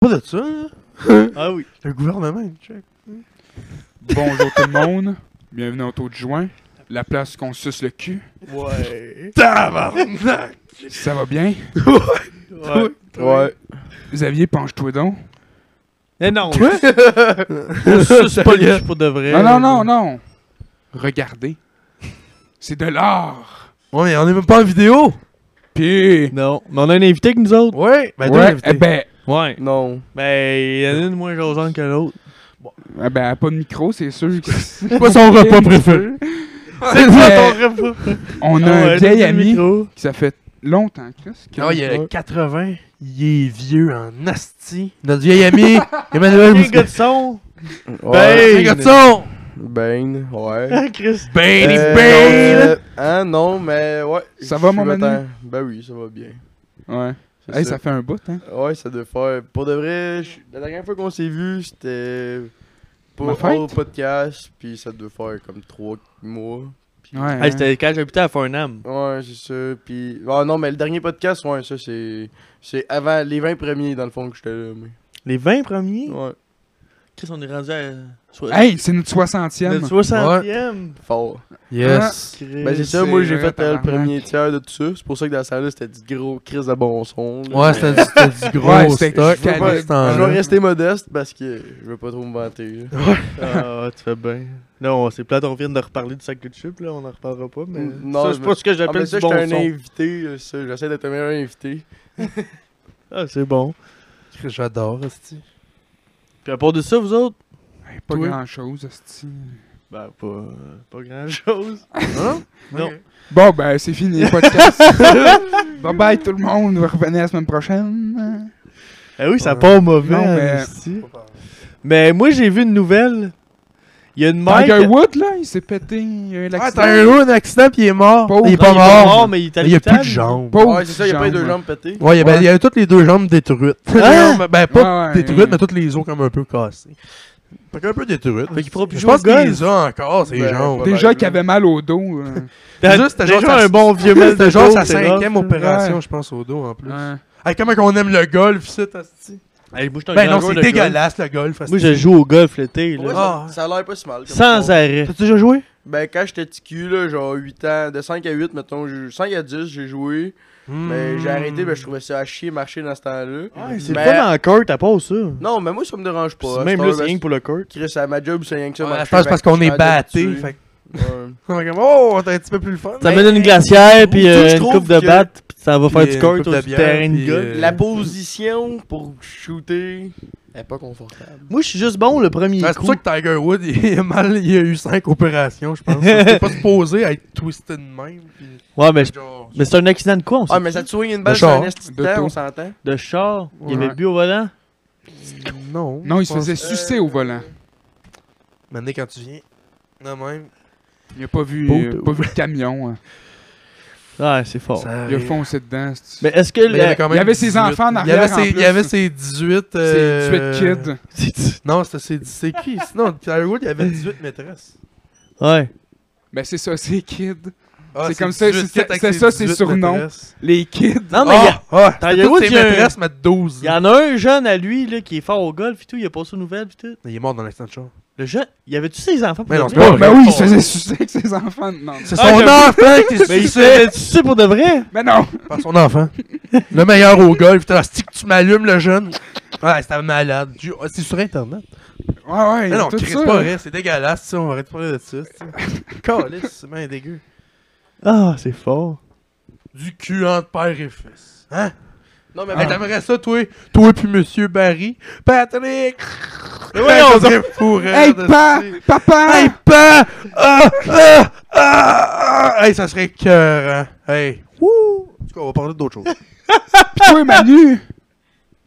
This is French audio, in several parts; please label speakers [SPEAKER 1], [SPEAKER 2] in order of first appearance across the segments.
[SPEAKER 1] pas de ça, là. Hein?
[SPEAKER 2] Ah oui.
[SPEAKER 1] Le gouvernement, il check.
[SPEAKER 3] Bonjour tout le monde. Bienvenue au taux de juin. La place qu'on suce le cul.
[SPEAKER 2] Ouais.
[SPEAKER 1] Tabarnak!
[SPEAKER 3] Ça va bien?
[SPEAKER 2] Ouais.
[SPEAKER 3] Xavier, penche-toi donc.
[SPEAKER 2] Mais Eh non. On suce pas le cul pour de
[SPEAKER 1] Eh.
[SPEAKER 2] vrai.
[SPEAKER 3] Non, non, non, non. Regardez. C'est de l'art.
[SPEAKER 1] Ouais, mais on est même pas en vidéo!
[SPEAKER 3] Puis.
[SPEAKER 2] Non. Mais on a un invité que nous autres.
[SPEAKER 1] Ouais! Ben, toi,
[SPEAKER 3] ouais,
[SPEAKER 1] l'invité.
[SPEAKER 3] eh ben,
[SPEAKER 2] Ouais.
[SPEAKER 4] Non.
[SPEAKER 2] Ben, il y en a une moins jasante que l'autre.
[SPEAKER 3] eh ben, pas de micro, c'est sûr. que-
[SPEAKER 1] C'est quoi son repas préféré?
[SPEAKER 2] C'est quoi ton rêve?
[SPEAKER 3] Ben, On a un vieil ami qui ça fait longtemps, Chris. que-
[SPEAKER 1] Non, Ah il a 80. Il est vieux en asti. Notre vieil ami, Emmanuel
[SPEAKER 2] Un gars
[SPEAKER 1] Mousquet.
[SPEAKER 2] de son.
[SPEAKER 4] Ouais.
[SPEAKER 2] Hey,
[SPEAKER 1] Hey, regarde ça!
[SPEAKER 4] Bane, ouais.
[SPEAKER 2] Ah, Chris.
[SPEAKER 1] Bailey
[SPEAKER 4] Euh,
[SPEAKER 1] Bane!
[SPEAKER 4] euh, hein, non, mais ouais.
[SPEAKER 3] Ça
[SPEAKER 4] je
[SPEAKER 3] va,
[SPEAKER 4] suis
[SPEAKER 3] mon Manu?
[SPEAKER 4] content. Ben oui, ça va bien.
[SPEAKER 3] Ouais.
[SPEAKER 4] C'est
[SPEAKER 3] Hey,
[SPEAKER 4] ça.
[SPEAKER 3] ça fait un bout, hein.
[SPEAKER 4] Ouais, ça doit faire. Pour de vrai, je- la dernière fois qu'on s'est vu, c'était
[SPEAKER 3] Ma
[SPEAKER 4] pour
[SPEAKER 3] fête?
[SPEAKER 4] au podcast, puis ça doit faire comme 3 mois.
[SPEAKER 3] Ouais.
[SPEAKER 2] Hey,
[SPEAKER 3] hein.
[SPEAKER 2] c'était quand j'habitais à Farnham.
[SPEAKER 4] Ouais, c'est ça. Puis. Ah non, mais le dernier podcast, ouais, ça c'est. C'est avant les 20 premiers, dans le fond, que j'étais là. Mais...
[SPEAKER 2] Les 20 premiers?
[SPEAKER 4] Ouais,
[SPEAKER 2] Chris, on est rendu à... Soit...
[SPEAKER 3] Hey, c'est notre 60e.
[SPEAKER 2] Le 60e!
[SPEAKER 4] fort.
[SPEAKER 1] Yes!
[SPEAKER 2] Chris.
[SPEAKER 4] Ben c'est ça,
[SPEAKER 3] c'est
[SPEAKER 4] moi j'ai
[SPEAKER 3] vrai,
[SPEAKER 4] fait euh, le
[SPEAKER 3] tabarnak.
[SPEAKER 4] premier tiers de tout ça. C'est pour ça que dans la salle, c'était du gros crise de bon son. là.
[SPEAKER 1] Ouais, c'était du- Ah. c'était du
[SPEAKER 3] Ouais,
[SPEAKER 1] gros
[SPEAKER 3] c'était
[SPEAKER 1] stock.
[SPEAKER 3] calibre.
[SPEAKER 1] dans ce
[SPEAKER 4] Je
[SPEAKER 1] temps-là.
[SPEAKER 4] vais rester modeste parce que je veux pas trop me vanter. là.
[SPEAKER 2] Ah, tu fais bien. Non, c'est plate, on vient de reparler du sac de chips, là, on en reparlera pas, mais...
[SPEAKER 4] Non,
[SPEAKER 2] ça, c'est
[SPEAKER 4] je
[SPEAKER 2] pas
[SPEAKER 4] me-
[SPEAKER 2] ce que
[SPEAKER 4] Ah, mais
[SPEAKER 2] j'appelle
[SPEAKER 4] ça,
[SPEAKER 2] du
[SPEAKER 4] j'étais
[SPEAKER 2] bon
[SPEAKER 4] un
[SPEAKER 2] son.
[SPEAKER 4] invité, là, ça, j'essaie d'être un meilleur invité.
[SPEAKER 2] Ah, c'est bon.
[SPEAKER 1] J'adore, asti.
[SPEAKER 2] Puis à part de ça, vous autres?
[SPEAKER 3] Hey, pas
[SPEAKER 1] Toi?
[SPEAKER 3] grand chose, hostie.
[SPEAKER 2] Ben, pas... pas grand-chose.
[SPEAKER 1] Hein?
[SPEAKER 2] Non.
[SPEAKER 1] Ok.
[SPEAKER 3] Bon, ben, c'est fini le podcast. bye bye tout le monde. On va revenir la semaine prochaine.
[SPEAKER 2] Ah oui, ça part mauvais,
[SPEAKER 3] Non, mais-
[SPEAKER 2] mais... Mais moi, j'ai vu une nouvelle. Il y a une mère...
[SPEAKER 3] Tiger
[SPEAKER 2] qui-
[SPEAKER 3] Wood, là, il s'est pété. Il y a eu
[SPEAKER 1] Ah,
[SPEAKER 3] l'accident.
[SPEAKER 1] t'as eu un accident pis il est mort.
[SPEAKER 3] Pauvre.
[SPEAKER 1] Il est pas
[SPEAKER 2] Non,
[SPEAKER 1] mort.
[SPEAKER 2] mais il est à
[SPEAKER 1] Il a plus de
[SPEAKER 2] l'hôpital.
[SPEAKER 1] jambes.
[SPEAKER 3] Pauvre
[SPEAKER 4] ouais, c'est ça, il y a pas eu deux
[SPEAKER 3] jambe.
[SPEAKER 4] jambes pétées.
[SPEAKER 1] Ouais, il y a- ben,
[SPEAKER 3] Ouais.
[SPEAKER 1] il y a toutes les deux jambes détruites.
[SPEAKER 2] Hein?
[SPEAKER 1] Non, mais- ben, pas
[SPEAKER 3] Ouais, ouais.
[SPEAKER 1] détruites, mais toutes les os comme un peu cassées. Fait qu'un peu détruites.
[SPEAKER 2] Fait qu'il pourra plus
[SPEAKER 1] Je
[SPEAKER 2] jouer au
[SPEAKER 1] pense qu'il
[SPEAKER 2] golf.
[SPEAKER 1] les a encore, ces
[SPEAKER 4] Ben,
[SPEAKER 1] jambes.
[SPEAKER 4] ouais.
[SPEAKER 3] Déjà qu'il avait mal au dos. euh.
[SPEAKER 1] Déjà, c'était genre
[SPEAKER 2] Déjà,
[SPEAKER 1] sa-
[SPEAKER 2] un bon vieux mal de
[SPEAKER 1] C'était genre
[SPEAKER 2] dos,
[SPEAKER 1] sa
[SPEAKER 2] c'est
[SPEAKER 1] cinquième
[SPEAKER 2] rough.
[SPEAKER 1] opération,
[SPEAKER 3] Ouais.
[SPEAKER 1] je pense, au dos en plus.
[SPEAKER 3] Ouais.
[SPEAKER 1] Hey, comment qu'on aime le golf, ici, Asti?
[SPEAKER 2] Hey, moi, j'étais un
[SPEAKER 1] Ben
[SPEAKER 2] grand
[SPEAKER 1] non,
[SPEAKER 2] joueur
[SPEAKER 1] c'est
[SPEAKER 2] de golf.
[SPEAKER 1] dégueulasse le golf, Asti.
[SPEAKER 2] Moi, je joue au golf l'été,
[SPEAKER 4] Ouais,
[SPEAKER 2] là.
[SPEAKER 4] ça,
[SPEAKER 1] Ah.
[SPEAKER 4] ça a l'air pas si mal. comme
[SPEAKER 2] Sans
[SPEAKER 4] ça.
[SPEAKER 2] arrêt.
[SPEAKER 1] T'as-tu déjà joué?
[SPEAKER 4] Ben quand j'étais petit cul, là, genre 8 ans, de 5 à 8, mettons, j'ai- 5 à 10, j'ai joué.
[SPEAKER 1] Hmm.
[SPEAKER 4] Mais j'ai arrêté, ben je trouvais ça à chier marcher dans ce temps-là.
[SPEAKER 2] Ouais, c'est
[SPEAKER 4] Ben,
[SPEAKER 2] le fun en court, t'as pas ça.
[SPEAKER 4] Non, mais moi ça me dérange
[SPEAKER 2] Puis
[SPEAKER 4] pas.
[SPEAKER 2] même
[SPEAKER 4] C'est
[SPEAKER 2] là,
[SPEAKER 4] pas-
[SPEAKER 2] c'est rien que pour le court.
[SPEAKER 4] Chris, à ma job, c'est rien que ça.
[SPEAKER 1] Je
[SPEAKER 4] marcher,
[SPEAKER 1] pense
[SPEAKER 4] fait
[SPEAKER 1] parce
[SPEAKER 4] que
[SPEAKER 1] qu'on
[SPEAKER 4] je
[SPEAKER 1] est
[SPEAKER 4] suis habitué.
[SPEAKER 1] batté. Fait que-
[SPEAKER 4] Ouais.
[SPEAKER 1] on est comme, oh, t'as un petit peu plus le fun.
[SPEAKER 2] Ça
[SPEAKER 4] Ben,
[SPEAKER 2] mène une glacière, puis
[SPEAKER 4] tu sais,
[SPEAKER 2] euh,
[SPEAKER 4] je
[SPEAKER 2] une
[SPEAKER 4] trouve
[SPEAKER 2] coupe de
[SPEAKER 4] que-
[SPEAKER 2] batte, puis ça va
[SPEAKER 1] puis,
[SPEAKER 2] faire du
[SPEAKER 1] euh,
[SPEAKER 2] court
[SPEAKER 1] une coupe
[SPEAKER 2] au
[SPEAKER 1] de bière,
[SPEAKER 2] terrain de
[SPEAKER 1] puis,
[SPEAKER 2] golf.
[SPEAKER 1] euh,
[SPEAKER 4] La position pour shooter est pas confortable.
[SPEAKER 2] Moi, je suis juste bon le premier
[SPEAKER 1] Ah, c'est
[SPEAKER 2] coup.
[SPEAKER 1] pour ça que Tiger Wood, il a, mal, il a eu 5 opérations, je pense. C'était pas supposé être twisted de même. Puis,
[SPEAKER 2] Ouais, mais, je-
[SPEAKER 1] genre,
[SPEAKER 2] mais c'est un accident de quoi, on
[SPEAKER 4] Ah,
[SPEAKER 2] sait
[SPEAKER 4] mais ça te swing une
[SPEAKER 1] Le
[SPEAKER 4] balle sur un
[SPEAKER 1] char.
[SPEAKER 4] esti de
[SPEAKER 3] De
[SPEAKER 4] temps,
[SPEAKER 3] tout.
[SPEAKER 4] on s'entend?
[SPEAKER 2] De char, il
[SPEAKER 3] Ouais.
[SPEAKER 2] avait bu au volant.
[SPEAKER 1] non.
[SPEAKER 3] Non, il
[SPEAKER 1] je
[SPEAKER 3] se
[SPEAKER 1] pense-
[SPEAKER 3] faisait sucer au volant.
[SPEAKER 1] Maintenant, quand tu viens, non même.
[SPEAKER 3] Il a pas vu,
[SPEAKER 1] Beau
[SPEAKER 3] euh, pas vu le camion. hein.
[SPEAKER 2] Ouais, c'est fort.
[SPEAKER 1] Ça
[SPEAKER 3] Oh, Il a
[SPEAKER 1] arrive.
[SPEAKER 3] foncé dedans. c'est-
[SPEAKER 2] Mais est-ce que...
[SPEAKER 1] Mais il y avait
[SPEAKER 2] la-
[SPEAKER 1] quand
[SPEAKER 3] Il y
[SPEAKER 1] même
[SPEAKER 3] avait ses
[SPEAKER 1] 18.
[SPEAKER 3] enfants en
[SPEAKER 1] Il y avait
[SPEAKER 3] arrière, en
[SPEAKER 1] ses- Il
[SPEAKER 3] plus.
[SPEAKER 1] y avait ses 18.
[SPEAKER 3] C'est
[SPEAKER 1] euh,
[SPEAKER 3] 18 kids.
[SPEAKER 1] Non, c'était ses 18. C'est qui Non, Tiger Wood, il avait 18 maîtresses.
[SPEAKER 2] Ouais.
[SPEAKER 3] Ben, c'est ça, c'est kids.
[SPEAKER 1] Ah,
[SPEAKER 3] C'est comme ça,
[SPEAKER 1] 18
[SPEAKER 3] c'est-
[SPEAKER 1] avec
[SPEAKER 3] c'est
[SPEAKER 1] ses
[SPEAKER 3] ça, ses
[SPEAKER 1] 18
[SPEAKER 3] surnoms.
[SPEAKER 1] maîtresses.
[SPEAKER 3] Les kids.
[SPEAKER 2] Non, mais il y a-
[SPEAKER 1] Ah, ah,
[SPEAKER 2] Tiger
[SPEAKER 1] c'était toutes
[SPEAKER 2] Woods,
[SPEAKER 1] ses
[SPEAKER 2] il y a un-
[SPEAKER 1] maîtresses, mais de 12.
[SPEAKER 2] il y en a un jeune à lui, là, qui est fort au golf et tout, il a passé aux nouvelles et tout.
[SPEAKER 1] Il est mort dans l'accident de char.
[SPEAKER 2] Le jeune, il avait-tu ses enfants pour
[SPEAKER 1] Mais
[SPEAKER 2] de
[SPEAKER 1] non,
[SPEAKER 2] vrai?
[SPEAKER 1] c'est pas vrai.
[SPEAKER 3] Ben oui, il
[SPEAKER 1] Oh.
[SPEAKER 3] se faisait sucer avec ses enfants. Non.
[SPEAKER 1] C'est
[SPEAKER 2] Ah,
[SPEAKER 1] son
[SPEAKER 2] j'avoue.
[SPEAKER 1] enfant qui
[SPEAKER 2] Mais il se
[SPEAKER 1] suçait.
[SPEAKER 2] faisait sucer pour de vrai?
[SPEAKER 3] Mais non!
[SPEAKER 1] Par son enfant. le meilleur au golf. Putain, si que tu m'allumes, le jeune. Ouais, c'était malade. Du- ah, C'est sur Internet.
[SPEAKER 3] Ouais, ouais,
[SPEAKER 1] Mais non, hein.
[SPEAKER 3] tout
[SPEAKER 1] Chris,
[SPEAKER 3] ça.
[SPEAKER 1] c'est pas vrai. C'est dégueulasse, ça. On va arrêter de parler de ça. Calice, c'est bien dégueu.
[SPEAKER 2] Ah, c'est fort.
[SPEAKER 1] Du cul entre père et fils. Hein?
[SPEAKER 4] Non, mais
[SPEAKER 1] Hey, T'aimerais ça, toi? Toi puis Monsieur Barry? Patrick!
[SPEAKER 2] Mais voyons donc.
[SPEAKER 3] Hey, pa! Papa!
[SPEAKER 1] Hey, pa! Ah! Ah! Ah! ah! Hey, ça serait cœur, hein. Hey! Wouh! En tout cas, on va parler d'autres choses.
[SPEAKER 3] Pis toi, Manu!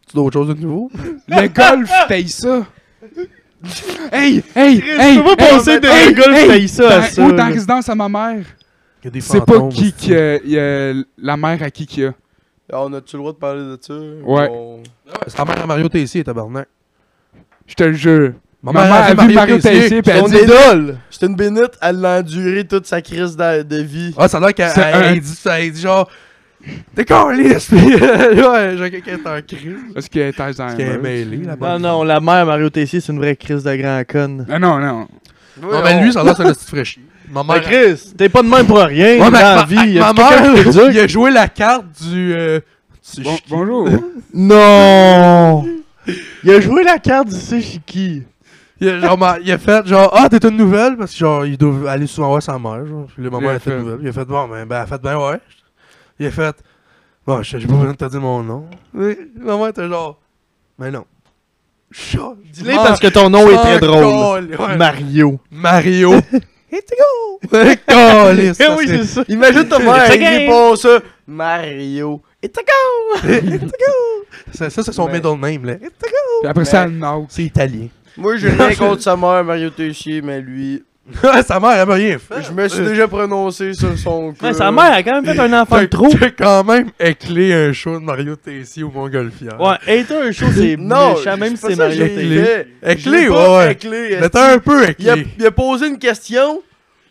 [SPEAKER 1] Tu d'autres choses de nouveau?
[SPEAKER 3] Le golf paye ça! Hey! Hey!
[SPEAKER 2] Chris,
[SPEAKER 3] hey!
[SPEAKER 2] tu peux pas
[SPEAKER 3] hey,
[SPEAKER 2] penser que
[SPEAKER 3] hey,
[SPEAKER 2] le golf
[SPEAKER 3] hey,
[SPEAKER 2] paye ça à
[SPEAKER 3] dans-
[SPEAKER 2] ça,
[SPEAKER 3] Ou dans
[SPEAKER 2] là.
[SPEAKER 3] résidence à ma mère.
[SPEAKER 1] Il y a des
[SPEAKER 3] C'est pas
[SPEAKER 1] fantômes,
[SPEAKER 3] qui
[SPEAKER 1] aussi.
[SPEAKER 3] qui a, il y a la mère à qui qui a.
[SPEAKER 4] Ah, on a-tu le droit de parler de ça?
[SPEAKER 3] Ouais.
[SPEAKER 4] On-
[SPEAKER 1] C'est ta mère à Mario Tessier, tabarnak.
[SPEAKER 3] Je te le jure. Ma mère a vu Mario Tessier pis elle
[SPEAKER 4] Son
[SPEAKER 3] dit
[SPEAKER 4] idole! C'est une bénite, elle l'a enduré toute sa crise de, de vie.
[SPEAKER 1] Ah, ça a l'air qu'elle
[SPEAKER 3] C'est
[SPEAKER 1] elle-
[SPEAKER 3] un-
[SPEAKER 1] elle dit, elle dit genre. T'es con, lisse! Puis, ouais, j'ai quelqu'un qui est en crise.
[SPEAKER 3] Parce qu'il est Alzheimer.
[SPEAKER 1] Qui est mêlé, là
[SPEAKER 2] Non, non, la mère Mario Tessier, c'est une vraie crise de grand con.
[SPEAKER 3] Ah non, non.
[SPEAKER 1] Non, mais lui, ça a l'air, c'est le petit fraîchi. Ma
[SPEAKER 2] Mais
[SPEAKER 1] mère.
[SPEAKER 2] Chris, t'es pas de même pour rien
[SPEAKER 1] Ouais,
[SPEAKER 2] dans
[SPEAKER 1] mais
[SPEAKER 3] ben,
[SPEAKER 2] la
[SPEAKER 1] ma-
[SPEAKER 2] vie. Y
[SPEAKER 1] ma
[SPEAKER 2] a quelqu'un qui te
[SPEAKER 1] mère,
[SPEAKER 2] dit-
[SPEAKER 1] il a joué la carte du. euh, du
[SPEAKER 3] Bon-
[SPEAKER 1] chi-
[SPEAKER 3] bonjour.
[SPEAKER 2] Non! Il a joué la carte du Sashiki.
[SPEAKER 1] il, a, genre, ma- il a fait genre, ah, t'es une nouvelle, parce que genre, il doit aller souvent voir sa mère. Genre. Puis le
[SPEAKER 3] Il a
[SPEAKER 1] maman, elle était
[SPEAKER 3] fait-
[SPEAKER 1] une nouvelle. Il a fait, bon, ben, ben, elle a fait, ben, ouais. Il a fait, bon, je- j'ai pas besoin de te dire mon nom. Mais maman était genre, ben non. Genre,
[SPEAKER 2] Dis-le parce que ton nom est très drôle.
[SPEAKER 1] drôle. Ouais.
[SPEAKER 2] Ah. Mario.
[SPEAKER 1] Mario. Let's go! Calisse,
[SPEAKER 2] Eh
[SPEAKER 1] ça
[SPEAKER 2] oui,
[SPEAKER 1] serait-
[SPEAKER 2] c'est ça.
[SPEAKER 4] Imagine ta mère,
[SPEAKER 2] It's a
[SPEAKER 4] elle
[SPEAKER 2] game.
[SPEAKER 4] répond ça. Mario. Et t'as go!
[SPEAKER 1] ça, ça, c'est son
[SPEAKER 4] Mais-
[SPEAKER 1] middle name, là.
[SPEAKER 3] Puis après ça, non.
[SPEAKER 1] C'est italien.
[SPEAKER 4] Moi, j'ai rien contre sa mère, Mario Tessier, mais lui.
[SPEAKER 1] sa mère, elle m'a rien fait.
[SPEAKER 4] Je me suis déjà prononcé sur son cas.
[SPEAKER 2] Mais sa mère a quand même fait un enfant de
[SPEAKER 1] Fait que
[SPEAKER 2] trop.
[SPEAKER 1] J'ai quand même éclé un show de Mario Tessier au Montgolfière.
[SPEAKER 2] Ouais, hater un show, c'est
[SPEAKER 4] Non,
[SPEAKER 2] méchant, même si
[SPEAKER 4] c'est
[SPEAKER 2] c'est
[SPEAKER 4] pas ça que
[SPEAKER 2] Mario
[SPEAKER 4] j'ai
[SPEAKER 1] Tessier.
[SPEAKER 2] Tessier.
[SPEAKER 4] fait.
[SPEAKER 1] Éclé,
[SPEAKER 4] J'ai pas
[SPEAKER 1] ouais.
[SPEAKER 4] éclé,
[SPEAKER 1] Mais t'as un peu
[SPEAKER 4] Il a,
[SPEAKER 1] éclé.
[SPEAKER 4] il a posé une question,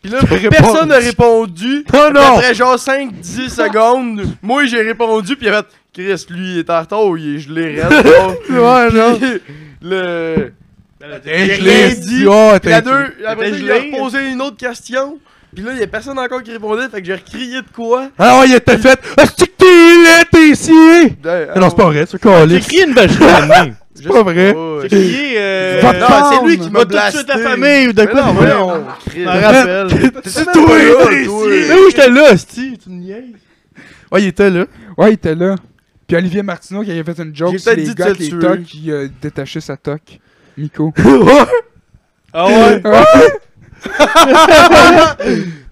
[SPEAKER 4] pis là,
[SPEAKER 1] T'as répondu.
[SPEAKER 4] personne n'a répondu.
[SPEAKER 1] Non, Ah non!
[SPEAKER 4] Après genre 5-10 secondes, moi j'ai répondu, pis il a fait Chris, lui, il est en retard ou il est gelé raide, genre.
[SPEAKER 1] Ouais, genre.
[SPEAKER 4] Puis, le.
[SPEAKER 1] T'as
[SPEAKER 4] il a
[SPEAKER 1] éclé,
[SPEAKER 4] rien dit.
[SPEAKER 1] ouais,
[SPEAKER 4] Puis
[SPEAKER 1] Ah, t'as
[SPEAKER 4] la
[SPEAKER 1] éclé.
[SPEAKER 4] deux, après ça, il
[SPEAKER 2] gelé.
[SPEAKER 4] a posé une autre question, pis là, il y a personne encore qui répondait, fait que j'ai recrié de quoi.
[SPEAKER 1] Ah ouais, il était fait. Est-ce que t'es laid, Tessier? Ah,
[SPEAKER 4] Ben,
[SPEAKER 1] Non, c'est pas vrai, c'est
[SPEAKER 2] J'ai
[SPEAKER 1] calé.
[SPEAKER 2] crié une bâche année.
[SPEAKER 4] je sais
[SPEAKER 1] pas vrai.
[SPEAKER 4] ouais.
[SPEAKER 2] J'ai crié. euh,
[SPEAKER 1] Va
[SPEAKER 4] Non, c'est lui
[SPEAKER 3] Down.
[SPEAKER 2] Va
[SPEAKER 4] qui m'a
[SPEAKER 2] tout de
[SPEAKER 4] blasté.
[SPEAKER 2] suite ta famille ou de
[SPEAKER 4] Mais
[SPEAKER 2] quoi
[SPEAKER 4] non,
[SPEAKER 2] de
[SPEAKER 4] voyons,
[SPEAKER 2] même.
[SPEAKER 4] Chris.
[SPEAKER 2] Je m'en rappelle.
[SPEAKER 1] C'est
[SPEAKER 4] même
[SPEAKER 1] toi,
[SPEAKER 4] pas là, toi.
[SPEAKER 1] Tessier!
[SPEAKER 2] Mais où j'étais là, Sti? Tu me niaises?
[SPEAKER 1] Ouais, il était là.
[SPEAKER 3] Ouais, il était là. Puis Olivier Martineau qui avait fait une joke
[SPEAKER 4] J'ai
[SPEAKER 3] sur
[SPEAKER 4] peut-être
[SPEAKER 3] les
[SPEAKER 4] dit de
[SPEAKER 3] gars
[SPEAKER 4] se
[SPEAKER 3] avec les
[SPEAKER 4] tuer.
[SPEAKER 3] tocs, il a détaché sa toque. Nico.
[SPEAKER 1] Ouais.
[SPEAKER 2] Ah ouais?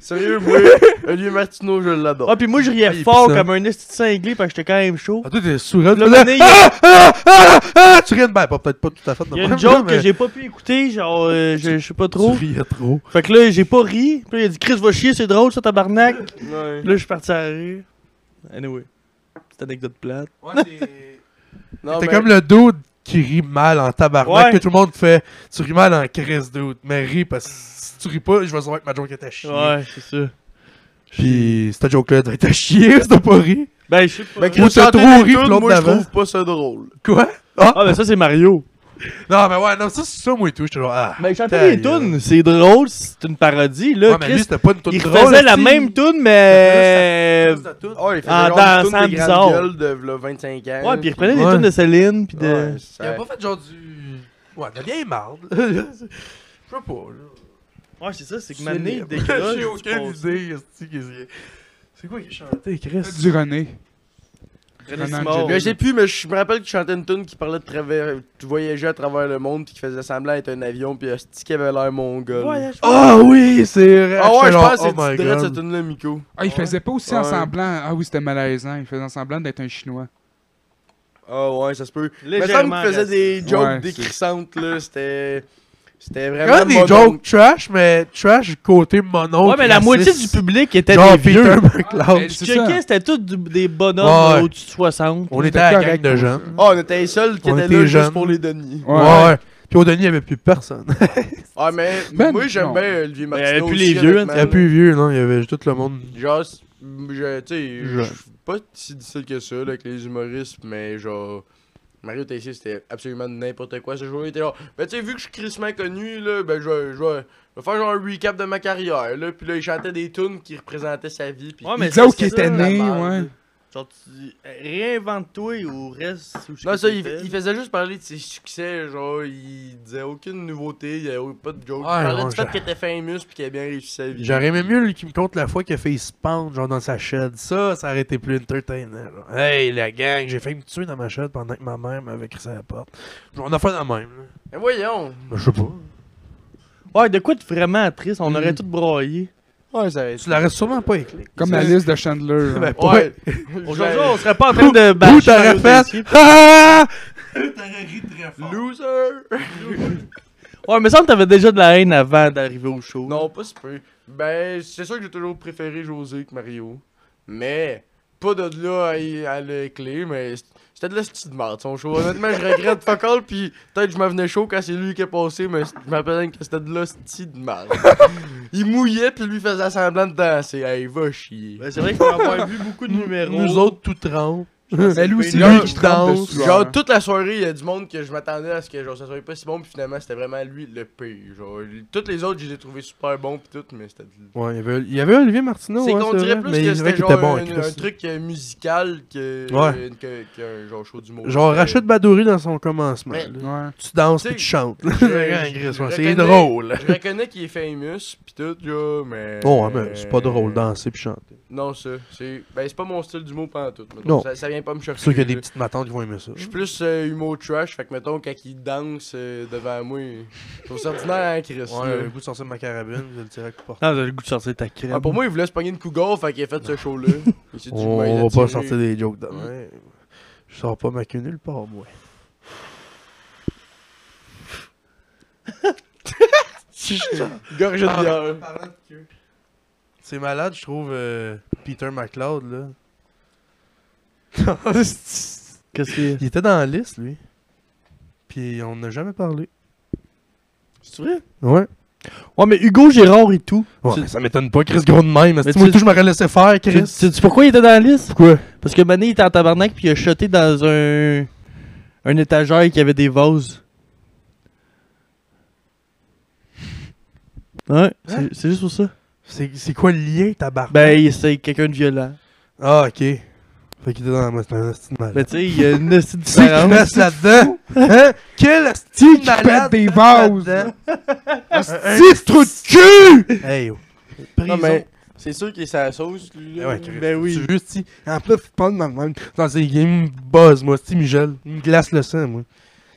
[SPEAKER 4] Sérieux, moi, Olivier Martineau, je l'adore.
[SPEAKER 2] Ah, pis moi, je riais
[SPEAKER 1] il est
[SPEAKER 2] fort
[SPEAKER 1] puissant.
[SPEAKER 2] comme un esti de cinglé parce que j'étais quand même chaud.
[SPEAKER 1] Ah, toi, t'es sourd.
[SPEAKER 2] Le
[SPEAKER 1] là.
[SPEAKER 2] mané, il y a-
[SPEAKER 1] Ah, ah, ah, ah, tu riais de ben, pas- peut-être pas tout à fait. de
[SPEAKER 2] Il y a
[SPEAKER 1] même,
[SPEAKER 2] une joke
[SPEAKER 1] mais
[SPEAKER 2] que j'ai pas pu écouter, genre, euh, je je sais pas trop.
[SPEAKER 1] Tu riais trop.
[SPEAKER 2] Fait que là, j'ai pas ri. Puis là, il a dit Chris va chier, c'est drôle ça, tabarnak. Puis
[SPEAKER 4] Ouais.
[SPEAKER 2] là, je suis parti à rire. Anyway, petite anecdote plate.
[SPEAKER 4] Non,
[SPEAKER 1] T'es
[SPEAKER 4] mais-
[SPEAKER 1] comme le dude qui rit mal en tabarnak,
[SPEAKER 2] Ah, ben Ouais.
[SPEAKER 1] que tout le monde fait Tu ris mal en crise, dude. Mais ris parce que si tu ris pas, je vais savoir que ma joke était chier.
[SPEAKER 2] Ouais, c'est ça.
[SPEAKER 1] Pis cette joke-là devait être chier si t'as pas ri.
[SPEAKER 2] Ben, je sais pas.
[SPEAKER 4] Mais
[SPEAKER 1] Ou
[SPEAKER 4] Chris,
[SPEAKER 1] t'as
[SPEAKER 4] quand
[SPEAKER 1] trop
[SPEAKER 4] t'es
[SPEAKER 1] ri,
[SPEAKER 4] tout,
[SPEAKER 1] puis l'autre
[SPEAKER 4] moi, je
[SPEAKER 1] d'avant.
[SPEAKER 4] trouve pas ça drôle.
[SPEAKER 1] Quoi
[SPEAKER 2] Ah, ben ça, c'est Mario.
[SPEAKER 1] Non, mais ouais, non, ça, c'est ça, moi et tout. J'étais genre, ah.
[SPEAKER 2] Ben, chanter
[SPEAKER 1] Ta
[SPEAKER 2] les
[SPEAKER 1] gueule.
[SPEAKER 2] tunes, c'est drôle, c'est une parodie, là.
[SPEAKER 1] Ouais, mais lui,
[SPEAKER 2] Chris,
[SPEAKER 1] c'était pas une toute
[SPEAKER 2] il
[SPEAKER 1] drôle.
[SPEAKER 2] faisait la
[SPEAKER 1] aussi.
[SPEAKER 2] même tune,
[SPEAKER 1] Euh,
[SPEAKER 2] mais.
[SPEAKER 4] Oh, il faisait
[SPEAKER 2] Ah,
[SPEAKER 4] genre
[SPEAKER 2] dans-
[SPEAKER 4] une toune
[SPEAKER 2] sans
[SPEAKER 4] des
[SPEAKER 2] bizarre.
[SPEAKER 4] grandes gueules de v'là 25 ans.
[SPEAKER 2] Ouais, puis il reprenait des
[SPEAKER 1] Ouais.
[SPEAKER 2] tunes de Céline, puis de.
[SPEAKER 4] Ouais,
[SPEAKER 1] Il a
[SPEAKER 4] ça-
[SPEAKER 1] pas fait genre du. Ouais, de la vieille marde. Je sais pas, là.
[SPEAKER 2] Ouais, c'est ça, c'est que
[SPEAKER 1] J'ai-
[SPEAKER 2] Mané, des
[SPEAKER 1] J'ai aucune idée, esti, qu'est-ce qu'il y a. C'est quoi qui chantait, Chris?
[SPEAKER 3] du René.
[SPEAKER 4] Mais je sais plus, mais je me rappelle que tu chantais une tune qui parlait de travers, tu voyageais à travers le monde puis qui faisait semblant être un avion puis hostie qui avait l'air mongol.
[SPEAKER 2] Oh!
[SPEAKER 1] Ah oui, c'est vrai.
[SPEAKER 4] Ah ouais,
[SPEAKER 1] J'étais
[SPEAKER 4] je
[SPEAKER 1] genre,
[SPEAKER 4] pense que
[SPEAKER 1] oh my
[SPEAKER 4] c'est direct
[SPEAKER 1] God.
[SPEAKER 4] cette tune là Miko.
[SPEAKER 3] Ah, il faisait pas aussi en
[SPEAKER 4] Ouais.
[SPEAKER 3] semblant. Ah oui, c'était malaisant. Il faisait en semblant d'être un Chinois.
[SPEAKER 4] Ah ouais, ça se peut. Mais ça me
[SPEAKER 2] Légèrement.
[SPEAKER 4] faisait des jokes
[SPEAKER 3] Ouais,
[SPEAKER 4] décrissantes là, c'était c'était vraiment
[SPEAKER 1] Quand des
[SPEAKER 4] bon
[SPEAKER 1] jokes trash, mais trash côté mono.
[SPEAKER 2] Ouais, mais la moitié du public était
[SPEAKER 1] Genre
[SPEAKER 2] des vieux.
[SPEAKER 1] Peter McLeod.
[SPEAKER 3] Ah,
[SPEAKER 2] Tu
[SPEAKER 3] C'est ça.
[SPEAKER 2] checkais, c'était tous du- des bonhommes
[SPEAKER 1] Ouais.
[SPEAKER 2] au-dessus de 60.
[SPEAKER 1] On
[SPEAKER 3] C'était
[SPEAKER 1] était à la gang
[SPEAKER 3] correct
[SPEAKER 1] de
[SPEAKER 3] pour
[SPEAKER 1] jeunes.
[SPEAKER 4] Ah, on était les seuls qui
[SPEAKER 1] On
[SPEAKER 4] étaient
[SPEAKER 1] était
[SPEAKER 4] là
[SPEAKER 1] jeunes.
[SPEAKER 4] juste pour les deniers.
[SPEAKER 3] Ouais.
[SPEAKER 1] Ouais. Puis au Denis, il n'y avait plus personne.
[SPEAKER 4] Ah, mais
[SPEAKER 3] Ben,
[SPEAKER 4] moi j'aime
[SPEAKER 3] non.
[SPEAKER 4] bien Olivier
[SPEAKER 2] Ben, il y
[SPEAKER 4] Martineau.
[SPEAKER 2] avait plus les
[SPEAKER 4] aussi,
[SPEAKER 2] vieux,
[SPEAKER 4] honnêtement,
[SPEAKER 1] Il n'y a plus vieux, non. Il y avait tout le monde.
[SPEAKER 4] Genre, c'est- je, tu sais, je
[SPEAKER 1] Ouais.
[SPEAKER 4] suis pas si difficile que ça là, avec les humoristes, mais genre, Mario Tessier, c'était absolument n'importe quoi ce jour-là. Il était genre, ben tu sais, vu que je suis crissement connu, là, ben je vais- je vais je vais faire genre un recap de ma carrière, là. Puis là, il chantait des tunes qui représentaient sa vie. Puis...
[SPEAKER 2] Ouais,
[SPEAKER 3] Il
[SPEAKER 2] Ah, mais
[SPEAKER 3] disait
[SPEAKER 2] ça,
[SPEAKER 3] où qu'il
[SPEAKER 2] c'est ça,
[SPEAKER 3] était
[SPEAKER 2] la
[SPEAKER 3] né,
[SPEAKER 2] merde.
[SPEAKER 3] ouais.
[SPEAKER 2] Genre, tu réinvente-toi ou reste sous
[SPEAKER 4] Non, ça, il, il faisait juste parler de ses succès, genre, il disait aucune nouveauté, il y avait pas de
[SPEAKER 1] Ouais,
[SPEAKER 4] joke. il parlait
[SPEAKER 1] ouais,
[SPEAKER 4] du fait
[SPEAKER 1] je-
[SPEAKER 4] qu'il était famous puis qu'il avait bien réussi sa vie.
[SPEAKER 1] J'aurais aimé mieux lui qui me compte la fois qu'il a fait se pendre, genre dans sa shed. Ça, ça aurait été plus entertainant. genre. Hey, la gang, j'ai fait me tuer dans ma shed pendant que ma mère m'avait crissé à la porte. Genre, On a fait la même. là.
[SPEAKER 4] Mais voyons!
[SPEAKER 1] Ben, Je sais pas.
[SPEAKER 2] Ouais, de quoi de vraiment triste, on aurait tout broyé.
[SPEAKER 4] Ouais, ça
[SPEAKER 1] Tu l'aurais sûrement pas écrit.
[SPEAKER 3] Comme la liste de Chandler. hein. là.
[SPEAKER 1] Ben,
[SPEAKER 4] Ouais!
[SPEAKER 2] Aujourd'hui, on serait pas en train de
[SPEAKER 1] Où
[SPEAKER 2] bâcher
[SPEAKER 1] t'aurais
[SPEAKER 2] Mario
[SPEAKER 1] fait.
[SPEAKER 2] Tessier.
[SPEAKER 1] Ah!
[SPEAKER 4] Loser!
[SPEAKER 2] Ouais, mais ça me t'avais déjà de la haine avant d'arriver au show.
[SPEAKER 4] Non, pas si peu. Ben, c'est sûr que j'ai toujours préféré José que Mario. Mais, pas de là à, y- à les clés, mais c- c'était de la petite merde son show. Honnêtement, je regrette fuck all, pis peut-être je me venais chaud quand c'est lui qui est passé, mais c- je m'appelle que c'était de la petite merde. Il mouillait, pis lui faisait semblant de danser. Hey, va chier.
[SPEAKER 2] Ben, c'est vrai qu'on va avoir vu beaucoup de numéros.
[SPEAKER 1] Nous autres, tout trempe.
[SPEAKER 3] Mais Ben, lui, c'est
[SPEAKER 1] Là,
[SPEAKER 3] lui qui trempe
[SPEAKER 1] danse,
[SPEAKER 3] dessus.
[SPEAKER 4] Genre, toute la soirée, il y a du monde que je m'attendais à ce que genre, ça soit pas si bon, pis finalement, c'était vraiment lui le pire. Genre, tous les autres, je les ai trouvés super bons, pis tout, mais c'était de
[SPEAKER 1] Ouais, il y avait, il y avait Olivier Martineau.
[SPEAKER 4] C'est
[SPEAKER 1] hein,
[SPEAKER 4] qu'on dirait
[SPEAKER 1] vrai,
[SPEAKER 4] plus
[SPEAKER 1] mais
[SPEAKER 4] que
[SPEAKER 1] c'est vrai
[SPEAKER 4] c'était
[SPEAKER 1] qu'il
[SPEAKER 4] genre
[SPEAKER 1] était bon,
[SPEAKER 4] un,
[SPEAKER 1] Chris.
[SPEAKER 4] un truc euh, musical que
[SPEAKER 1] Ouais.
[SPEAKER 4] que- qu'un genre show du monde.
[SPEAKER 1] Genre Rachid Badouri dans son commencement.
[SPEAKER 4] Ouais.
[SPEAKER 1] là.
[SPEAKER 3] Ouais.
[SPEAKER 1] Tu danses
[SPEAKER 4] Tu
[SPEAKER 1] puis
[SPEAKER 4] sais,
[SPEAKER 1] tu chantes. là.
[SPEAKER 4] je-
[SPEAKER 1] Ouais,
[SPEAKER 4] je-
[SPEAKER 1] Chris,
[SPEAKER 4] je
[SPEAKER 1] ouais,
[SPEAKER 4] reconnais-
[SPEAKER 1] C'est drôle.
[SPEAKER 4] Je reconnais qu'il est famous pis tout, là, mais.
[SPEAKER 1] Non, hein, mais c'est pas
[SPEAKER 4] Euh,
[SPEAKER 1] drôle danser puis chanter.
[SPEAKER 4] Non, ça. C'est... Ben, c'est pas mon style d'humour pendant tout. mettons.
[SPEAKER 1] Non.
[SPEAKER 4] Ça, ça vient pas me
[SPEAKER 1] C'est
[SPEAKER 4] chercher.
[SPEAKER 1] sûr qu'il y a des
[SPEAKER 4] là.
[SPEAKER 1] petites matantes qui vont aimer ça.
[SPEAKER 4] Je suis plus euh, humour trash, fait que mettons, quand il danse euh, devant moi, je trouve ça ordinaire, hein, Chris. là.
[SPEAKER 1] Ouais, le goût de sortir de ma carabine, je le tirer porte.
[SPEAKER 2] Ah, vous avez le goût de sortir ta crème.
[SPEAKER 4] Ah, pour moi, il voulait se pogner une cougar, fait qu'il a fait ce show-là. Il s'est dit,
[SPEAKER 1] On
[SPEAKER 4] ben, il a
[SPEAKER 1] va pas
[SPEAKER 4] tiré.
[SPEAKER 1] sortir des jokes demain. Je sors pas ma queue nulle part, moi.
[SPEAKER 4] Gorge de bière.
[SPEAKER 1] C'est malade, je trouve, euh, Peter McLeod, là.
[SPEAKER 2] Qu'est-ce qu'il y a?
[SPEAKER 1] il était dans la liste, lui. Puis on n'a jamais parlé.
[SPEAKER 2] C'est vrai?
[SPEAKER 1] Ouais.
[SPEAKER 2] Ouais, mais Hugo Gérard et tout.
[SPEAKER 1] ouais
[SPEAKER 2] Tu-
[SPEAKER 1] mais ça m'étonne pas, Chris Gros de même.
[SPEAKER 2] Mais
[SPEAKER 1] C'est moi
[SPEAKER 2] tu-
[SPEAKER 1] tout, je m'aurais laissé faire,
[SPEAKER 2] Tu
[SPEAKER 1] Chris.
[SPEAKER 2] sais pourquoi il était dans la liste?
[SPEAKER 1] Pourquoi?
[SPEAKER 2] Parce que Mané était en tabarnak puis il a shoté dans un. un étagère qui avait des vases. Ouais, c'est- c'est juste pour ça.
[SPEAKER 1] C'est c'est quoi le lien, tabarnak?
[SPEAKER 2] Ben, il- c'est quelqu'un de violent.
[SPEAKER 1] Ah, ok. Fait qu'il était dans la masse.
[SPEAKER 2] Ben, tu sais, il y a une petite
[SPEAKER 1] C'est qui
[SPEAKER 2] différence.
[SPEAKER 1] reste là-dedans? Hein? Quel asti
[SPEAKER 3] qui Ah, pète des vases?
[SPEAKER 1] Asti trou de cul! Hey, oh. yo.
[SPEAKER 4] Non,
[SPEAKER 1] Prison.
[SPEAKER 4] mais c'est sûr qu'il est sa sauce, lui.
[SPEAKER 1] Eh
[SPEAKER 4] là.
[SPEAKER 1] ouais, Chris.
[SPEAKER 2] Ben oui.
[SPEAKER 1] Tu veux, si. En plus, faut pas de ma même. Dans ces games, il me buzz, moi, si, Michel. Il me glace le sang, moi.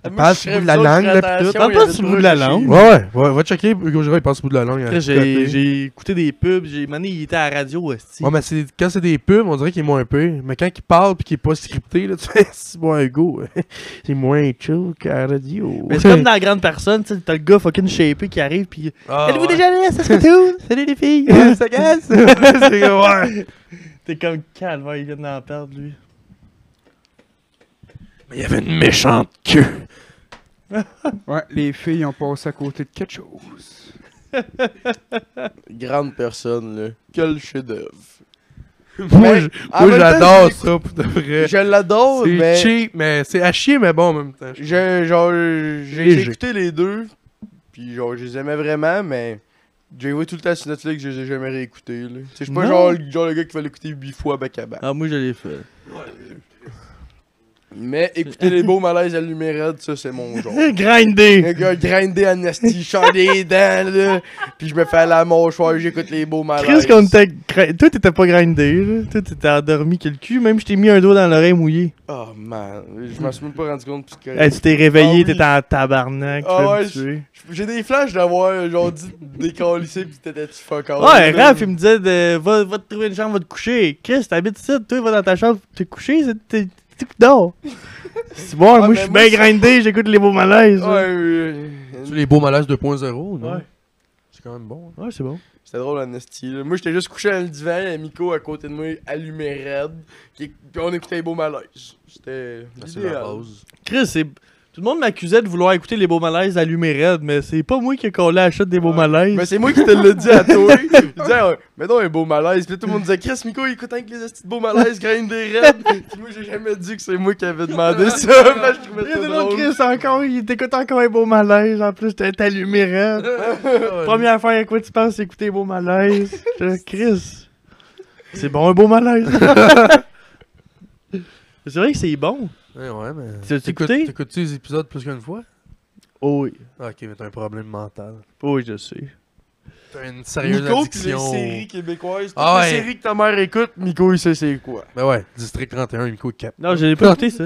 [SPEAKER 1] Il
[SPEAKER 4] Moi, je
[SPEAKER 1] passe
[SPEAKER 4] serais
[SPEAKER 1] sur le bout de la
[SPEAKER 4] vous
[SPEAKER 1] langue,
[SPEAKER 4] autres,
[SPEAKER 1] là, pis
[SPEAKER 4] attention,
[SPEAKER 1] tout.
[SPEAKER 2] tout. T'en
[SPEAKER 4] il y a
[SPEAKER 2] passes sur le
[SPEAKER 4] des
[SPEAKER 2] bout de
[SPEAKER 4] trucs
[SPEAKER 2] la
[SPEAKER 4] à
[SPEAKER 2] langue?
[SPEAKER 4] chier.
[SPEAKER 1] Ouais, ouais, ouais, va checker. Hugo Girard, il passe au bout de la langue. hein.
[SPEAKER 2] Après,
[SPEAKER 1] à
[SPEAKER 2] J'ai
[SPEAKER 1] côté.
[SPEAKER 2] j'ai écouté des pubs. j'ai- Mané, il était à la radio aussi.
[SPEAKER 1] Ouais, mais c'est- quand c'est des pubs, on dirait qu'il est moins pire. Mais quand il parle pis qu'il est pas scripté, là, tu fais, c'est bon, Hugo. C'est moins chill qu'à la radio.
[SPEAKER 2] Mais c'est comme dans la grande personne, tu sais, t'as le gars fucking shapé qui arrive puis
[SPEAKER 1] Ah,
[SPEAKER 2] Êtes-vous
[SPEAKER 1] ouais.
[SPEAKER 2] déjà allé à Saskatoon? Salut les filles!
[SPEAKER 1] Ouais, ça casse! c'est ouais!
[SPEAKER 2] T'es comme calme, il vient d'en perdre lui.
[SPEAKER 1] Mais il y avait une méchante queue.
[SPEAKER 3] Ouais, les filles ont passé à côté de quelque chose.
[SPEAKER 4] Grande personne, là. Quel chef-d'œuvre.
[SPEAKER 2] Ah,
[SPEAKER 1] moi,
[SPEAKER 4] Mais,
[SPEAKER 1] je-
[SPEAKER 4] en
[SPEAKER 1] moi,
[SPEAKER 4] même temps,
[SPEAKER 1] j'adore
[SPEAKER 4] je
[SPEAKER 1] ça, pour de vrai.
[SPEAKER 4] Je l'adore,
[SPEAKER 1] C'est
[SPEAKER 4] mais.
[SPEAKER 1] cheap, mais c'est à chier, mais bon en même temps.
[SPEAKER 4] Je- genre, j'ai
[SPEAKER 1] Léger.
[SPEAKER 4] écouté les deux, puis genre, je les aimais vraiment, mais. J'ai vu tout le temps sur Netflix, je les ai jamais réécoutés, là. Tu sais, Je suis pas
[SPEAKER 2] Non.
[SPEAKER 4] genre, le- genre le gars qui va l'écouter 8 fois back à back.
[SPEAKER 2] Ah, moi je l'ai fait.
[SPEAKER 4] Mais écouter les beaux malaises à l'humérade, ça, c'est mon genre.
[SPEAKER 2] Grindé!
[SPEAKER 4] Le gars grindé Amnesty, chante des dents, là. Puis je me fais à la mâchoire, j'écoute les beaux malaises.
[SPEAKER 2] Chris, qu'on était. gra- Toi, t'étais pas grindé, là. Toi, t'étais endormi que le cul. Même, je t'ai mis un doigt dans l'oreille mouillée.
[SPEAKER 4] Oh man, je m'en suis même pas rendu compte. puis que-
[SPEAKER 2] Hey, tu t'es réveillé,
[SPEAKER 4] Ah oui.
[SPEAKER 2] t'étais en tabarnak.
[SPEAKER 4] Ah
[SPEAKER 2] tu vas me
[SPEAKER 4] ouais,
[SPEAKER 2] tuer.
[SPEAKER 4] J'ai des flashs d'avoir, genre, dit décalissé, pis t'étais-tu fuck off.
[SPEAKER 2] Ah Ouais,
[SPEAKER 4] là.
[SPEAKER 2] Raph, il me disait de, va, va te trouver une chambre, va te coucher. Chris, t'habites ici, toi, va dans ta chambre, te coucher, c'est. t'es- t'es- Non! C'est bon, moi
[SPEAKER 4] mais
[SPEAKER 2] je suis
[SPEAKER 4] moi,
[SPEAKER 2] bien
[SPEAKER 4] c'est-
[SPEAKER 2] grindé, j'écoute les beaux malaises. là.
[SPEAKER 4] Ouais, oui,
[SPEAKER 1] Tu
[SPEAKER 4] oui.
[SPEAKER 1] les beaux malaises 2.0, non?
[SPEAKER 2] Ouais.
[SPEAKER 1] C'est quand même bon.
[SPEAKER 2] Ouais, c'est bon.
[SPEAKER 4] C'était drôle, Amnesty. Là. Moi, j'étais juste couché dans le divan, il y a Miko à côté de moi, allumé raide, qui... pis on écoutait les beaux malaises. C'était. idéal.
[SPEAKER 2] Chris, c'est. Tout le monde m'accusait de vouloir écouter les beaux malaises allumés raide, mais c'est pas moi qui ai collé à la chute des beaux
[SPEAKER 4] Ouais.
[SPEAKER 2] malaises.
[SPEAKER 4] Mais c'est moi qui te l'ai dit à toi. Je disais, ah, mais non, un beau malaise. Puis là, tout le monde disait, Chris Miko, il écoute un que les petits beaux malaises, graine des raids. Puis moi, j'ai jamais dit que c'est moi qui avais demandé ça. Là, je trouvais
[SPEAKER 2] Il y a
[SPEAKER 4] ça
[SPEAKER 2] de l'autre
[SPEAKER 4] drôle.
[SPEAKER 2] Chris encore, il t'écoute encore un beau malaise, en plus t'es allumé raide. Première affaire à quoi tu penses, c'est écouter beau malaise. Je- Chris, c'est bon un beau malaise. c'est vrai que c'est bon.
[SPEAKER 1] Ouais, Eh ouais, mais.
[SPEAKER 2] Tu l'as-tu
[SPEAKER 1] T'écoutes-
[SPEAKER 2] écouté?
[SPEAKER 1] T'écoutes-tu les épisodes plus qu'une fois?
[SPEAKER 2] Oh oui,
[SPEAKER 1] Ah, Ok, mais t'as un problème mental.
[SPEAKER 2] oh oui, je sais.
[SPEAKER 1] T'as une sérieuse
[SPEAKER 4] Miko, pis les
[SPEAKER 1] addiction.
[SPEAKER 4] séries québécoises, toutes
[SPEAKER 1] Ah
[SPEAKER 4] les
[SPEAKER 1] ouais.
[SPEAKER 4] séries que ta mère écoute, Miko, il sait c'est quoi.
[SPEAKER 1] Ben ouais, District 31, Miko Cap.
[SPEAKER 2] Non, je l'ai pas écouté ça.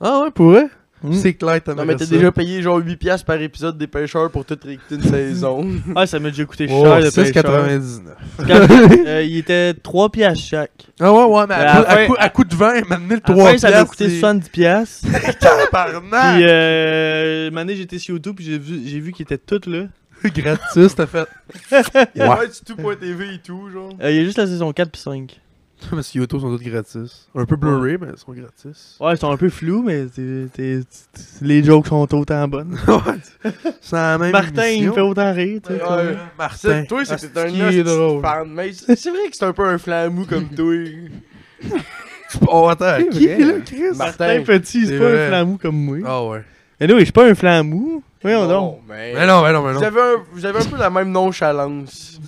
[SPEAKER 1] Ah ouais, pour vrai?
[SPEAKER 2] Mm.
[SPEAKER 1] C'est clair, t'as
[SPEAKER 4] Non, mais t'as déjà payé genre 8$ piastres par épisode des pêcheurs pour tout réécouter une saison.
[SPEAKER 2] Ah, ça m'a déjà coûté
[SPEAKER 1] Oh,
[SPEAKER 2] cher le pêcheur.
[SPEAKER 1] 6,99.
[SPEAKER 2] Quand- euh, Il était 3 piastres chaque.
[SPEAKER 1] Ah ouais, ouais, mais
[SPEAKER 2] Mais
[SPEAKER 1] à,
[SPEAKER 2] à
[SPEAKER 1] coup,
[SPEAKER 2] la fin-
[SPEAKER 1] à coup- à coup de vin, il m'a amené le
[SPEAKER 2] À
[SPEAKER 1] 3
[SPEAKER 2] la fin, ça m'a
[SPEAKER 1] piastres,
[SPEAKER 2] coûté
[SPEAKER 1] c'est- Ah!
[SPEAKER 2] 70 piastres. Puis
[SPEAKER 1] Tabarnak!
[SPEAKER 2] euh, mané, j'étais sur YouTube puis j'ai vu, j'ai vu qu'ils étaient tous là.
[SPEAKER 1] euh, Gratuit, t'as fait.
[SPEAKER 4] Il y a tout.tv et tout, genre.
[SPEAKER 2] Euh, Il y a juste la saison 4 puis 5.
[SPEAKER 1] Parce que YouTube sont tous gratis. Un peu blurry, mais ils sont gratis.
[SPEAKER 2] Ouais, ils sont un peu flous, mais t'es- t'es- t'es- les jokes sont autant bonnes.
[SPEAKER 1] Ouais. C'est la même
[SPEAKER 2] Martin, il
[SPEAKER 1] émission.
[SPEAKER 2] me fait autant rire, tu sais.
[SPEAKER 4] Ouais,
[SPEAKER 2] comme-
[SPEAKER 4] ouais.
[SPEAKER 1] Martin. Ah,
[SPEAKER 4] C'est- Toi, ah, c'est que
[SPEAKER 1] Asti,
[SPEAKER 4] t'es un
[SPEAKER 1] il est
[SPEAKER 4] hostie de
[SPEAKER 1] drôle.
[SPEAKER 4] fan, mais c'est c'est vrai que c'est un peu un flan mou comme toi.
[SPEAKER 1] Oh, attends,
[SPEAKER 3] C'est
[SPEAKER 1] qui
[SPEAKER 3] vrai.
[SPEAKER 1] est là, Chris?
[SPEAKER 2] hein? Martin Petit,
[SPEAKER 1] C'est
[SPEAKER 2] c'est pas
[SPEAKER 1] vrai.
[SPEAKER 2] un flamou comme moi.
[SPEAKER 1] Ah ouais.
[SPEAKER 2] Mais non, je suis pas un flamou. Voyons donc.
[SPEAKER 4] Non, mais-
[SPEAKER 1] Mais non, mais non, mais
[SPEAKER 4] Vous
[SPEAKER 1] non.
[SPEAKER 4] avez, un, vous avez un peu la même nonchalance.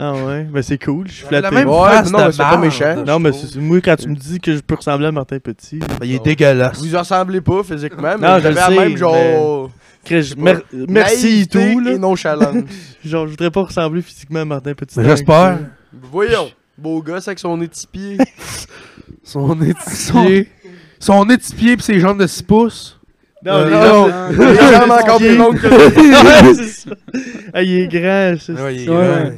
[SPEAKER 2] Ah ouais, ben c'est cool, je suis
[SPEAKER 1] La
[SPEAKER 2] flatté.
[SPEAKER 1] même
[SPEAKER 4] Ouais,
[SPEAKER 1] face
[SPEAKER 4] non,
[SPEAKER 1] de
[SPEAKER 4] mais c'est pas
[SPEAKER 1] marde,
[SPEAKER 4] méchant.
[SPEAKER 2] Non,
[SPEAKER 1] je
[SPEAKER 2] mais
[SPEAKER 1] trouve.
[SPEAKER 2] c'est- moi, quand tu me dis que je peux ressembler à Martin Petit,
[SPEAKER 1] Ben, Il est dégueulasse.
[SPEAKER 4] Vous ressemblez pas physiquement, mais
[SPEAKER 2] Non,
[SPEAKER 4] vous
[SPEAKER 2] je
[SPEAKER 4] avez
[SPEAKER 2] le
[SPEAKER 4] la
[SPEAKER 2] sais,
[SPEAKER 4] même genre.
[SPEAKER 2] Chris, je- mer- merci et
[SPEAKER 4] naïveté
[SPEAKER 2] tout,
[SPEAKER 4] Et
[SPEAKER 2] là.
[SPEAKER 4] nonchalance.
[SPEAKER 2] Genre, je voudrais pas ressembler physiquement à Martin Petit.
[SPEAKER 1] Mais J'espère.
[SPEAKER 4] Voyons. Beau gosse avec son étipier.
[SPEAKER 1] Son étipier. Son étipier pis ses jambes de 6 pouces.
[SPEAKER 2] Non,
[SPEAKER 1] Euh,
[SPEAKER 2] les
[SPEAKER 1] non.
[SPEAKER 2] gens-
[SPEAKER 4] Les jambes encore plus longues que toi.
[SPEAKER 2] Ouais, c'est ça. Ah, il est grand, c'est ça.
[SPEAKER 1] Ouais, il est
[SPEAKER 3] Ouais.
[SPEAKER 1] grand.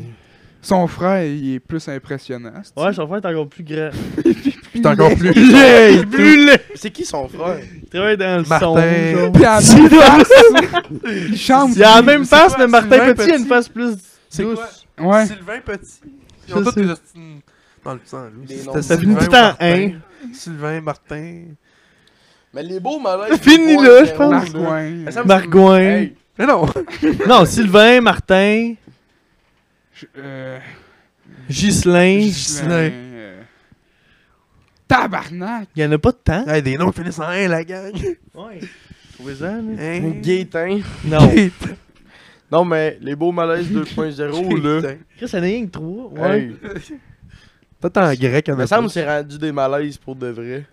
[SPEAKER 3] Son frère, il est plus impressionnant. c'est-tu?
[SPEAKER 2] Ouais, son frère est encore plus grand.
[SPEAKER 1] Puis t'es encore plus.
[SPEAKER 2] Il est plus laid.
[SPEAKER 4] C'est qui son frère?
[SPEAKER 2] Il travaille dans le
[SPEAKER 1] Martin.
[SPEAKER 2] son. genre.
[SPEAKER 3] Puis à la même face, il chante.
[SPEAKER 2] Il a la même face, mais Martin
[SPEAKER 1] Sylvain
[SPEAKER 2] Petit a une
[SPEAKER 1] Petit?
[SPEAKER 2] face plus
[SPEAKER 1] C'est quoi?
[SPEAKER 2] douce.
[SPEAKER 3] Ouais.
[SPEAKER 1] Sylvain Petit. Ils
[SPEAKER 2] Je
[SPEAKER 1] ont tous
[SPEAKER 2] sais.
[SPEAKER 1] des hostines dans le sang, lui.
[SPEAKER 4] Des
[SPEAKER 1] C'était
[SPEAKER 4] noms.
[SPEAKER 2] Ça
[SPEAKER 1] Sylvain
[SPEAKER 2] finit tout
[SPEAKER 1] ou
[SPEAKER 2] le temps,
[SPEAKER 1] Martin.
[SPEAKER 2] hein.
[SPEAKER 1] Sylvain, Martin.
[SPEAKER 4] Mais les beaux malaises.
[SPEAKER 2] Fini
[SPEAKER 4] on
[SPEAKER 2] là,
[SPEAKER 4] les
[SPEAKER 2] je pense.
[SPEAKER 4] voit,
[SPEAKER 3] Marc euh,
[SPEAKER 4] là.
[SPEAKER 3] Gouin.
[SPEAKER 4] Ça me-
[SPEAKER 2] Margouin.
[SPEAKER 4] Hey,
[SPEAKER 1] Mais non!
[SPEAKER 2] hein? Non, Sylvain, Martin,
[SPEAKER 3] Je- euh,
[SPEAKER 2] Ghislain.
[SPEAKER 1] Gislain.
[SPEAKER 3] euh, Tabarnak!
[SPEAKER 2] Il y en a pas de temps.
[SPEAKER 1] Hey, des noms qui finissent en 1, la gang!
[SPEAKER 2] Ouais. Trouvez-en, là.
[SPEAKER 1] Hein?
[SPEAKER 4] Gaétan.
[SPEAKER 2] Non.
[SPEAKER 4] Non, mais les beaux malaises 2.0, là.
[SPEAKER 2] Chris, il y en a rien que trois. Ouais.
[SPEAKER 4] Hey.
[SPEAKER 1] Peut-être en grec, en
[SPEAKER 4] Il me semble que c'est rendu des malaises pour de vrai.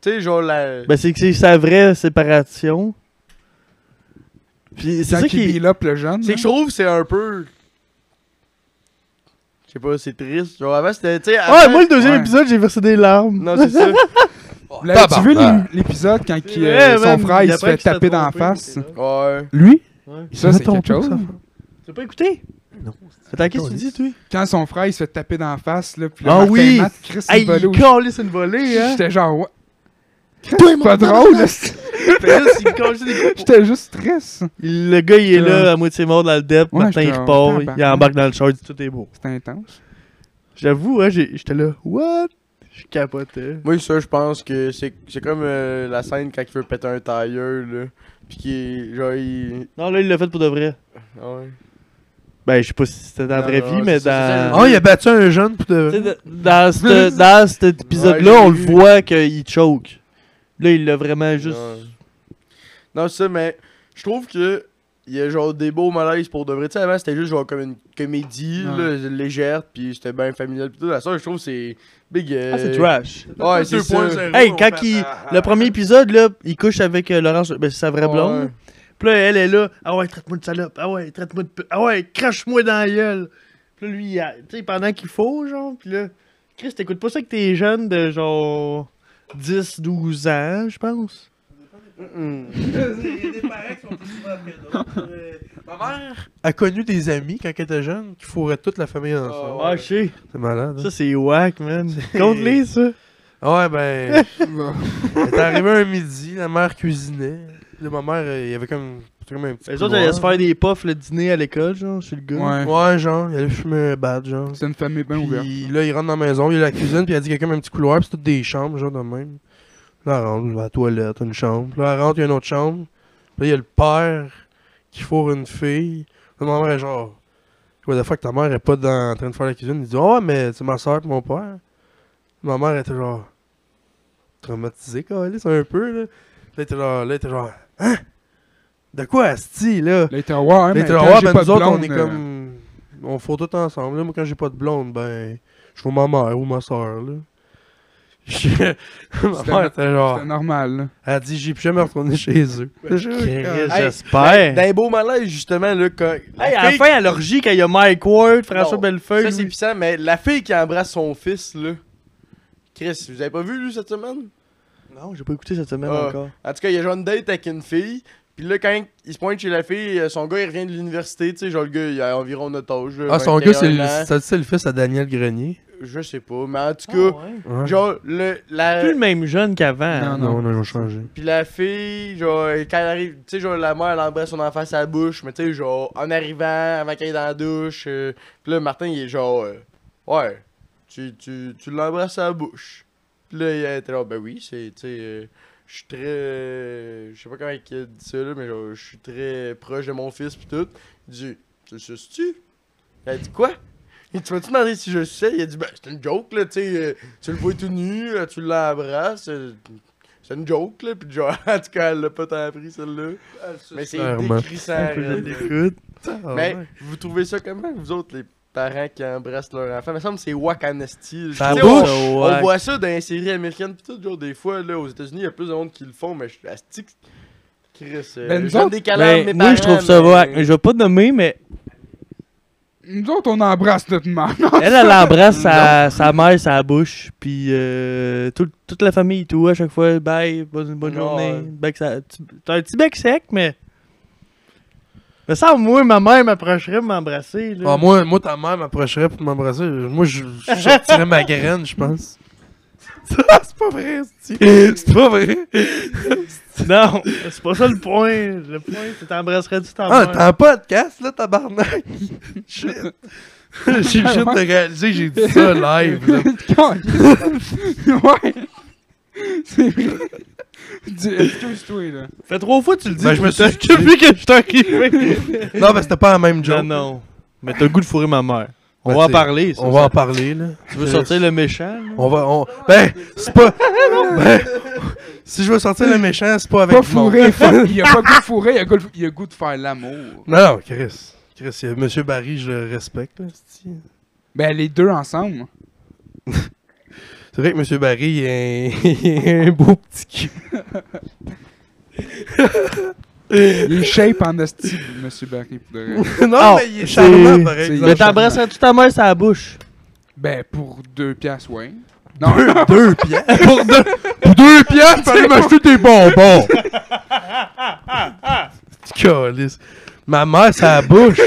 [SPEAKER 4] Tu sais, genre la.
[SPEAKER 2] Ben, c'est que c'est sa vraie séparation. Puis c'est
[SPEAKER 3] C'est
[SPEAKER 2] ça
[SPEAKER 3] ça qui
[SPEAKER 2] qui.
[SPEAKER 3] est là, le jeune.
[SPEAKER 4] C'est que je trouve que c'est un peu. Je sais pas, c'est triste. Genre avant c'était. tu sais,
[SPEAKER 2] Ouais,
[SPEAKER 4] avant-
[SPEAKER 2] moi, le deuxième
[SPEAKER 3] Ouais.
[SPEAKER 2] épisode, j'ai versé des larmes.
[SPEAKER 4] Non, c'est ça.
[SPEAKER 3] tu vu
[SPEAKER 1] Tabarnak.
[SPEAKER 3] l'é- l'épisode quand
[SPEAKER 2] C'est
[SPEAKER 3] il, euh,
[SPEAKER 2] vrai,
[SPEAKER 3] son
[SPEAKER 2] man,
[SPEAKER 3] frère
[SPEAKER 2] il
[SPEAKER 3] il se
[SPEAKER 2] apprend
[SPEAKER 3] fait
[SPEAKER 2] qu'il s'est
[SPEAKER 3] taper dans la
[SPEAKER 2] trompé,
[SPEAKER 3] face?
[SPEAKER 2] mais t'es
[SPEAKER 4] Ouais.
[SPEAKER 3] Lui?
[SPEAKER 2] Ouais.
[SPEAKER 3] Ça,
[SPEAKER 1] Ça
[SPEAKER 3] c'est quelque chose.
[SPEAKER 2] T'as pas écouté?
[SPEAKER 1] Non.
[SPEAKER 2] Attends, qu'est-ce que tu dis, toi?
[SPEAKER 3] Quand son frère il se fait taper dans la face, là, puis là,
[SPEAKER 2] Ah
[SPEAKER 3] Martin
[SPEAKER 2] oui!
[SPEAKER 3] Matt, Chris, il
[SPEAKER 2] Hey,
[SPEAKER 3] va
[SPEAKER 2] il
[SPEAKER 3] l'eau.
[SPEAKER 2] calait sur une volée, hein?
[SPEAKER 3] J'étais genre, ouais. Chris, C'est pas drôle, là, c'est-
[SPEAKER 2] Chris, il calait sur des coups.
[SPEAKER 3] J'étais juste triste.
[SPEAKER 2] Le gars, il est
[SPEAKER 3] J'étais-
[SPEAKER 2] là, à moitié mort dans le dep.
[SPEAKER 3] Ouais,
[SPEAKER 2] Martin, il
[SPEAKER 3] j'étais-
[SPEAKER 2] repart.
[SPEAKER 3] j'étais en
[SPEAKER 2] Il embarque dans le char, il dit tout est beau.
[SPEAKER 3] C'était intense.
[SPEAKER 2] J'avoue, hein, j'ai- j'étais là, what? Je capotais.
[SPEAKER 4] Moi, ça, je pense que c'est c'est comme euh, la scène quand il veut péter un tailleur, là. Pis qu'il. Genre, il.
[SPEAKER 2] Non, là, il l'a fait pour de vrai.
[SPEAKER 4] Ouais.
[SPEAKER 2] Ben, je sais pas si c'était dans la
[SPEAKER 4] Non,
[SPEAKER 2] vraie
[SPEAKER 4] non,
[SPEAKER 2] vie,
[SPEAKER 4] c'est-
[SPEAKER 2] mais
[SPEAKER 4] c'est- c'est-
[SPEAKER 2] dans.
[SPEAKER 1] Oh, il a battu un jeune pour
[SPEAKER 2] Tu sais,
[SPEAKER 1] de.
[SPEAKER 2] de- dans, ce- dans cet épisode-là,
[SPEAKER 4] Ouais,
[SPEAKER 2] on le
[SPEAKER 4] j'ai vu.
[SPEAKER 2] voit qu'il choke. Là, il l'a vraiment juste.
[SPEAKER 4] Ouais. Non, c'est ça, mais je trouve que il y a genre des beaux malaises pour de vrai. Tu sais, avant, c'était juste genre comme une comédie
[SPEAKER 3] Ouais.
[SPEAKER 4] là, légère, puis c'était bien familial. Puis tout, la ça, je trouve que c'est big. euh,
[SPEAKER 2] Ah, c'est trash.
[SPEAKER 4] Ouais, c'est ça.
[SPEAKER 2] Hey, quand il. Le premier épisode, là, il couche avec euh, Laurence, ben, c'est sa vraie
[SPEAKER 4] Ouais.
[SPEAKER 2] blonde. Puis là, elle est là. Ah ouais, traite-moi de salope. Ah ouais, traite-moi de. pu- Ah ouais, crache-moi dans la gueule. Puis là, lui, il a- tu sais, pendant qu'il faut, genre. Puis là, Chris, t'écoutes pas ça que t'es jeune de genre 10, 12 ans, je pense.
[SPEAKER 4] Mm-mm.
[SPEAKER 1] Il y a des parents qui sont plus souvent que d'autres. Ma mère a connu des amis quand elle était jeune qui fourraient toute la famille ensemble.
[SPEAKER 4] Ah,
[SPEAKER 2] je sais.
[SPEAKER 1] C'est malade. hein?
[SPEAKER 2] Ça, c'est whack, man. Compte-les, ça.
[SPEAKER 1] Ouais, ben. T'es arrivé un midi, la mère cuisinait. Là, ma mère, euh, il y avait comme, c'était comme un petit.
[SPEAKER 2] Les autres,
[SPEAKER 1] couloir.
[SPEAKER 2] ils allaient se faire des puffs le dîner à l'école, genre, chez le gars.
[SPEAKER 3] Ouais.
[SPEAKER 1] Ouais, genre, il allait fumer un bat, genre.
[SPEAKER 3] C'est une famille bien ouverte.
[SPEAKER 1] Puis euh, là, il rentre dans la maison, il y a la cuisine, puis il a dit qu'il y a comme un petit couloir, puis c'est toutes des chambres, genre de même. Là, elle rentre, la toilette, une chambre. Là, elle rentre, il y a une autre chambre. Puis là, il y a le père qui fourre une fille. Là, ma mère est genre. Quoi, la fois que ta mère est pas dans, en train de faire la cuisine, il dit Oh, mais c'est ma soeur et mon père. Ma mère était genre. traumatisée, quand elle est, un peu, là. Là, elle était genre. Là, elle était genre hein De quoi, Asti, là
[SPEAKER 3] Là, il était ouais, hein,
[SPEAKER 1] mais
[SPEAKER 3] mais
[SPEAKER 1] t'es là,
[SPEAKER 3] quand
[SPEAKER 1] ouais,
[SPEAKER 3] j'ai
[SPEAKER 1] ben
[SPEAKER 3] pas
[SPEAKER 1] nous
[SPEAKER 3] de
[SPEAKER 1] autres,
[SPEAKER 3] blonde,
[SPEAKER 1] on est
[SPEAKER 3] euh,
[SPEAKER 1] comme. On faut tout ensemble. Là, moi, quand j'ai pas de blonde, ben. Je vois ma mère ou ma soeur, là. ma
[SPEAKER 3] C'était-
[SPEAKER 1] mère était genre.
[SPEAKER 3] C'était normal, là.
[SPEAKER 1] Elle dit, j'ai plus jamais retourné chez eux.
[SPEAKER 2] Chris,
[SPEAKER 4] Oh, Hey,
[SPEAKER 2] J'espère.
[SPEAKER 4] Dans les beaux malaises, justement, là, quand.
[SPEAKER 2] ben, Hey, à la fin, à l'orgie, quand il y a Mike Ward, François
[SPEAKER 4] Non.
[SPEAKER 2] Bellefeuille.
[SPEAKER 4] Ça, c'est
[SPEAKER 2] lui-
[SPEAKER 4] puissant, mais la fille qui embrasse son fils, là. Chris, vous avez pas vu, lui, cette semaine?
[SPEAKER 2] Non, j'ai pas écouté cette semaine
[SPEAKER 4] Ah.
[SPEAKER 2] encore.
[SPEAKER 4] En tout cas, il y a genre une date avec une fille. Puis là, quand il se pointe chez la fille, euh, son gars, il revient de l'université. Tu sais, genre, le gars, il a environ notre âge. là,
[SPEAKER 1] Ah, son gars, c'est
[SPEAKER 4] 21
[SPEAKER 1] le,
[SPEAKER 4] ans.
[SPEAKER 1] ça, c'est le fils à Daniel Grenier.
[SPEAKER 4] Je sais pas, mais en tout
[SPEAKER 2] Ah,
[SPEAKER 4] cas,
[SPEAKER 2] ouais.
[SPEAKER 1] Ouais.
[SPEAKER 4] genre, le, la.
[SPEAKER 2] Plus le même jeune qu'avant.
[SPEAKER 3] Non,
[SPEAKER 2] hein.
[SPEAKER 1] Non, non, ils ont changé.
[SPEAKER 4] Puis la fille, genre, quand elle arrive, tu sais, genre, la mère, elle embrasse son enfant à sa bouche, mais tu sais, genre, en arrivant, avant qu'elle aille dans la douche. euh, puis là, Martin, il est genre, euh, ouais, tu, tu, tu l'embrasses à la bouche. Puis là, il était là, ben oui, c'est, tu sais, euh, je suis très, euh, je sais pas comment il dit ça, là, mais genre, je suis très proche de mon fils, pis tout. Il dit, tu le suces-tu? Elle dit, quoi? Il dit, tu vas-tu demander si je le suçais? Il a dit, ben, c'est une joke, là, tu sais, euh, tu le vois tout nu, euh, tu l'embrasses, euh, c'est une joke, là, pis genre, en tout cas, elle l'a pas tant appris, celle-là. Mais c'est
[SPEAKER 1] Clairement.
[SPEAKER 4] décrissant,
[SPEAKER 5] Je
[SPEAKER 4] raide.
[SPEAKER 5] l'écoute.
[SPEAKER 1] Ah,
[SPEAKER 2] Ah
[SPEAKER 4] Mais vous trouvez ça comment, vous autres, les parents qui embrassent leur enfant? Il me semble que c'est wack honesty.
[SPEAKER 1] Ça
[SPEAKER 4] Tu sais,
[SPEAKER 1] bouge.
[SPEAKER 4] On, on
[SPEAKER 5] Ouais.
[SPEAKER 4] voit ça dans les séries américaines. pis tout, genre, des fois, là, aux États-Unis, il y a plus de monde qui le font, mais je suis astique. Chris, euh,
[SPEAKER 3] Ben, nous
[SPEAKER 4] j'aime
[SPEAKER 3] autres-
[SPEAKER 4] des câlins,
[SPEAKER 2] Ben,
[SPEAKER 4] mes
[SPEAKER 2] moi, je trouve
[SPEAKER 4] parents,
[SPEAKER 2] ça
[SPEAKER 4] mais-
[SPEAKER 2] vague. Je vais pas nommer, mais
[SPEAKER 3] Nous autres, on embrasse notre mère.
[SPEAKER 2] elle, elle embrasse sa, sa mère, sa bouche, puis euh, tout- toute la famille, tout, à chaque fois, bye, bonne, bonne
[SPEAKER 4] Non,
[SPEAKER 2] journée.
[SPEAKER 4] euh.
[SPEAKER 2] Bec sa- tu- T'as un petit bec sec, mais
[SPEAKER 5] Mais ça, moi, ma mère m'approcherait m'embrasser. là.
[SPEAKER 1] Ah, moi, moi, ta mère m'approcherait pour m'embrasser. Moi, je je sortirais ma graine, je pense. c'est pas vrai, c'est C'est pas vrai.
[SPEAKER 5] Non, c'est pas ça le point. Le point, c'est t'embrasserais-tu ta
[SPEAKER 1] Ah,
[SPEAKER 5] mère?
[SPEAKER 1] t'as un podcast, là, tabarnak. Shit. J'ai shit de réaliser, j'ai dit ça live, là.
[SPEAKER 3] ouais. C'est vrai. Dis- Excuse-toi, là.
[SPEAKER 5] Fait trois fois que tu le dis.
[SPEAKER 1] Ben, je me suis-
[SPEAKER 5] Depuis que je t'ai arrivé.
[SPEAKER 1] Non, mais c'était pas la même
[SPEAKER 2] non,
[SPEAKER 1] joke.
[SPEAKER 2] non. Mais t'as le goût de fourrer ma mère. On
[SPEAKER 1] Ben,
[SPEAKER 2] va en
[SPEAKER 1] t'sais,
[SPEAKER 2] parler. ça,
[SPEAKER 1] On
[SPEAKER 2] ça.
[SPEAKER 1] va en parler, là.
[SPEAKER 2] Tu veux sortir le méchant, là?
[SPEAKER 1] On va. On... Ben, c'est pas. Ben, si je veux sortir le méchant, c'est pas avec.
[SPEAKER 3] Pas
[SPEAKER 1] le monde.
[SPEAKER 3] fourré. Il y a pas goût de fourré, il y a goût- il y a goût de faire l'amour.
[SPEAKER 1] Non, non, Chris. Chris, il y a Monsieur Barry, je le respecte, là. c'est-tu.
[SPEAKER 3] Ben, les deux ensemble.
[SPEAKER 1] C'est vrai que Monsieur Barry, il a un, il a un beau petit cul.
[SPEAKER 3] Les shapes en hostie, monsieur Barry. pour de vrai.
[SPEAKER 1] non,
[SPEAKER 2] Ah,
[SPEAKER 1] mais il est
[SPEAKER 2] c'est-
[SPEAKER 1] charmant, par
[SPEAKER 3] c'est-
[SPEAKER 1] exemple.
[SPEAKER 2] Mais t'embrasserais-tu ta mère, sa bouche?
[SPEAKER 3] Ben, pour deux piastres, ouais. Non,
[SPEAKER 1] Deux piastres. pour, deux, pour deux piastres, fallait m'acheter des bonbons. Calice. Ma mère, ça bouche.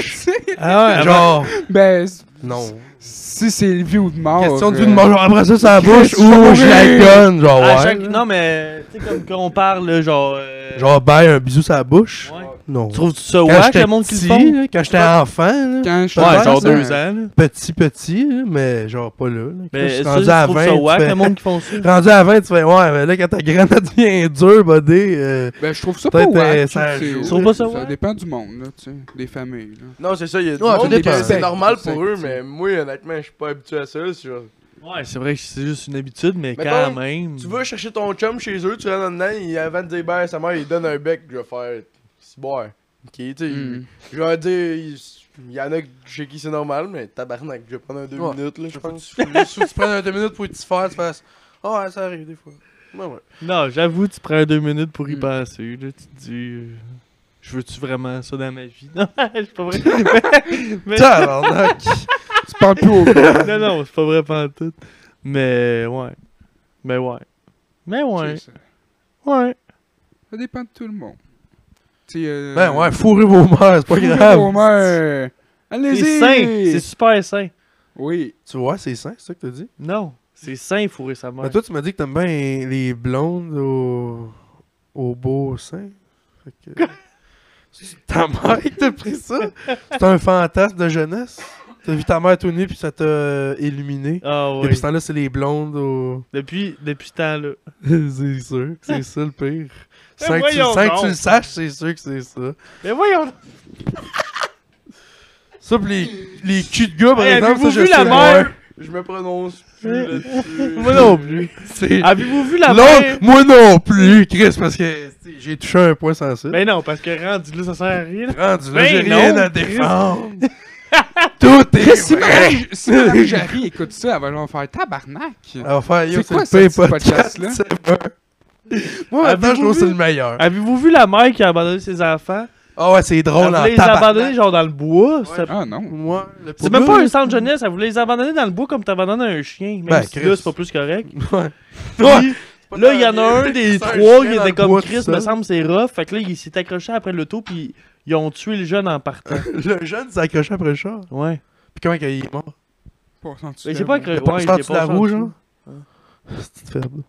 [SPEAKER 2] Ah
[SPEAKER 1] Genre,
[SPEAKER 3] ben, c-
[SPEAKER 1] non. Oh,
[SPEAKER 3] si c'est le vie ou de mort.
[SPEAKER 1] Question de
[SPEAKER 3] euh,
[SPEAKER 1] vie de mort, genre, après ça, ça bouche
[SPEAKER 3] Chris,
[SPEAKER 1] ou je la
[SPEAKER 3] oui.
[SPEAKER 1] gonne, genre, ouais.
[SPEAKER 2] Non, mais, tu sais, comme quand on parle, là, genre... euh,
[SPEAKER 1] Genre, ben, un bisou sur la bouche.
[SPEAKER 2] ouais.
[SPEAKER 1] Non.
[SPEAKER 2] Tu trouves-tu ça
[SPEAKER 1] quand
[SPEAKER 2] wack,
[SPEAKER 1] j'étais
[SPEAKER 2] le monde qui le
[SPEAKER 1] petit,
[SPEAKER 2] font?
[SPEAKER 1] là, Quand j'étais enfant, là,
[SPEAKER 3] Quand je
[SPEAKER 1] Ouais,
[SPEAKER 3] pense,
[SPEAKER 1] genre
[SPEAKER 3] hein,
[SPEAKER 2] ans, là.
[SPEAKER 1] petit, petit, là, mais genre pas là. là. Quand je suis
[SPEAKER 2] Mais ça,
[SPEAKER 1] rendu
[SPEAKER 2] tu
[SPEAKER 1] à
[SPEAKER 2] trouves ça
[SPEAKER 1] 20, tu
[SPEAKER 2] wack,
[SPEAKER 1] fais-
[SPEAKER 2] le monde qui font ça?
[SPEAKER 1] Rendu à 20, tu fais ouais, mais là, quand ta graine elle devient dure, buddy. euh,
[SPEAKER 3] Ben, je trouve ça pas
[SPEAKER 1] Peut-être,
[SPEAKER 3] wack.
[SPEAKER 1] euh,
[SPEAKER 3] je trouve
[SPEAKER 1] ça-
[SPEAKER 3] que c'est-
[SPEAKER 1] Tu
[SPEAKER 2] trouves pas ça
[SPEAKER 3] Ça
[SPEAKER 2] wack?
[SPEAKER 3] dépend du monde, là, tu sais. Des familles, là.
[SPEAKER 4] Non, c'est ça, il y a du
[SPEAKER 1] Ouais,
[SPEAKER 4] monde
[SPEAKER 1] ça
[SPEAKER 4] que
[SPEAKER 1] dépend.
[SPEAKER 4] c'est normal
[SPEAKER 3] C'est-
[SPEAKER 4] pour eux,
[SPEAKER 3] c'est-
[SPEAKER 4] mais moi, honnêtement, je suis pas habitué à ça. là, c'est genre-
[SPEAKER 2] Ouais, c'est vrai que c'est juste une habitude, mais
[SPEAKER 4] Mettons,
[SPEAKER 2] quand même.
[SPEAKER 4] Tu vas chercher ton chum chez eux, tu rentres dedans, il, avant de dire ben, sa mère, il donne un bec, je vais faire. C'est bon. hein. Ok, tu sais.
[SPEAKER 2] Mm.
[SPEAKER 3] Hmm.
[SPEAKER 4] Je vais dire, il il y en a chez qui c'est normal, mais tabarnak, je vais prendre un deux
[SPEAKER 1] Ouais.
[SPEAKER 4] minutes, là,
[SPEAKER 1] faut
[SPEAKER 4] je
[SPEAKER 1] que
[SPEAKER 4] pense.
[SPEAKER 1] tu- faut que tu prennes un deux minutes pour t'y faire, tu fasses. Ah ouais, ça arrive des fois.
[SPEAKER 4] Ouais, ouais.
[SPEAKER 2] Non, j'avoue, tu prends deux minutes pour y
[SPEAKER 5] Hmm.
[SPEAKER 3] Mm.
[SPEAKER 2] passer. Là, tu te dis, euh, je veux-tu vraiment ça dans ma vie? Non, c'est pas vrai. Mais-
[SPEAKER 1] Tabarnak.
[SPEAKER 3] Tu parles plus au gars.
[SPEAKER 2] non, non, c'est pas vrai pantoute. Mais ouais. Mais ouais. Mais ouais.
[SPEAKER 3] tu sais, ça.
[SPEAKER 2] Ouais.
[SPEAKER 3] Ça dépend de tout le monde. Tu sais, euh,
[SPEAKER 1] ben ouais, fourrez vos mères, c'est pas
[SPEAKER 3] fourrez
[SPEAKER 1] grave.
[SPEAKER 3] vos mères.
[SPEAKER 2] C'est sain.
[SPEAKER 3] Allez-y.
[SPEAKER 2] C'est super sain.
[SPEAKER 3] Oui.
[SPEAKER 1] Tu vois, c'est sain, c'est ça que t'as dit.
[SPEAKER 2] Non. C'est sain, fourrer sa mère.
[SPEAKER 1] Mais Ben, toi, tu m'as dit que t'aimes bien les blondes au, au beau sein. Fait que. C'est Ta mère qui t'a pris ça? C'est un fantasme de jeunesse? T'as vu ta mère tout nue puis ça t'a euh, illuminé?
[SPEAKER 2] Ah oui.
[SPEAKER 1] Depuis ce temps-là, c'est les blondes au.
[SPEAKER 2] Depuis, depuis ce temps-là.
[SPEAKER 1] c'est sûr, c'est ça le
[SPEAKER 5] Ben
[SPEAKER 1] pire. Sans, que tu,
[SPEAKER 5] voyons
[SPEAKER 1] sans que
[SPEAKER 5] donc.
[SPEAKER 1] tu le saches, c'est sûr que c'est ça.
[SPEAKER 5] Mais voyons.
[SPEAKER 1] Ça, pis les, les culs de gars, par
[SPEAKER 2] Eh,
[SPEAKER 5] Hey,
[SPEAKER 1] exemple, ça,
[SPEAKER 5] avez-vous
[SPEAKER 1] je
[SPEAKER 5] vu la
[SPEAKER 1] sais,
[SPEAKER 5] mère?
[SPEAKER 1] ouais.
[SPEAKER 4] Je me prononce plus là-dessus.
[SPEAKER 2] Moi non plus.
[SPEAKER 1] C'est-
[SPEAKER 5] Avez-vous vu la
[SPEAKER 1] L'autre,
[SPEAKER 5] mère?
[SPEAKER 1] moi Ah, non plus, Chris, parce que tu sais, j'ai touché un point sensible.
[SPEAKER 5] Ben non, parce que rendu là, ça sert à rien.
[SPEAKER 1] Rendu là,
[SPEAKER 5] Ben
[SPEAKER 1] j'ai
[SPEAKER 5] non,
[SPEAKER 1] rien à
[SPEAKER 5] Chris.
[SPEAKER 1] défendre. Tout est
[SPEAKER 3] Si
[SPEAKER 1] vrai.
[SPEAKER 3] Marie- si Marie Jarry écoute ça, elle va leur faire tabarnak.
[SPEAKER 1] On va faire, yo,
[SPEAKER 3] Ah, C'est quoi
[SPEAKER 1] c'est le
[SPEAKER 3] ce petit
[SPEAKER 1] pire podcast,
[SPEAKER 3] podcast-là?
[SPEAKER 1] c'est bon. Moi, maintenant, je
[SPEAKER 2] Avez-vous
[SPEAKER 1] trouve que c'est
[SPEAKER 2] vu?
[SPEAKER 1] le meilleur.
[SPEAKER 2] Avez-vous vu la mère qui a abandonné ses enfants?
[SPEAKER 1] Ah ouais, c'est
[SPEAKER 5] Oh,
[SPEAKER 2] Elle
[SPEAKER 1] drôle en
[SPEAKER 2] voulait les
[SPEAKER 1] tabarnak.
[SPEAKER 2] abandonner genre dans le bois. ça-
[SPEAKER 3] Ah non.
[SPEAKER 1] Moi, le
[SPEAKER 2] C'est même pas un centre jeunesse, elle voulait les abandonner dans le bois comme t'abandonnes un chien. Même
[SPEAKER 1] Ben,
[SPEAKER 2] si
[SPEAKER 1] Chris.
[SPEAKER 2] là, c'est pas plus correct.
[SPEAKER 1] Ouais.
[SPEAKER 2] Puis, là, il y en a un des
[SPEAKER 1] C'est un
[SPEAKER 2] trois
[SPEAKER 1] chien
[SPEAKER 2] qui
[SPEAKER 1] dans
[SPEAKER 2] était
[SPEAKER 1] le
[SPEAKER 2] comme
[SPEAKER 1] bois tout
[SPEAKER 2] Chris,
[SPEAKER 1] seul.
[SPEAKER 2] me semble, c'est rough. Fait que là, il s'est accroché après l'auto, puis ils ont tué le jeune en partant.
[SPEAKER 1] Le jeune s'est accroché après le char.
[SPEAKER 2] Ouais.
[SPEAKER 1] Puis comment qu'il est mort?
[SPEAKER 3] Pas sans tu
[SPEAKER 2] Mais
[SPEAKER 3] sais,
[SPEAKER 2] j'ai pas
[SPEAKER 3] bon.
[SPEAKER 2] accroché.
[SPEAKER 1] Il est passé en dessous de la roue, genre?
[SPEAKER 2] Ouais.
[SPEAKER 1] C'est une ferme.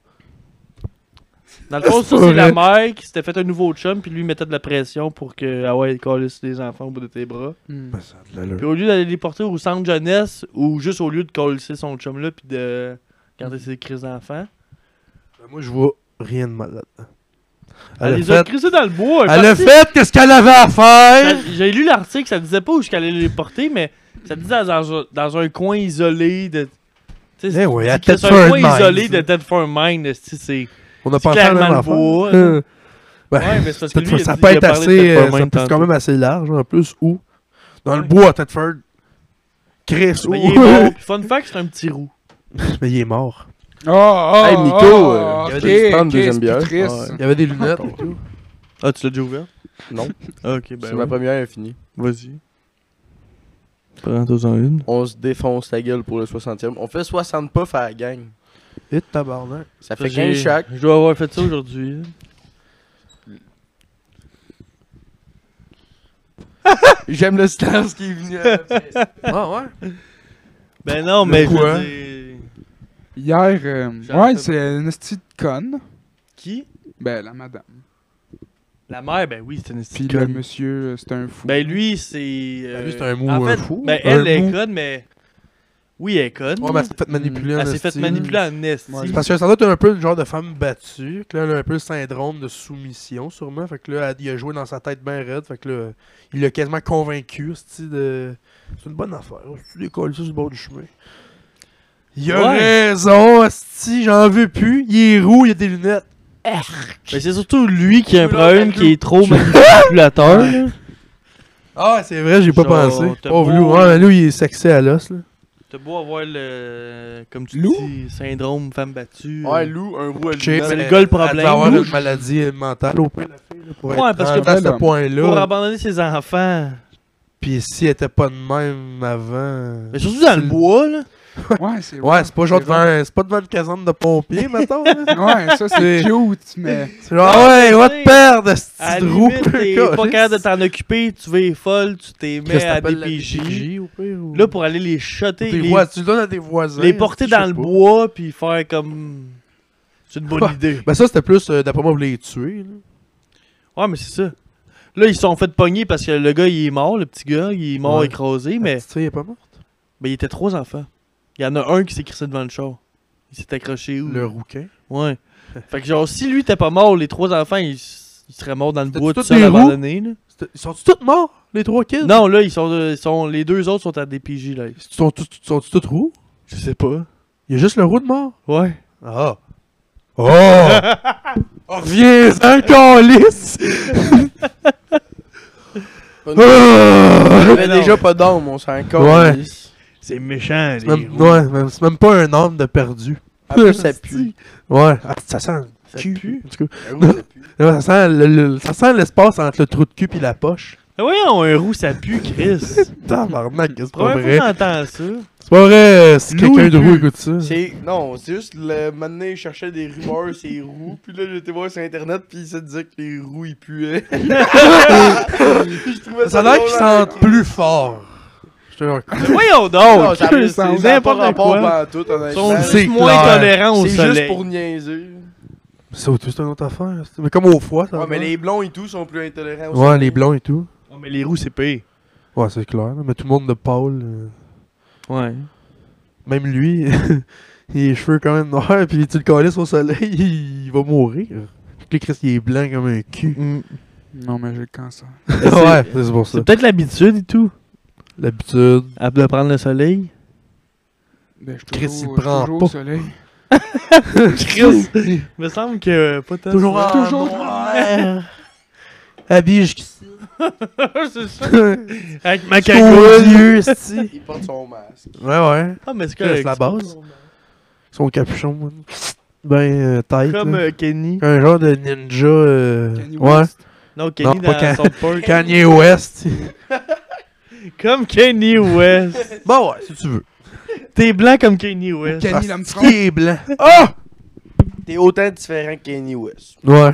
[SPEAKER 2] Dans le fond, ça,
[SPEAKER 1] Ouais.
[SPEAKER 2] c'est la mère qui s'était fait un nouveau chum, puis lui mettait de la pression pour que, ah ouais, il calisse des enfants au bout de tes bras.
[SPEAKER 3] Hmm.
[SPEAKER 1] Ben, ça a de l'allure.
[SPEAKER 2] Puis au lieu d'aller les porter au centre jeunesse, ou juste au lieu de colisser son chum là, puis de garder ses crises d'enfants,
[SPEAKER 1] Ben, Moi, je vois rien de mal là-dedans.
[SPEAKER 2] elle,
[SPEAKER 1] Elle,
[SPEAKER 2] Ah, les
[SPEAKER 1] a
[SPEAKER 2] a
[SPEAKER 1] fait,
[SPEAKER 2] crissés dans le bois.
[SPEAKER 1] elle a
[SPEAKER 2] partie-
[SPEAKER 1] fait qu'est-ce qu'elle avait à faire!
[SPEAKER 2] Ça- J'ai lu l'article, ça disait pas où qu'elle allait les porter, mais ça disait dans, un- dans un coin isolé de. tu sais,
[SPEAKER 1] Eh oui, à
[SPEAKER 2] c'est- c'est un
[SPEAKER 1] Thetford
[SPEAKER 2] coin
[SPEAKER 1] Mines.
[SPEAKER 2] isolé de Tedford Mine, c'est c'est-
[SPEAKER 1] On a
[SPEAKER 2] c'est
[SPEAKER 1] pensé à la même
[SPEAKER 2] clairement le
[SPEAKER 1] affaire.
[SPEAKER 2] bois,
[SPEAKER 1] Euh, ben,
[SPEAKER 2] Ouais, mais c'est parce que
[SPEAKER 1] Thetford,
[SPEAKER 2] lui, il a
[SPEAKER 1] ça
[SPEAKER 2] dit-
[SPEAKER 1] peut
[SPEAKER 2] il a
[SPEAKER 1] être
[SPEAKER 2] parlé de
[SPEAKER 1] assez.
[SPEAKER 2] Thetford
[SPEAKER 1] euh,
[SPEAKER 2] Mine
[SPEAKER 1] ça peut- C'est quand
[SPEAKER 2] tantôt.
[SPEAKER 1] même assez large, en plus. Où? Dans le
[SPEAKER 2] Ouais.
[SPEAKER 1] bois, à Thetford. Chris, où?
[SPEAKER 2] Mais il est
[SPEAKER 1] Oh!
[SPEAKER 2] bon. Puis Fun fact, c'est un petit roux.
[SPEAKER 1] Mais il est mort.
[SPEAKER 3] Oh, oh,
[SPEAKER 4] Hey, Nico,
[SPEAKER 3] oh,
[SPEAKER 4] euh,
[SPEAKER 3] ok,
[SPEAKER 4] je te prends une
[SPEAKER 3] ok,
[SPEAKER 4] deuxième
[SPEAKER 3] c'est
[SPEAKER 4] bière.
[SPEAKER 3] plus triste.
[SPEAKER 2] Ouais.
[SPEAKER 1] Il y avait des lunettes et tout.
[SPEAKER 2] Ah, tu l'as déjà ouvert
[SPEAKER 4] Non,
[SPEAKER 2] Ok,
[SPEAKER 4] c'est
[SPEAKER 2] ben.
[SPEAKER 4] ma
[SPEAKER 2] ouais.
[SPEAKER 4] première infinie.
[SPEAKER 2] Vas-y. Prends-toi-en une.
[SPEAKER 4] On se défonce la gueule pour le 60e. On fait 60 puffs à la gang.
[SPEAKER 1] Et tabarnak.
[SPEAKER 4] Ça
[SPEAKER 2] Ça,
[SPEAKER 4] fait
[SPEAKER 2] j'ai-
[SPEAKER 4] 15 chaque.
[SPEAKER 2] Je dois avoir fait ça aujourd'hui.
[SPEAKER 4] J'aime le silence qui est venu. à la pièce. Ah ouais?
[SPEAKER 2] Ben non, mais je
[SPEAKER 1] quoi?
[SPEAKER 2] veux dire-
[SPEAKER 3] Hier, euh,
[SPEAKER 2] J'en
[SPEAKER 3] ouais,
[SPEAKER 2] fais
[SPEAKER 3] c'est une petite conne.
[SPEAKER 2] Qui
[SPEAKER 3] Ben, la madame.
[SPEAKER 2] La mère, ben oui, c'est une
[SPEAKER 3] Puis
[SPEAKER 2] petite
[SPEAKER 3] le
[SPEAKER 2] conne.
[SPEAKER 3] monsieur, euh, c'est un fou.
[SPEAKER 2] Ben lui, c'est. euh,
[SPEAKER 1] lui, c'est un mou,
[SPEAKER 2] En
[SPEAKER 1] un
[SPEAKER 2] fait,
[SPEAKER 1] fou.
[SPEAKER 2] ben
[SPEAKER 1] Un
[SPEAKER 2] elle
[SPEAKER 1] mou.
[SPEAKER 2] est conne, mais. Oui, elle est conne.
[SPEAKER 1] Ouais, mais elle s'est fait manipuler en
[SPEAKER 2] Hmm. elle s'est fait
[SPEAKER 1] esti.
[SPEAKER 2] manipuler en esti.
[SPEAKER 3] Ouais.
[SPEAKER 1] C'est parce que ça doit être un peu le genre de femme battue. Que là, elle a un peu le syndrome de soumission, sûrement. Fait que là, elle- il a joué dans sa tête bien raide. Fait que là, il l'a quasiment convaincu, c'ti, de... C'est une bonne affaire. Tu décolles ça sur le bord du chemin. Il a
[SPEAKER 2] Ouais.
[SPEAKER 1] raison, si j'en veux plus. Il est roux, il a des lunettes.
[SPEAKER 2] Mais Ben, c'est surtout lui qui a un
[SPEAKER 4] Tu veux
[SPEAKER 2] problème
[SPEAKER 4] leur
[SPEAKER 2] qui est trop manipulateur. là.
[SPEAKER 1] Ah, c'est vrai, j'ai pas
[SPEAKER 2] Genre,
[SPEAKER 1] pensé.
[SPEAKER 2] t'as
[SPEAKER 1] Oh,
[SPEAKER 2] beau-
[SPEAKER 1] lui, ouais, lui, il est sexé à l'os, là.
[SPEAKER 2] T'as beau avoir le. Comme tu
[SPEAKER 3] Lou?
[SPEAKER 2] dis, syndrome femme battue.
[SPEAKER 4] Ouais,
[SPEAKER 2] euh,
[SPEAKER 4] Lou, un roux à
[SPEAKER 1] Chip,
[SPEAKER 2] C'est le
[SPEAKER 4] lunettes.
[SPEAKER 2] gars le
[SPEAKER 1] euh, Elle devait avoir
[SPEAKER 2] problème.
[SPEAKER 1] une maladie euh, mentale au pire, la fille, là, pour
[SPEAKER 2] Ouais,
[SPEAKER 1] être
[SPEAKER 2] parce que-
[SPEAKER 1] rendue à ce
[SPEAKER 2] Pour
[SPEAKER 1] point-là.
[SPEAKER 2] abandonner ses enfants.
[SPEAKER 1] Puis si elle était pas de même avant...
[SPEAKER 2] Mais Ben, surtout dans le bois, là.
[SPEAKER 3] Ouais, c'est
[SPEAKER 1] Ouais, c'est pas genre
[SPEAKER 3] c'est
[SPEAKER 1] devant, un- c'est pas devant une caserne de pompiers, mettons. là.
[SPEAKER 3] Ouais, ça, c'est
[SPEAKER 1] C'est-
[SPEAKER 3] cute, mais.
[SPEAKER 1] C'est genre, ah
[SPEAKER 2] Non,
[SPEAKER 1] ouais,
[SPEAKER 2] mais
[SPEAKER 1] va
[SPEAKER 2] tu
[SPEAKER 1] te
[SPEAKER 2] sais,
[SPEAKER 1] perdre, de
[SPEAKER 2] À la
[SPEAKER 1] petite roue.
[SPEAKER 2] limite, t'es pas capable de t'en occuper, tu vas être folle, tu t'es mis à des PJ.
[SPEAKER 1] au pire. ou-
[SPEAKER 2] Là, pour aller les shotter,
[SPEAKER 1] Tes
[SPEAKER 2] les,
[SPEAKER 1] voisins- tu le donnes à des voisins.
[SPEAKER 2] les porter
[SPEAKER 1] je sais
[SPEAKER 2] dans le
[SPEAKER 1] pas.
[SPEAKER 2] bois, puis faire comme. C'est une bonne
[SPEAKER 1] Ouais.
[SPEAKER 2] idée.
[SPEAKER 1] Ben ça, c'était plus, euh, d'après moi, vous les tuer. là.
[SPEAKER 2] Ouais, mais c'est ça. Là, ils se sont fait pogner parce que le gars, il est mort, le petit gars, il est mort
[SPEAKER 1] Ouais.
[SPEAKER 2] écrasé,
[SPEAKER 1] La
[SPEAKER 2] mais
[SPEAKER 1] petite fille est pas morte.
[SPEAKER 2] ben, il était trois enfants. Il y en a un qui s'est crissé devant le char. Il s'est accroché où
[SPEAKER 1] Le rouquin.
[SPEAKER 2] Ouais. fait que, genre, si lui était pas mort, les trois enfants, ils, s- ils seraient morts dans le
[SPEAKER 1] C'était
[SPEAKER 2] bois
[SPEAKER 1] tous
[SPEAKER 2] tout seuls
[SPEAKER 1] des roues?
[SPEAKER 2] abandonnés. là.
[SPEAKER 1] C'était- Ils sont-tu tous morts, les trois kids?
[SPEAKER 2] Non, là, ils sont, euh, ils sont. Les deux autres sont à DPJ, là.
[SPEAKER 1] Ils sont tous- Sont-tu tous roux?
[SPEAKER 2] Je sais pas.
[SPEAKER 1] Il y a juste le roux de mort?
[SPEAKER 2] Ouais.
[SPEAKER 1] Ah. Oh! oh Viens-en, calice!
[SPEAKER 4] Il
[SPEAKER 1] Ah!
[SPEAKER 4] avait
[SPEAKER 2] Non.
[SPEAKER 4] déjà pas d'homme, on s'en
[SPEAKER 1] Ouais.
[SPEAKER 4] calisse.
[SPEAKER 2] C'est méchant,
[SPEAKER 1] C'est même, ouais, même- c'est même pas un homme de perdu.
[SPEAKER 4] En plus, Ah, ça pue.
[SPEAKER 1] Ouais, Ah, ça sent le
[SPEAKER 4] Ça
[SPEAKER 1] cul.
[SPEAKER 4] pue.
[SPEAKER 1] En tout cas,
[SPEAKER 4] Un roux, ça pue.
[SPEAKER 1] non, ça sent le- le- ça sent l'espace entre le trou de cul et la poche.
[SPEAKER 2] Mais voyons, un roux, ça pue, Chris.
[SPEAKER 1] Tabarnak, c'est pas
[SPEAKER 2] Première fois
[SPEAKER 1] vrai.
[SPEAKER 2] que j'entends ça.
[SPEAKER 1] C'est pas vrai euh, si
[SPEAKER 2] Lou,
[SPEAKER 1] quelqu'un
[SPEAKER 2] il
[SPEAKER 1] de
[SPEAKER 2] pue.
[SPEAKER 1] roux écoute ça.
[SPEAKER 4] C'est. Non, c'est juste le moment donné, je cherchais des rumeurs, c'est roux. Puis là, j'étais voir sur internet, puis ça disait que les roux ils puaient. Puis je trouvais
[SPEAKER 1] Ça a l'air
[SPEAKER 4] drôle,
[SPEAKER 1] qu'ils
[SPEAKER 4] hein.
[SPEAKER 1] sentent plus fort. Je te raconte.
[SPEAKER 2] Mais voyons
[SPEAKER 4] Non,
[SPEAKER 2] donc.
[SPEAKER 4] ça
[SPEAKER 2] Chris,
[SPEAKER 4] a- ça a
[SPEAKER 2] C'est
[SPEAKER 4] pas
[SPEAKER 2] n'importe
[SPEAKER 4] rapport
[SPEAKER 2] quoi.
[SPEAKER 4] pantoute, honnêtement.
[SPEAKER 2] Ils sont
[SPEAKER 1] C'est
[SPEAKER 2] juste moins
[SPEAKER 1] clair.
[SPEAKER 2] tolérants au
[SPEAKER 4] C'est
[SPEAKER 2] soleil.
[SPEAKER 4] juste pour niaiser.
[SPEAKER 1] C'est autre- c'est une autre affaire. c'est- Mais comme au foie, ça.
[SPEAKER 4] Ouais,
[SPEAKER 1] va.
[SPEAKER 4] mais les blonds et tout sont plus intolérants au
[SPEAKER 1] Ouais,
[SPEAKER 4] soleil.
[SPEAKER 1] les blonds et tout.
[SPEAKER 2] Oh, mais les roux, c'est pire.
[SPEAKER 1] Ouais, c'est clair. là, Mais tout le monde de Paul. euh,
[SPEAKER 2] Ouais.
[SPEAKER 1] Même lui, il a les cheveux quand même noirs, puis tu le calisses au soleil, il va mourir. Le Christ, il est blanc comme un cul.
[SPEAKER 2] Mm,
[SPEAKER 3] Non, mais j'ai le cancer.
[SPEAKER 1] ouais, c'est pour ça.
[SPEAKER 2] C'est peut-être l'habitude et tout.
[SPEAKER 1] L'habitude.
[SPEAKER 2] à- De prendre le soleil.
[SPEAKER 3] Ben, je
[SPEAKER 1] Chris, il
[SPEAKER 3] toujours,
[SPEAKER 1] prend
[SPEAKER 3] toujours
[SPEAKER 1] pas.
[SPEAKER 3] au soleil.
[SPEAKER 2] Chris. me semble que. euh, Pas tant.
[SPEAKER 1] Toujours Ah, en
[SPEAKER 3] Toujours
[SPEAKER 1] noir. Habillé jusqu'ici.
[SPEAKER 2] c'est ça.
[SPEAKER 1] Aux
[SPEAKER 2] Avec ma cagoule.
[SPEAKER 1] yeux, esti.
[SPEAKER 4] Ils portent son masque.
[SPEAKER 1] Ouais, ouais.
[SPEAKER 2] Ah, mais c'est
[SPEAKER 1] C'est
[SPEAKER 2] correct.
[SPEAKER 1] la base. Son capuchon, moi. Ben, euh, tête.
[SPEAKER 2] Comme
[SPEAKER 1] là.
[SPEAKER 2] euh, Kenny.
[SPEAKER 1] Un genre de ninja. euh,
[SPEAKER 3] Kanye
[SPEAKER 1] ouais.
[SPEAKER 3] West.
[SPEAKER 2] Non, Kenny
[SPEAKER 1] Non, pas Ken-
[SPEAKER 2] dans South Park.
[SPEAKER 1] Kanye West.
[SPEAKER 2] Comme Kenny West.
[SPEAKER 1] bon, Bah ouais, si tu veux.
[SPEAKER 2] T'es blanc comme Kenny West.
[SPEAKER 3] Kenny
[SPEAKER 1] Asti
[SPEAKER 3] Lamstrong.
[SPEAKER 1] qu'il est blanc. Ah!
[SPEAKER 4] T'es autant différent que Kanye West.
[SPEAKER 1] Ouais.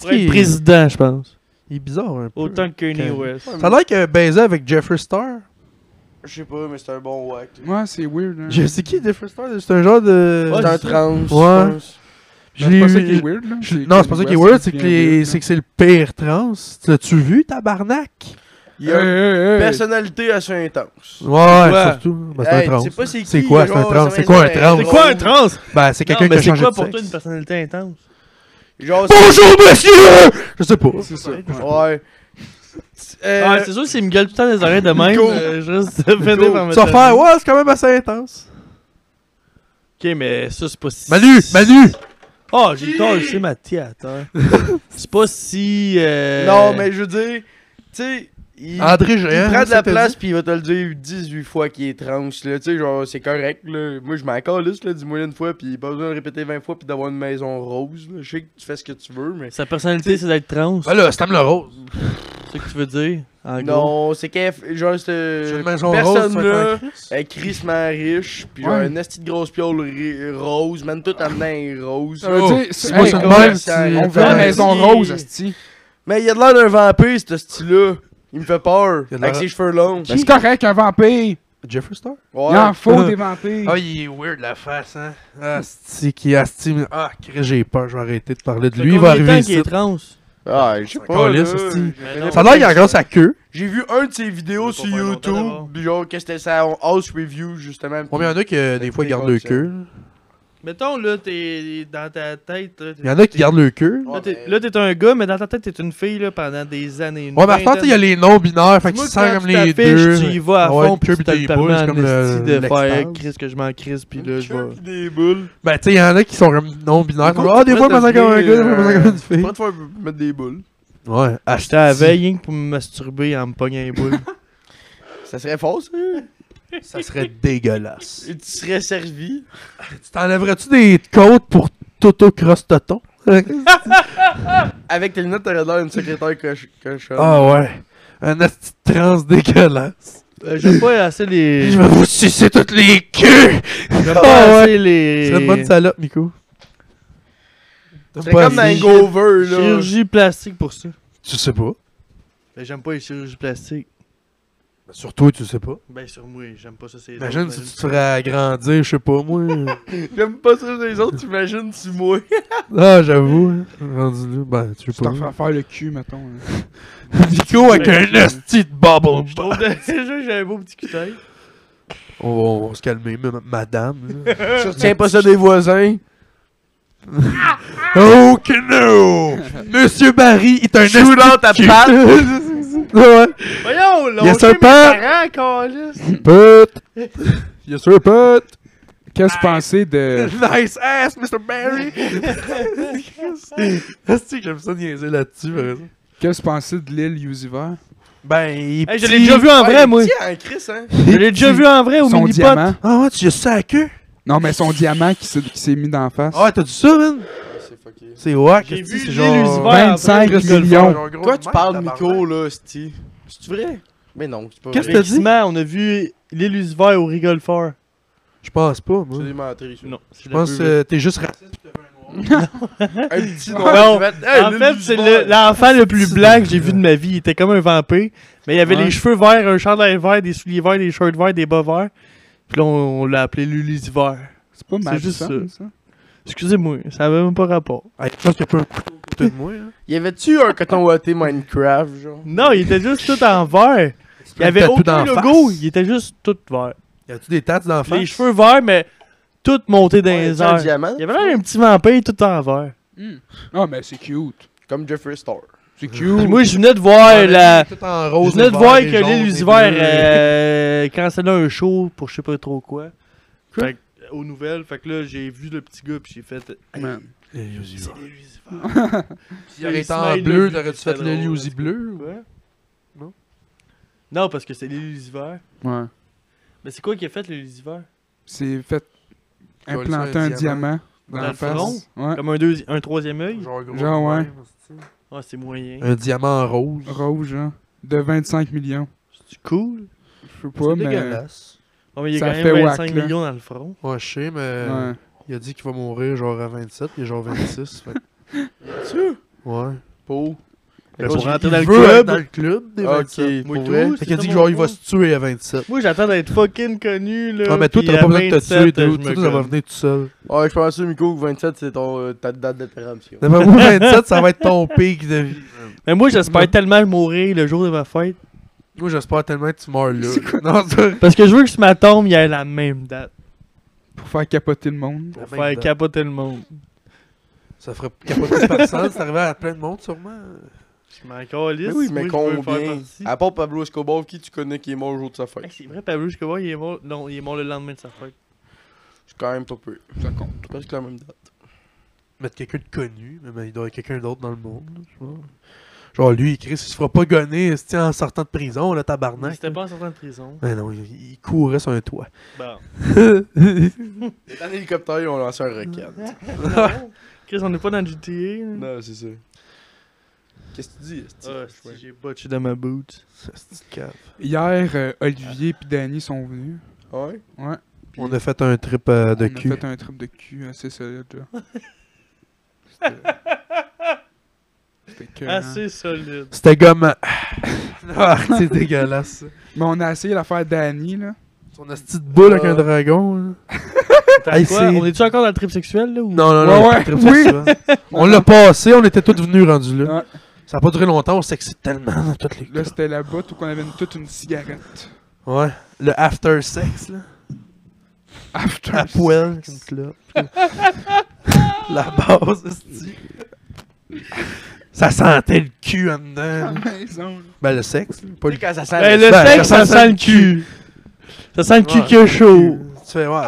[SPEAKER 2] Pour être président, je pense.
[SPEAKER 1] Il est bizarre un peu.
[SPEAKER 2] Autant que Kenny
[SPEAKER 1] Kenny.
[SPEAKER 2] West.
[SPEAKER 1] Ça a l'air que baiser avec Jeffree Star.
[SPEAKER 4] Je sais pas, mais c'est un bon whack.
[SPEAKER 3] Ouais, c'est weird. Hein.
[SPEAKER 1] Je sais qui Jeffree Star, c'est un genre de.
[SPEAKER 2] Ouais,
[SPEAKER 4] C'est un
[SPEAKER 2] c'est ça.
[SPEAKER 4] trans.
[SPEAKER 1] Ouais.
[SPEAKER 4] trans.
[SPEAKER 1] Je l'ai
[SPEAKER 3] Ben, pas ça
[SPEAKER 1] eu-
[SPEAKER 3] qui est weird, là.
[SPEAKER 1] Je- Non, c'est pas ça qui est weird, c'est que, les- c'est que c'est le pire trans. Tu L'as-tu vu, tabarnak?
[SPEAKER 4] Il y a une personnalité assez intense.
[SPEAKER 1] Ouais, ouais,
[SPEAKER 2] quoi?
[SPEAKER 1] surtout. Ben, c'est
[SPEAKER 4] Hey,
[SPEAKER 1] un trans.
[SPEAKER 4] tu sais pas c'est
[SPEAKER 1] C'est
[SPEAKER 4] qui,
[SPEAKER 1] quoi, c'est un
[SPEAKER 4] genre,
[SPEAKER 1] trans?
[SPEAKER 4] ça
[SPEAKER 1] C'est quoi un
[SPEAKER 4] m'intéresse.
[SPEAKER 1] trans?
[SPEAKER 5] C'est quoi un trans?
[SPEAKER 1] Ben, c'est quelqu'un
[SPEAKER 2] Non,
[SPEAKER 1] qui a
[SPEAKER 2] mais c'est
[SPEAKER 1] changé
[SPEAKER 2] quoi
[SPEAKER 1] de
[SPEAKER 2] pour toi
[SPEAKER 1] sexe.
[SPEAKER 2] une personnalité intense?
[SPEAKER 4] Genre, c'est-
[SPEAKER 1] Bonjour, monsieur! Je sais pas.
[SPEAKER 3] C'est ça.
[SPEAKER 4] Ouais. Euh,
[SPEAKER 2] Ah, ouais, Ah, c'est sûr, s'il me gueule tout le temps les oreilles de même,
[SPEAKER 4] Go.
[SPEAKER 2] euh, je risque de finir par me
[SPEAKER 1] Ça va faire, ouais, c'est quand même assez intense.
[SPEAKER 2] Ok, mais ça, c'est pas si.
[SPEAKER 1] Manu, Manu!
[SPEAKER 2] Oh, j'ai le temps, je sais ma tiate, hein. c'est pas si. euh,
[SPEAKER 4] Non, mais je veux dire, tu sais, il,
[SPEAKER 1] André
[SPEAKER 4] il
[SPEAKER 1] Géant.
[SPEAKER 4] prend de la
[SPEAKER 1] ça te
[SPEAKER 4] place
[SPEAKER 1] dit?
[SPEAKER 4] puis il va te le dire 18 fois qu'il est trans, là, tu sais, genre, c'est correct, là. Moi, je m'en calisse, là, dis-moi une fois, puis pas besoin de répéter 20 fois puis d'avoir une maison rose, là. Je sais que tu fais ce que tu veux, mais...
[SPEAKER 2] Sa personnalité, c'est d'être trans.
[SPEAKER 1] Ben là, Stam le rose.
[SPEAKER 2] C'est ce que tu veux dire? En gros.
[SPEAKER 4] Non, c'est qu'elle, f- genre, cette
[SPEAKER 1] J'ai une maison rose. tu vas faire un
[SPEAKER 4] personne-là,
[SPEAKER 1] Christ.
[SPEAKER 4] elle est crissement riche, puis genre,
[SPEAKER 3] Ouais.
[SPEAKER 4] une petite grosse piole ri- rose, man, tout en dedans est rose.
[SPEAKER 3] Ça veut dire,
[SPEAKER 1] Si
[SPEAKER 3] Oh, c'est
[SPEAKER 1] moi,
[SPEAKER 3] hey,
[SPEAKER 1] c'est le
[SPEAKER 4] on
[SPEAKER 1] même,
[SPEAKER 4] veut-
[SPEAKER 1] si-
[SPEAKER 3] on veut la
[SPEAKER 4] Ouais,
[SPEAKER 3] maison
[SPEAKER 4] si-
[SPEAKER 3] rose, asti.
[SPEAKER 4] Mais il a de l'air d'un vampire, ce style-là. Il me fait peur,
[SPEAKER 1] Il a de
[SPEAKER 4] avec
[SPEAKER 1] l'air-
[SPEAKER 4] ses cheveux longs.
[SPEAKER 3] Ben, c'est correct, un vampire.
[SPEAKER 1] Jeffree Star?
[SPEAKER 4] Ouais.
[SPEAKER 3] Il en faut des vampires.
[SPEAKER 1] Ah, il est weird la face, hein. Asti, qui asti. Ah, Christ, j'ai peur, je vais arrêter de parler de lui. Il va arriver
[SPEAKER 2] qui
[SPEAKER 1] ici.
[SPEAKER 2] est trans.
[SPEAKER 4] Ah, je sais pas,
[SPEAKER 1] calisse,
[SPEAKER 4] là.
[SPEAKER 1] hostie.
[SPEAKER 4] Je-
[SPEAKER 2] non.
[SPEAKER 1] Ça a l'air qu'il a encore sa queue.
[SPEAKER 4] J'ai vu un de ses vidéos
[SPEAKER 2] Ça
[SPEAKER 4] sur
[SPEAKER 2] va pas faire longtemps
[SPEAKER 4] YouTube,
[SPEAKER 2] d'abord.
[SPEAKER 4] pis genre que c'était sa house review justement.
[SPEAKER 1] Bon, mais il y en a qui, euh, des fois, ils gardent le queue.
[SPEAKER 5] Mettons, là, t'es dans ta tête. là, t'es-
[SPEAKER 1] Il y en a qui gardent le queue.
[SPEAKER 5] Là, t'es- Là, t'es un gars, mais dans ta tête, t'es une fille là, pendant des années. une
[SPEAKER 1] Ouais, mais à ce temps, tu sais, il y a
[SPEAKER 5] vingtaine.
[SPEAKER 1] les non-binaires, fait qu'ils
[SPEAKER 5] Moi,
[SPEAKER 1] se servent
[SPEAKER 5] quand
[SPEAKER 1] comme
[SPEAKER 5] tu
[SPEAKER 1] les
[SPEAKER 5] t'affiches,
[SPEAKER 1] deux.
[SPEAKER 2] Tu y vas à
[SPEAKER 1] Ah ouais,
[SPEAKER 2] fond,
[SPEAKER 1] le
[SPEAKER 2] puis
[SPEAKER 1] cube
[SPEAKER 2] tu
[SPEAKER 1] et
[SPEAKER 2] te
[SPEAKER 1] des
[SPEAKER 2] le
[SPEAKER 1] boules,
[SPEAKER 2] permets
[SPEAKER 1] c'est
[SPEAKER 2] en
[SPEAKER 1] comme le-
[SPEAKER 2] esti de faire
[SPEAKER 1] l'extase.
[SPEAKER 2] crise que je m'en crisse, puis là, je vais.
[SPEAKER 4] des boules.
[SPEAKER 1] Ben, tu sais, il y en a qui sont comme non-binaires.
[SPEAKER 4] Écoute,
[SPEAKER 1] comme, Ah, des
[SPEAKER 4] tu
[SPEAKER 1] fois, je me
[SPEAKER 4] pourrais euh,
[SPEAKER 1] sens comme un gars, des
[SPEAKER 4] devenir,
[SPEAKER 1] fois, je me sens comme une fille.
[SPEAKER 4] Pas de fois mettre des boules.
[SPEAKER 1] Ouais,
[SPEAKER 2] J'étais à la veille rien que pour me masturber en me pognant les boules.
[SPEAKER 4] Ça serait faux, ça.
[SPEAKER 1] Ça serait dégueulasse.
[SPEAKER 4] Et tu serais servi.
[SPEAKER 1] Tu t'enlèverais-tu des côtes pour Toto Cross Toton?
[SPEAKER 4] Avec tes lunettes, t'aurais l'air d'une secrétaire coch- cochonne.
[SPEAKER 1] Ah ouais. Un asti de trans dégueulasse.
[SPEAKER 2] Euh, J'aime pas assez les.
[SPEAKER 1] Je vais vous sucer toutes les culs!
[SPEAKER 2] J'aime
[SPEAKER 1] Ah
[SPEAKER 2] pas
[SPEAKER 1] ouais.
[SPEAKER 2] assez
[SPEAKER 1] C'est
[SPEAKER 2] les.
[SPEAKER 1] une bonne salope, Nico.
[SPEAKER 4] Tu serais comme dans un
[SPEAKER 2] Vas-y.
[SPEAKER 4] gover, là.
[SPEAKER 2] Chirurgie plastique pour ça.
[SPEAKER 1] Tu sais pas.
[SPEAKER 2] Ben, j'aime pas les chirurgies plastiques.
[SPEAKER 1] Ben, sur toi, tu sais pas.
[SPEAKER 2] Ben, sur moi, j'aime pas ça. c'est les
[SPEAKER 1] Imagine
[SPEAKER 2] autres,
[SPEAKER 1] si tu te ferais agrandir, je sais pas, moi.
[SPEAKER 4] J'aime pas ça les autres, t'imagines, tu moi.
[SPEAKER 1] ah, j'avoue. hein. Rendu là, ben, tu
[SPEAKER 3] Tu
[SPEAKER 1] sais pas.
[SPEAKER 3] t'en fais faire le cul, mettons. hein.
[SPEAKER 1] Nico avec un asti de bubble.
[SPEAKER 2] Je trouve de- déjà que j'ai un beau petit cul
[SPEAKER 1] On va, on va se calmer, ma- madame. là.
[SPEAKER 4] Tu retiens pas ça des voisins.
[SPEAKER 1] oh, que no! Monsieur Barry est un asti
[SPEAKER 4] Shoot out ta
[SPEAKER 1] de cul.
[SPEAKER 4] patte.
[SPEAKER 1] Ouais.
[SPEAKER 5] Voyons, là,
[SPEAKER 1] Il y a
[SPEAKER 5] on
[SPEAKER 1] ça,
[SPEAKER 5] sait mes
[SPEAKER 1] Pat.
[SPEAKER 5] parents, câlisse.
[SPEAKER 1] Put! Yes, sir, put!
[SPEAKER 3] Qu'est-ce que tu pensais de.
[SPEAKER 1] Nice ass, Mr. Barry! Est-ce que j'aime ça niaiser là-dessus, par exemple?
[SPEAKER 3] Qu'est-ce que tu pensais de l'île Yuziver?
[SPEAKER 1] Ben, il
[SPEAKER 2] Hey, je l'ai déjà vu en vrai, moi.
[SPEAKER 4] Tiens, Chris, hein.
[SPEAKER 2] Je l'ai déjà vu en vrai au
[SPEAKER 3] Son
[SPEAKER 2] mini
[SPEAKER 3] diamant.
[SPEAKER 1] Ah ouais, tu as ça à queue?
[SPEAKER 3] Non, mais son diamant qui s'est qui s'est mis d'en face.
[SPEAKER 1] Ah ouais, t'as du ça, man?
[SPEAKER 4] C'est fucké.
[SPEAKER 1] C'est wack,
[SPEAKER 5] J'ai
[SPEAKER 1] esti,
[SPEAKER 5] vu
[SPEAKER 1] c'est
[SPEAKER 5] l'île
[SPEAKER 1] genre...
[SPEAKER 5] Lucifer.
[SPEAKER 3] 25
[SPEAKER 1] Chris Golfer,
[SPEAKER 3] millions.
[SPEAKER 1] genre gros
[SPEAKER 4] Toi,
[SPEAKER 1] de
[SPEAKER 4] tu
[SPEAKER 1] même,
[SPEAKER 4] parles
[SPEAKER 1] tabarnak.
[SPEAKER 4] Nico, là, c'ti. C'est-tu vrai? Mais non, c'est pas
[SPEAKER 1] Qu'est-ce
[SPEAKER 4] vrai.
[SPEAKER 1] que t'as dit?
[SPEAKER 2] Effectivement, on a vu l'île Lucifer au Rigolfort.
[SPEAKER 1] Je pense pas, moi.
[SPEAKER 4] C'est des
[SPEAKER 1] Je
[SPEAKER 4] menteries, ça.
[SPEAKER 2] Non, je
[SPEAKER 1] pense que t'es juste raciste.
[SPEAKER 4] Un petit
[SPEAKER 2] Non.
[SPEAKER 4] noir, tu fais, Hey,
[SPEAKER 2] en
[SPEAKER 4] le
[SPEAKER 2] fait,
[SPEAKER 4] Lucifer.
[SPEAKER 2] c'est le- l'enfant le, plus blanc que j'ai vu de ma vie. Il était comme un vampire, mais il avait
[SPEAKER 3] Ouais.
[SPEAKER 2] les cheveux verts, un chandail vert, des souliers verts, des shorts verts, des bas verts. Puis là, on, on l'a appelé l'Ulisiver.
[SPEAKER 3] C'est pas mal
[SPEAKER 2] juste
[SPEAKER 3] ça.
[SPEAKER 2] ça.
[SPEAKER 3] ça.
[SPEAKER 2] Excusez-moi, ça avait même pas rapport.
[SPEAKER 1] Hey, je pense qu'il Ah, y a pas un couteau à côté de moi, hein.
[SPEAKER 4] Y avait-tu un coton watté Minecraft, genre?
[SPEAKER 2] Non, il était juste tout en vert. Il avait
[SPEAKER 1] T'as tout
[SPEAKER 2] aucun
[SPEAKER 1] d'en
[SPEAKER 2] logo,
[SPEAKER 1] face.
[SPEAKER 2] il était juste tout vert.
[SPEAKER 1] Y a-tu des têtes d'en face?
[SPEAKER 2] Les cheveux verts, mais tout monté dans les
[SPEAKER 4] Ouais, un
[SPEAKER 2] airs.
[SPEAKER 4] diamant.
[SPEAKER 2] Il y avait l'air d'un petit vampire tout en vert.
[SPEAKER 3] Hmm. Ah, mais c'est cute.
[SPEAKER 4] Comme Jeffree Star.
[SPEAKER 3] C'est
[SPEAKER 2] Puis
[SPEAKER 3] cute.
[SPEAKER 2] moi, je venais de
[SPEAKER 1] Ah,
[SPEAKER 2] voir la...
[SPEAKER 1] Tout en
[SPEAKER 2] Je
[SPEAKER 1] rose,
[SPEAKER 2] venais de
[SPEAKER 1] vert
[SPEAKER 2] voir que
[SPEAKER 1] et jaune et
[SPEAKER 2] l'île Lucifer
[SPEAKER 1] bleu.
[SPEAKER 2] euh, cancellait un show pour je sais pas trop quoi.
[SPEAKER 3] Quoi?
[SPEAKER 2] Fait que, aux nouvelles, fait que là, j'ai vu le petit gars, puis j'ai fait... Hey,
[SPEAKER 3] Man.
[SPEAKER 1] L'île Lucifer.
[SPEAKER 2] c'est l'île Lucifer.
[SPEAKER 1] Si il aurait été
[SPEAKER 2] Ismaël
[SPEAKER 1] en
[SPEAKER 2] l'a
[SPEAKER 1] bleu,
[SPEAKER 2] vu,
[SPEAKER 1] t'aurais-tu
[SPEAKER 2] c'était
[SPEAKER 1] fait le
[SPEAKER 2] drôle,
[SPEAKER 1] Lucy
[SPEAKER 2] en tout
[SPEAKER 1] bleu? ou-
[SPEAKER 2] Quoi?
[SPEAKER 1] Non?
[SPEAKER 2] Non, parce que c'est l'île Lucifer.
[SPEAKER 3] Ouais.
[SPEAKER 2] Mais c'est quoi qui a fait l'île Lucifer?
[SPEAKER 3] C'est fait
[SPEAKER 1] Colle
[SPEAKER 3] implanter
[SPEAKER 1] ça, un
[SPEAKER 3] un
[SPEAKER 1] diamant.
[SPEAKER 3] diamant dans
[SPEAKER 2] Dans
[SPEAKER 3] la
[SPEAKER 2] le front?
[SPEAKER 3] face. Ouais.
[SPEAKER 2] Comme un, deuxi- un troisième œil?
[SPEAKER 1] Genre, gros.
[SPEAKER 3] Genre, ouais.
[SPEAKER 1] même, esti.
[SPEAKER 2] Ah, c'est moyen.
[SPEAKER 3] Euh,
[SPEAKER 1] Un diamant rose.
[SPEAKER 3] Rouge, hein. De 25 millions.
[SPEAKER 2] Ah, C'est cool.
[SPEAKER 3] Je sais pas, mais.
[SPEAKER 2] Ah, mais il y a
[SPEAKER 3] Ça
[SPEAKER 2] quand
[SPEAKER 3] fait
[SPEAKER 2] même
[SPEAKER 3] whack,
[SPEAKER 2] 25
[SPEAKER 3] là.
[SPEAKER 2] millions dans le front.
[SPEAKER 1] Ouais, je sais, mais
[SPEAKER 3] Ouais.
[SPEAKER 1] il a dit qu'il va mourir genre à 27, il est genre 26. fait que-
[SPEAKER 4] Tu?
[SPEAKER 1] Ouais.
[SPEAKER 4] Pour.
[SPEAKER 1] Mais
[SPEAKER 5] pour
[SPEAKER 1] il-
[SPEAKER 5] rentrer
[SPEAKER 1] il
[SPEAKER 5] dans le
[SPEAKER 1] veut
[SPEAKER 5] club.
[SPEAKER 1] être dans le club des 27.
[SPEAKER 4] Ok,
[SPEAKER 5] Moi,
[SPEAKER 4] pour
[SPEAKER 5] tout,
[SPEAKER 4] vrai.
[SPEAKER 5] c'est
[SPEAKER 1] Fait qu'il a
[SPEAKER 5] ça
[SPEAKER 1] dit que
[SPEAKER 5] mon
[SPEAKER 1] genre, il va
[SPEAKER 5] point.
[SPEAKER 1] se tuer à 27.
[SPEAKER 5] Moi, j'attends d'être fucking connu, là.
[SPEAKER 1] Ah, mais toi,
[SPEAKER 5] Euh, puis
[SPEAKER 1] t'auras
[SPEAKER 5] à
[SPEAKER 1] pas besoin de te
[SPEAKER 5] 27,
[SPEAKER 1] tuer,
[SPEAKER 5] euh,
[SPEAKER 1] toi.
[SPEAKER 5] je
[SPEAKER 1] Toi,
[SPEAKER 5] me
[SPEAKER 1] ça va
[SPEAKER 5] colle.
[SPEAKER 1] venir tout seul.
[SPEAKER 4] Ouais, Ah, je pense que Miko, que 27, c'est ton, euh, ta date de péremption.
[SPEAKER 2] Euh,
[SPEAKER 1] D'après moi, 27, ça va être ton pic de vie.
[SPEAKER 2] Mais moi, j'espère tellement mourir le jour de ma fête.
[SPEAKER 1] Moi, j'espère tellement que tu meurs là. Non, ça-
[SPEAKER 2] Parce que je veux que ce matin, il y ait la même date.
[SPEAKER 3] Pour faire capoter le monde.
[SPEAKER 2] Pour
[SPEAKER 1] La même
[SPEAKER 2] faire
[SPEAKER 1] date.
[SPEAKER 2] capoter le monde.
[SPEAKER 1] Ça ferait capoter personne, ça arrivait à plein de monde, sûrement.
[SPEAKER 5] Je m'en calisse.
[SPEAKER 4] Mais oui, mais
[SPEAKER 5] moi, je veux faire
[SPEAKER 4] combien
[SPEAKER 5] partie.
[SPEAKER 4] À part Pablo Escobar, qui tu connais qui est mort le jour de sa
[SPEAKER 5] Hey,
[SPEAKER 4] fête
[SPEAKER 5] C'est vrai, Pablo Escobar, il est mort. Non, il est mort le lendemain de sa fête.
[SPEAKER 1] Ah,
[SPEAKER 4] C'est quand même pas peu.
[SPEAKER 3] Ça compte.
[SPEAKER 4] Je pense que la même date.
[SPEAKER 1] Mettre quelqu'un de connu, mais mais il doit y avoir quelqu'un d'autre dans le monde, là, je pense. Genre, lui, Chris, il se fera pas gonner esti, en sortant de prison, le
[SPEAKER 5] Il
[SPEAKER 1] tabarnak.
[SPEAKER 5] C'était pas en sortant de prison.
[SPEAKER 1] Mais non, il, il courait sur un toit.
[SPEAKER 5] Bon.
[SPEAKER 4] Les en hélicoptère, ils ont lancé un requin.
[SPEAKER 5] Non. Chris, on est pas dans le GTA. là.
[SPEAKER 4] non, c'est ça. Qu'est-ce que tu dis esti?
[SPEAKER 2] Euh,
[SPEAKER 5] Ah, si, j'ai botché dans ma boot.
[SPEAKER 1] C'est cave.
[SPEAKER 3] Hier, euh, Olivier puis Danny sont venus.
[SPEAKER 4] Ah Ouais.
[SPEAKER 3] Ouais.
[SPEAKER 1] On a fait un trip euh, de
[SPEAKER 3] On
[SPEAKER 1] cul.
[SPEAKER 3] a fait un trip de cul assez solide, là. C'était... C'était écœurant.
[SPEAKER 5] Assez Ah, solide.
[SPEAKER 1] C'était gommant. Ah, c'est dégueulasse. ça.
[SPEAKER 3] Mais on a essayé l'affaire Danny, là.
[SPEAKER 1] Son asti de boule avec un dragon. là.
[SPEAKER 5] T'as
[SPEAKER 1] Hey,
[SPEAKER 5] quoi?
[SPEAKER 1] c'est-
[SPEAKER 5] On est-tu encore dans le trip sexuel, là? Ou...
[SPEAKER 1] Non, non, non.
[SPEAKER 3] Ouais,
[SPEAKER 1] c'est un trip sexuel. on l'a passé, on était tous venus rendus là.
[SPEAKER 3] Ouais.
[SPEAKER 1] Ça a pas duré longtemps, on s'excite tellement dans toutes les
[SPEAKER 3] Là, c'était là-bas, tout qu'on avait une- toute une cigarette.
[SPEAKER 1] Ouais. Le after sex, là.
[SPEAKER 3] After.
[SPEAKER 1] À poil, comme ça, là. La base, esti. Ça sentait le cul en dedans.
[SPEAKER 3] la maison, là.
[SPEAKER 1] Ben, le sexe, là, pas
[SPEAKER 4] Tu
[SPEAKER 1] le
[SPEAKER 4] sais, quand ça sent
[SPEAKER 2] Ben, le
[SPEAKER 1] ben,
[SPEAKER 2] sexe, ça, sent le cul. Ça sent le cul
[SPEAKER 1] Ouais.
[SPEAKER 2] qui est chaud.
[SPEAKER 1] Tu fais, ouais,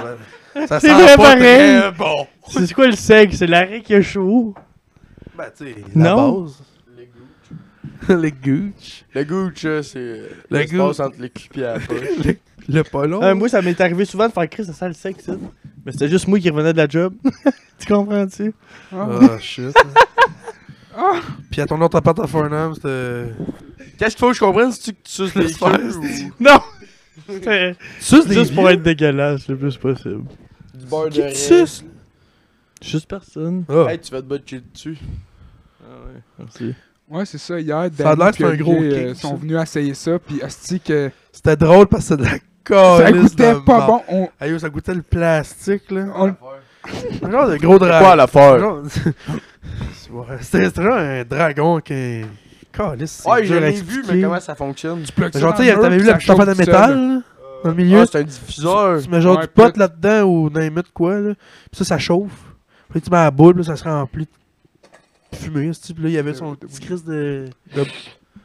[SPEAKER 1] ben, ça
[SPEAKER 2] C'est
[SPEAKER 1] sent
[SPEAKER 2] vrai
[SPEAKER 1] pas
[SPEAKER 2] pareil.
[SPEAKER 1] très bon.
[SPEAKER 2] C'est quoi le sexe? C'est l'arrêt qui est chaud.
[SPEAKER 1] Ben, tu sais, la
[SPEAKER 2] Non.
[SPEAKER 1] base. Le gooch.
[SPEAKER 4] Le gooch, euh, c'est euh,
[SPEAKER 1] Le
[SPEAKER 4] l'espace
[SPEAKER 1] gooch.
[SPEAKER 4] entre le cul et la poche.
[SPEAKER 1] le Le polon.
[SPEAKER 2] Euh, moi, ça m'est arrivé souvent de faire Chris, ça sent le sexe. ça. Mais c'était juste moi qui revenais de la job. tu comprends-tu?
[SPEAKER 3] Ah,
[SPEAKER 1] Oh, shit. Puis à ton autre appart à Farnham, c'était.
[SPEAKER 4] Qu'est-ce qu'il faut que je comprenne si tu que tu suces les
[SPEAKER 1] J'espère,
[SPEAKER 4] culs ou
[SPEAKER 2] Non! C'était juste pour
[SPEAKER 1] vieux.
[SPEAKER 2] être dégueulasse le plus possible.
[SPEAKER 4] du beurre de
[SPEAKER 2] Qui te
[SPEAKER 4] raisin?
[SPEAKER 2] suce? Juste personne.
[SPEAKER 1] Ah.
[SPEAKER 4] Hey, tu vas te botcher dessus.
[SPEAKER 2] Merci.
[SPEAKER 3] Ouais, c'est ça. Hier,
[SPEAKER 1] Ça a
[SPEAKER 3] Danny
[SPEAKER 1] l'air que
[SPEAKER 3] puis
[SPEAKER 1] c'est un gros
[SPEAKER 3] Olivier, euh,
[SPEAKER 1] kick, ça.
[SPEAKER 3] sont venus essayer ça, puis asti que
[SPEAKER 1] C'était drôle parce que c'était de la
[SPEAKER 3] ça
[SPEAKER 1] calice
[SPEAKER 3] goûtait
[SPEAKER 1] Oh, de
[SPEAKER 3] pas
[SPEAKER 1] marde.
[SPEAKER 3] bon. On,
[SPEAKER 1] Aïe, ça goûtait le plastique, là.
[SPEAKER 3] on-
[SPEAKER 1] Un genre de gros dragon.
[SPEAKER 4] Quoi l'affaire?
[SPEAKER 1] Genre- C'est vrai. C'était c'était genre un dragon qui est. Calice. c'est
[SPEAKER 4] Ouais, je
[SPEAKER 1] dur à
[SPEAKER 4] l'ai vu,
[SPEAKER 1] expliquer.
[SPEAKER 4] mais comment ça fonctionne?
[SPEAKER 3] plugues ça
[SPEAKER 1] Genre,
[SPEAKER 3] dans
[SPEAKER 1] tu
[SPEAKER 3] le
[SPEAKER 1] sais,
[SPEAKER 3] mur,
[SPEAKER 1] t'avais vu
[SPEAKER 3] puis
[SPEAKER 1] la
[SPEAKER 3] ça
[SPEAKER 1] petite affaire de
[SPEAKER 3] chauffe tout
[SPEAKER 1] métal,
[SPEAKER 3] seul.
[SPEAKER 1] là, dans le
[SPEAKER 4] Ah,
[SPEAKER 1] milieu.
[SPEAKER 4] c'est un diffuseur.
[SPEAKER 1] tu mets genre
[SPEAKER 3] Ouais,
[SPEAKER 1] du pot
[SPEAKER 3] puis-
[SPEAKER 1] là-dedans ou name it, quoi, là. Puis ça, ça chauffe. Puis tu mets la boule, puis là, ça se remplit de fumée, ce type-là. Il y avait son
[SPEAKER 3] Euh,
[SPEAKER 1] petit
[SPEAKER 3] oui.
[SPEAKER 1] crise de.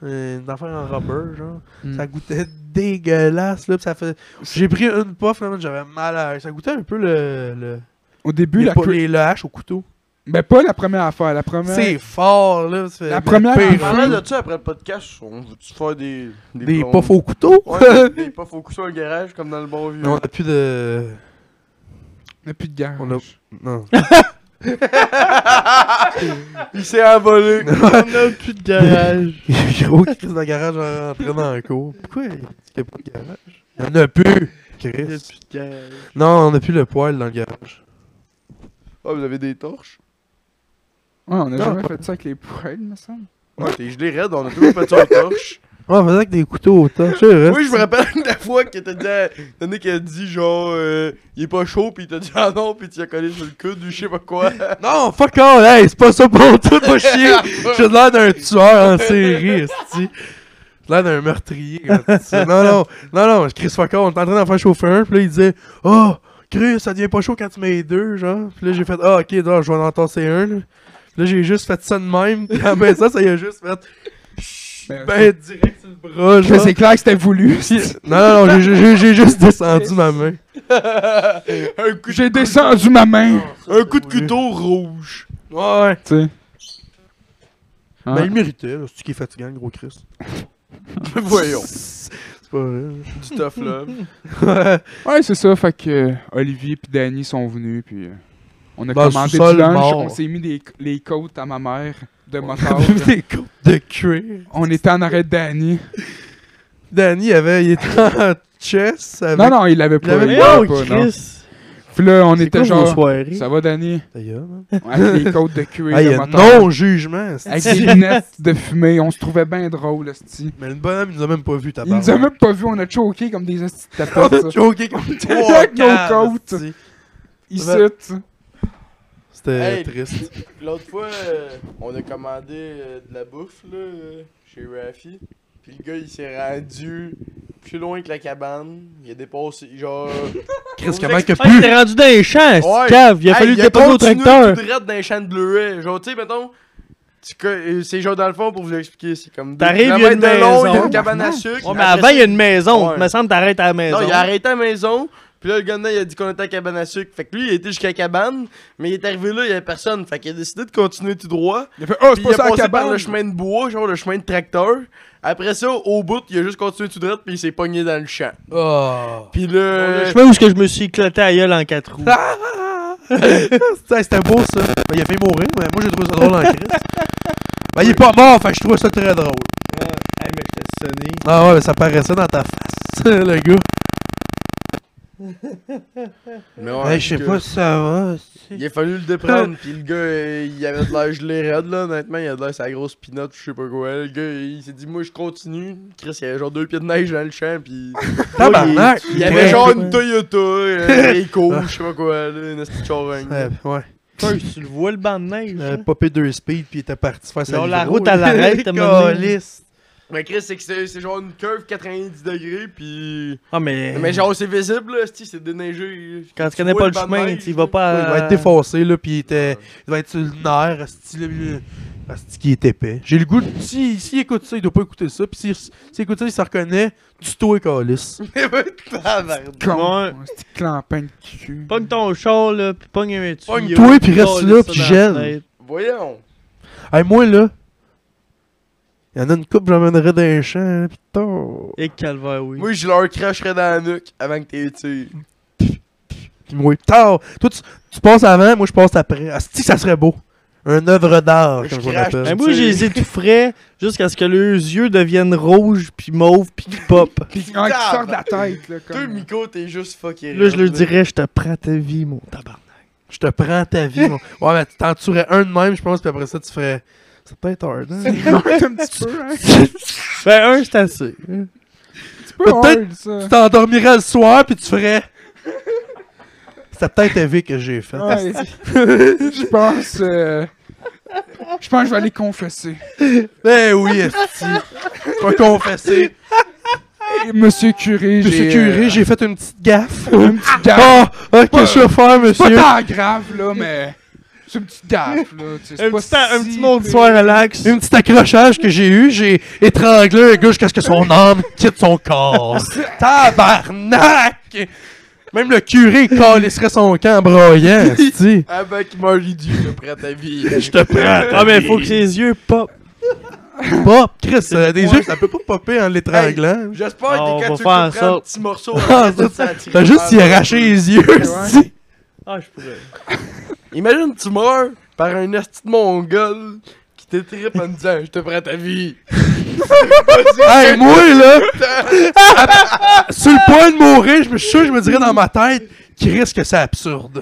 [SPEAKER 1] euh, Une affaire en rubber, genre.
[SPEAKER 3] Mm.
[SPEAKER 1] Ça goûtait dégueulasse, là. Puis ça fait. J'ai pris une puff, là, man, j'avais mal à. Ça goûtait un peu le. le...
[SPEAKER 3] Au début,
[SPEAKER 1] les
[SPEAKER 3] la
[SPEAKER 1] po-
[SPEAKER 3] cre-
[SPEAKER 1] les, le hache au couteau.
[SPEAKER 3] ben pas la première affaire, la première.
[SPEAKER 1] C'est fort, là. ça fait
[SPEAKER 3] La
[SPEAKER 1] le
[SPEAKER 3] première
[SPEAKER 1] pire,
[SPEAKER 3] affaire,
[SPEAKER 1] là.
[SPEAKER 4] Parlant de ça, après le podcast, on veut-tu faire des...
[SPEAKER 1] Des
[SPEAKER 4] plombs?
[SPEAKER 1] puffs au couteau.
[SPEAKER 4] Ouais, des puffs au cou sur un garage, comme dans le bon vieux.
[SPEAKER 1] Mais on a plus de.
[SPEAKER 3] On a plus de garage.
[SPEAKER 1] On a- Non.
[SPEAKER 4] Il s'est envolé.
[SPEAKER 5] On a plus de garage.
[SPEAKER 1] Gros Chris dans le garage en rentrant dans le cours. Pourquoi il y a pas de garage Il y en a plus,
[SPEAKER 5] Il y a
[SPEAKER 1] Chris.
[SPEAKER 5] plus de garage.
[SPEAKER 1] Non, on a plus le poil dans le garage.
[SPEAKER 4] Ah, vous avez des torches?
[SPEAKER 3] Ouais, on a
[SPEAKER 1] Non.
[SPEAKER 3] jamais fait ça avec les poêles, me semble.
[SPEAKER 4] Ouais, t'es gelé raide, on a toujours fait ça aux torches.
[SPEAKER 1] Ouais, Ah, on faisait avec des couteaux au temps. C'est vrai.
[SPEAKER 4] Oui, je me rappelle de la fois que t'as dit, à- t'as dit qu'elle a dit genre, euh, il est pas chaud, pis t'as dit ah non, pis tu as collé sur le coude ou je sais pas quoi.
[SPEAKER 1] Non, fuck all, hey, c'est pas ça pour tout, pas chier. J'ai l'air d'un tueur en série, esti. J'ai l'air d'un meurtrier. quand tu dis ça. Non, non, non, non, Chris fuck all, on était en train d'en faire chauffer un, pis là, il disait, oh, Chris, ça devient pas chaud quand tu mets deux, genre. Pis là, j'ai fait, ah, ok, donc, je vais en entasser un, là. Pis là, j'ai juste fait ça de même, pis en baissant, ça y a juste fait,
[SPEAKER 3] Ben,
[SPEAKER 1] ben, direct sur le bras,
[SPEAKER 3] Mais
[SPEAKER 1] genre.
[SPEAKER 3] c'est clair que c'était voulu.
[SPEAKER 1] Non, non, non, j'ai- j'ai j'ai juste descendu ma main.
[SPEAKER 4] un coup,
[SPEAKER 3] J'ai descendu ma main.
[SPEAKER 4] un coup de couteau rouge.
[SPEAKER 1] Ouais,
[SPEAKER 3] Tu sais. Ben,
[SPEAKER 1] mais
[SPEAKER 3] Ouais.
[SPEAKER 1] Ben, il méritait, là, c'est qui est fatigant, le gros Chris.
[SPEAKER 4] Voyons.
[SPEAKER 1] C'est pas vrai. là.
[SPEAKER 4] Du tough là.
[SPEAKER 1] Euh,
[SPEAKER 3] Ouais, c'est ça. Fait que euh, Olivier puis Danny sont venus, puis euh, on a
[SPEAKER 1] Dans le
[SPEAKER 3] commandé
[SPEAKER 1] sous-sol,
[SPEAKER 3] du lunch.
[SPEAKER 1] mort.
[SPEAKER 3] On s'est mis des, les côtes à ma mère de motard.
[SPEAKER 1] Des coupes de cuir.
[SPEAKER 3] on était en arrêt de Danny.
[SPEAKER 1] Danny avait, il était en chess avec...
[SPEAKER 3] Non, non, il l'avait pas.
[SPEAKER 1] avait
[SPEAKER 3] il
[SPEAKER 1] pas,
[SPEAKER 3] l'avait
[SPEAKER 2] Oh,
[SPEAKER 3] pas, non.
[SPEAKER 2] Chris!
[SPEAKER 3] Puis là, on
[SPEAKER 2] C'est
[SPEAKER 3] était
[SPEAKER 2] quoi vos
[SPEAKER 3] genre.
[SPEAKER 2] soirées?
[SPEAKER 3] Ça va, Danny?
[SPEAKER 1] Ta gueule, hein. man.
[SPEAKER 3] Avec les côtes de cuir,
[SPEAKER 1] Hey,
[SPEAKER 3] de
[SPEAKER 1] euh,
[SPEAKER 3] moteur.
[SPEAKER 1] non-jugement. c'est-
[SPEAKER 3] Avec des lunettes de fumée, on se trouvait bien drôle, esti.
[SPEAKER 1] Mais le bonhomme, il nous a même pas vu, ta
[SPEAKER 3] Il nous a même pas vu, on a choqué comme des esti de tapettes, ça.
[SPEAKER 1] choqué comme
[SPEAKER 3] était avec nos côtes. Ici, tu-
[SPEAKER 1] C'était
[SPEAKER 4] Hey.
[SPEAKER 1] triste.
[SPEAKER 4] L'autre fois, euh, on a commandé euh, de la bouffe, là, euh, chez Rafi. Puis le gars, il s'est rendu plus loin que la cabane. Il a dépassé, genre...
[SPEAKER 1] Chris, comment que
[SPEAKER 2] Ah, il
[SPEAKER 1] plus
[SPEAKER 2] était rendu dans les champs,
[SPEAKER 4] Ouais.
[SPEAKER 2] ce cave. Il a
[SPEAKER 4] Hey,
[SPEAKER 2] fallu le dépasser au
[SPEAKER 4] continué
[SPEAKER 2] tracteur.
[SPEAKER 4] tout droit dans les champs de bleuets. Genre, tu sais, mettons... tu co- euh, C'est genre dans le fond, pour vous expliquer, c'est comme... deux
[SPEAKER 5] T'arrives, il y a
[SPEAKER 4] kilomètres
[SPEAKER 5] une
[SPEAKER 4] de long, il y a
[SPEAKER 5] maison.
[SPEAKER 4] une cabane à sucre.
[SPEAKER 5] Ouais, mais
[SPEAKER 4] Après
[SPEAKER 5] avant,
[SPEAKER 4] ça-
[SPEAKER 5] il y a une maison.
[SPEAKER 4] Ouais.
[SPEAKER 5] Il me semble que t'arrêtes à la maison.
[SPEAKER 4] Non, il a arrêté à la maison. Puis là, le gars, dedans, il a dit qu'on était à la cabane à sucre. Fait que lui, il était jusqu'à la cabane. Mais il est arrivé là, il y avait personne. Fait qu'il a décidé de continuer tout droit.
[SPEAKER 3] Il a fait, oh, c'est
[SPEAKER 4] Puis
[SPEAKER 3] pas
[SPEAKER 4] il a
[SPEAKER 3] ça la
[SPEAKER 4] passé par
[SPEAKER 3] cabane!
[SPEAKER 4] le chemin de bois, genre le chemin de tracteur. Après ça, au bout, il a juste continué tout droit, puis il s'est pogné dans le champ.
[SPEAKER 1] Oh.
[SPEAKER 4] Puis là.
[SPEAKER 2] Je sais pas où est-ce que je me suis éclaté à gueule en quatre roues.
[SPEAKER 5] Ah!
[SPEAKER 1] Putain, C'était beau ça. Ben, il a fait mourir, mais moi j'ai trouvé ça drôle en Chris. Ben, il est pas mort, fait que je trouve ça très drôle.
[SPEAKER 5] Hey, mais j'étais sonné.
[SPEAKER 1] Ah ouais, mais ça paraissait dans ta face, le gars.
[SPEAKER 4] Mais
[SPEAKER 1] Hey, je sais
[SPEAKER 4] que-
[SPEAKER 1] pas si ça va. c'est-
[SPEAKER 4] Il a fallu le déprendre, puis le gars, euh, il avait de l'air gelé raide, là, honnêtement, il a de l'air sa grosse pinotte, je sais pas quoi. Le gars, il s'est dit, moi, je continue. Chris, il y avait genre deux pieds de neige dans le champ, puis
[SPEAKER 1] Tabarnak!
[SPEAKER 4] il y avait
[SPEAKER 1] Ouais.
[SPEAKER 4] genre une Toyota, euh, Echo, je sais pas quoi, là, une petite charogne.
[SPEAKER 1] Ouais, ouais.
[SPEAKER 5] Putain, tu le vois le banc de neige.
[SPEAKER 1] Il
[SPEAKER 5] hein?
[SPEAKER 2] Euh,
[SPEAKER 1] avait popé deux speed puis il était parti faire sa
[SPEAKER 5] Genre, la
[SPEAKER 1] livraison,
[SPEAKER 5] route
[SPEAKER 1] là.
[SPEAKER 5] à l'arrêt, t'as mené.
[SPEAKER 1] Caliste.
[SPEAKER 4] Mais Chris, c'est que c'est c'est genre une curve 90 degrés, puis...
[SPEAKER 5] Ah, mais.
[SPEAKER 4] Mais genre, c'est visible, là, c'ti, c'est déneigé.
[SPEAKER 2] Quand tu connais
[SPEAKER 4] Ouais,
[SPEAKER 2] pas le
[SPEAKER 4] le
[SPEAKER 2] chemin,
[SPEAKER 4] bandage,
[SPEAKER 2] tu y vas
[SPEAKER 1] Ouais,
[SPEAKER 2] pas
[SPEAKER 1] Il
[SPEAKER 2] à...
[SPEAKER 1] va être défoncé, là, puis il était. Il va être sur le nerf, asti, le- le- asti qui est épais. J'ai le goût de. S'il si, s'il écoute ça, il doit pas écouter ça, puis s'il s'il écoute ça, il se reconnaît. Du tout et calice.
[SPEAKER 3] Con,
[SPEAKER 5] Ouais.
[SPEAKER 3] esti de clampin de cul.
[SPEAKER 5] Pogne ton char, là, pis pogne un tuyau.
[SPEAKER 1] Pogne-toi, puis reste
[SPEAKER 5] Colle
[SPEAKER 1] là,
[SPEAKER 5] ça
[SPEAKER 1] puis
[SPEAKER 5] dans
[SPEAKER 1] gèle.
[SPEAKER 5] la fenêtre.
[SPEAKER 4] Voyons.
[SPEAKER 1] Hey, moi, là. Il y en a une coupe, j'emmènerais d'un champ, hein, putain.
[SPEAKER 2] Et calvaire, oui.
[SPEAKER 4] Moi, je leur cracherais dans la nuque avant que t'aies tiré.
[SPEAKER 1] Puis moi, putain. Toi, tu, tu passes avant, moi, je passe après. Asti, ça serait beau. Un œuvre d'art,
[SPEAKER 4] Je
[SPEAKER 1] comme je
[SPEAKER 4] crache.
[SPEAKER 1] l'appelle.
[SPEAKER 2] Ben, moi, je les étoufferais jusqu'à ce que leurs yeux deviennent rouges, puis mauves, puis qu'ils pop.
[SPEAKER 3] Qui ah, qui sort de la tête, là,
[SPEAKER 4] Toi,
[SPEAKER 3] comme.
[SPEAKER 4] Miko, t'es juste fucké.
[SPEAKER 2] Là, je leur dirais, je te prends ta vie, mon tabarnak.
[SPEAKER 1] Je te prends ta vie. mon- Ouais, mais tu t'en tuerais un de même, je pense, puis après ça, tu ferais. C'est peut-être hard, hein?
[SPEAKER 3] un petit peu, hein.
[SPEAKER 2] Ben, un, c'est assez.
[SPEAKER 3] Un petit peu
[SPEAKER 1] Peut-être-
[SPEAKER 3] hard, ça.
[SPEAKER 1] Tu t'endormirais le soir, puis tu ferais. C'était peut-être un vie que j'ai fait.
[SPEAKER 3] Ouais. Je pense. euh, Je pense que je vais aller confesser.
[SPEAKER 1] Ben oui, esti. Je vais confesser.
[SPEAKER 3] Et Monsieur Curé, j'ai.
[SPEAKER 1] Monsieur curé, j'ai fait une petite gaffe.
[SPEAKER 3] euh, une petite gaffe.
[SPEAKER 1] Ah! ah,
[SPEAKER 3] pas-
[SPEAKER 1] Qu'est-ce que je vais faire,
[SPEAKER 3] C'est
[SPEAKER 1] monsieur?
[SPEAKER 3] pas tant grave, là, mais. C'est une petite gaffe, là. tu sais, c'est
[SPEAKER 2] Un
[SPEAKER 3] pas
[SPEAKER 2] petit, un
[SPEAKER 3] si
[SPEAKER 2] petit monde
[SPEAKER 3] pire.
[SPEAKER 2] soir relax.
[SPEAKER 1] Un petit accrochage que j'ai eu, j'ai étranglé un gars jusqu'à ce que son âme quitte son corps. Tabarnak! Même le curé calisserait son camp en broyant, esti.
[SPEAKER 4] Avant qu'il meure l'idiot, je te prends ta vie.
[SPEAKER 1] Je te prends.
[SPEAKER 2] Ah, mais faut que ses yeux pop.
[SPEAKER 1] Pop, Chris, euh, des yeux, ça peut pas popper en l'étranglant.
[SPEAKER 4] J'espère
[SPEAKER 2] On
[SPEAKER 4] que
[SPEAKER 2] va
[SPEAKER 4] t'es quand tu
[SPEAKER 2] faire
[SPEAKER 4] prends
[SPEAKER 2] ça.
[SPEAKER 4] un petit morceau,
[SPEAKER 1] Ah,
[SPEAKER 4] tu te sens
[SPEAKER 1] T'as juste y
[SPEAKER 4] tiré.
[SPEAKER 1] arracher les yeux, esti.
[SPEAKER 2] Ah, je pourrais.
[SPEAKER 4] Imagine, tu meurs par un esti de mongol qui t'étripe en disant Je te prends ta vie.
[SPEAKER 1] Hey, moi, là, ap- sur le point de mourir, je me suis sûr, je me dirais dans ma tête, Chris, que c'est absurde.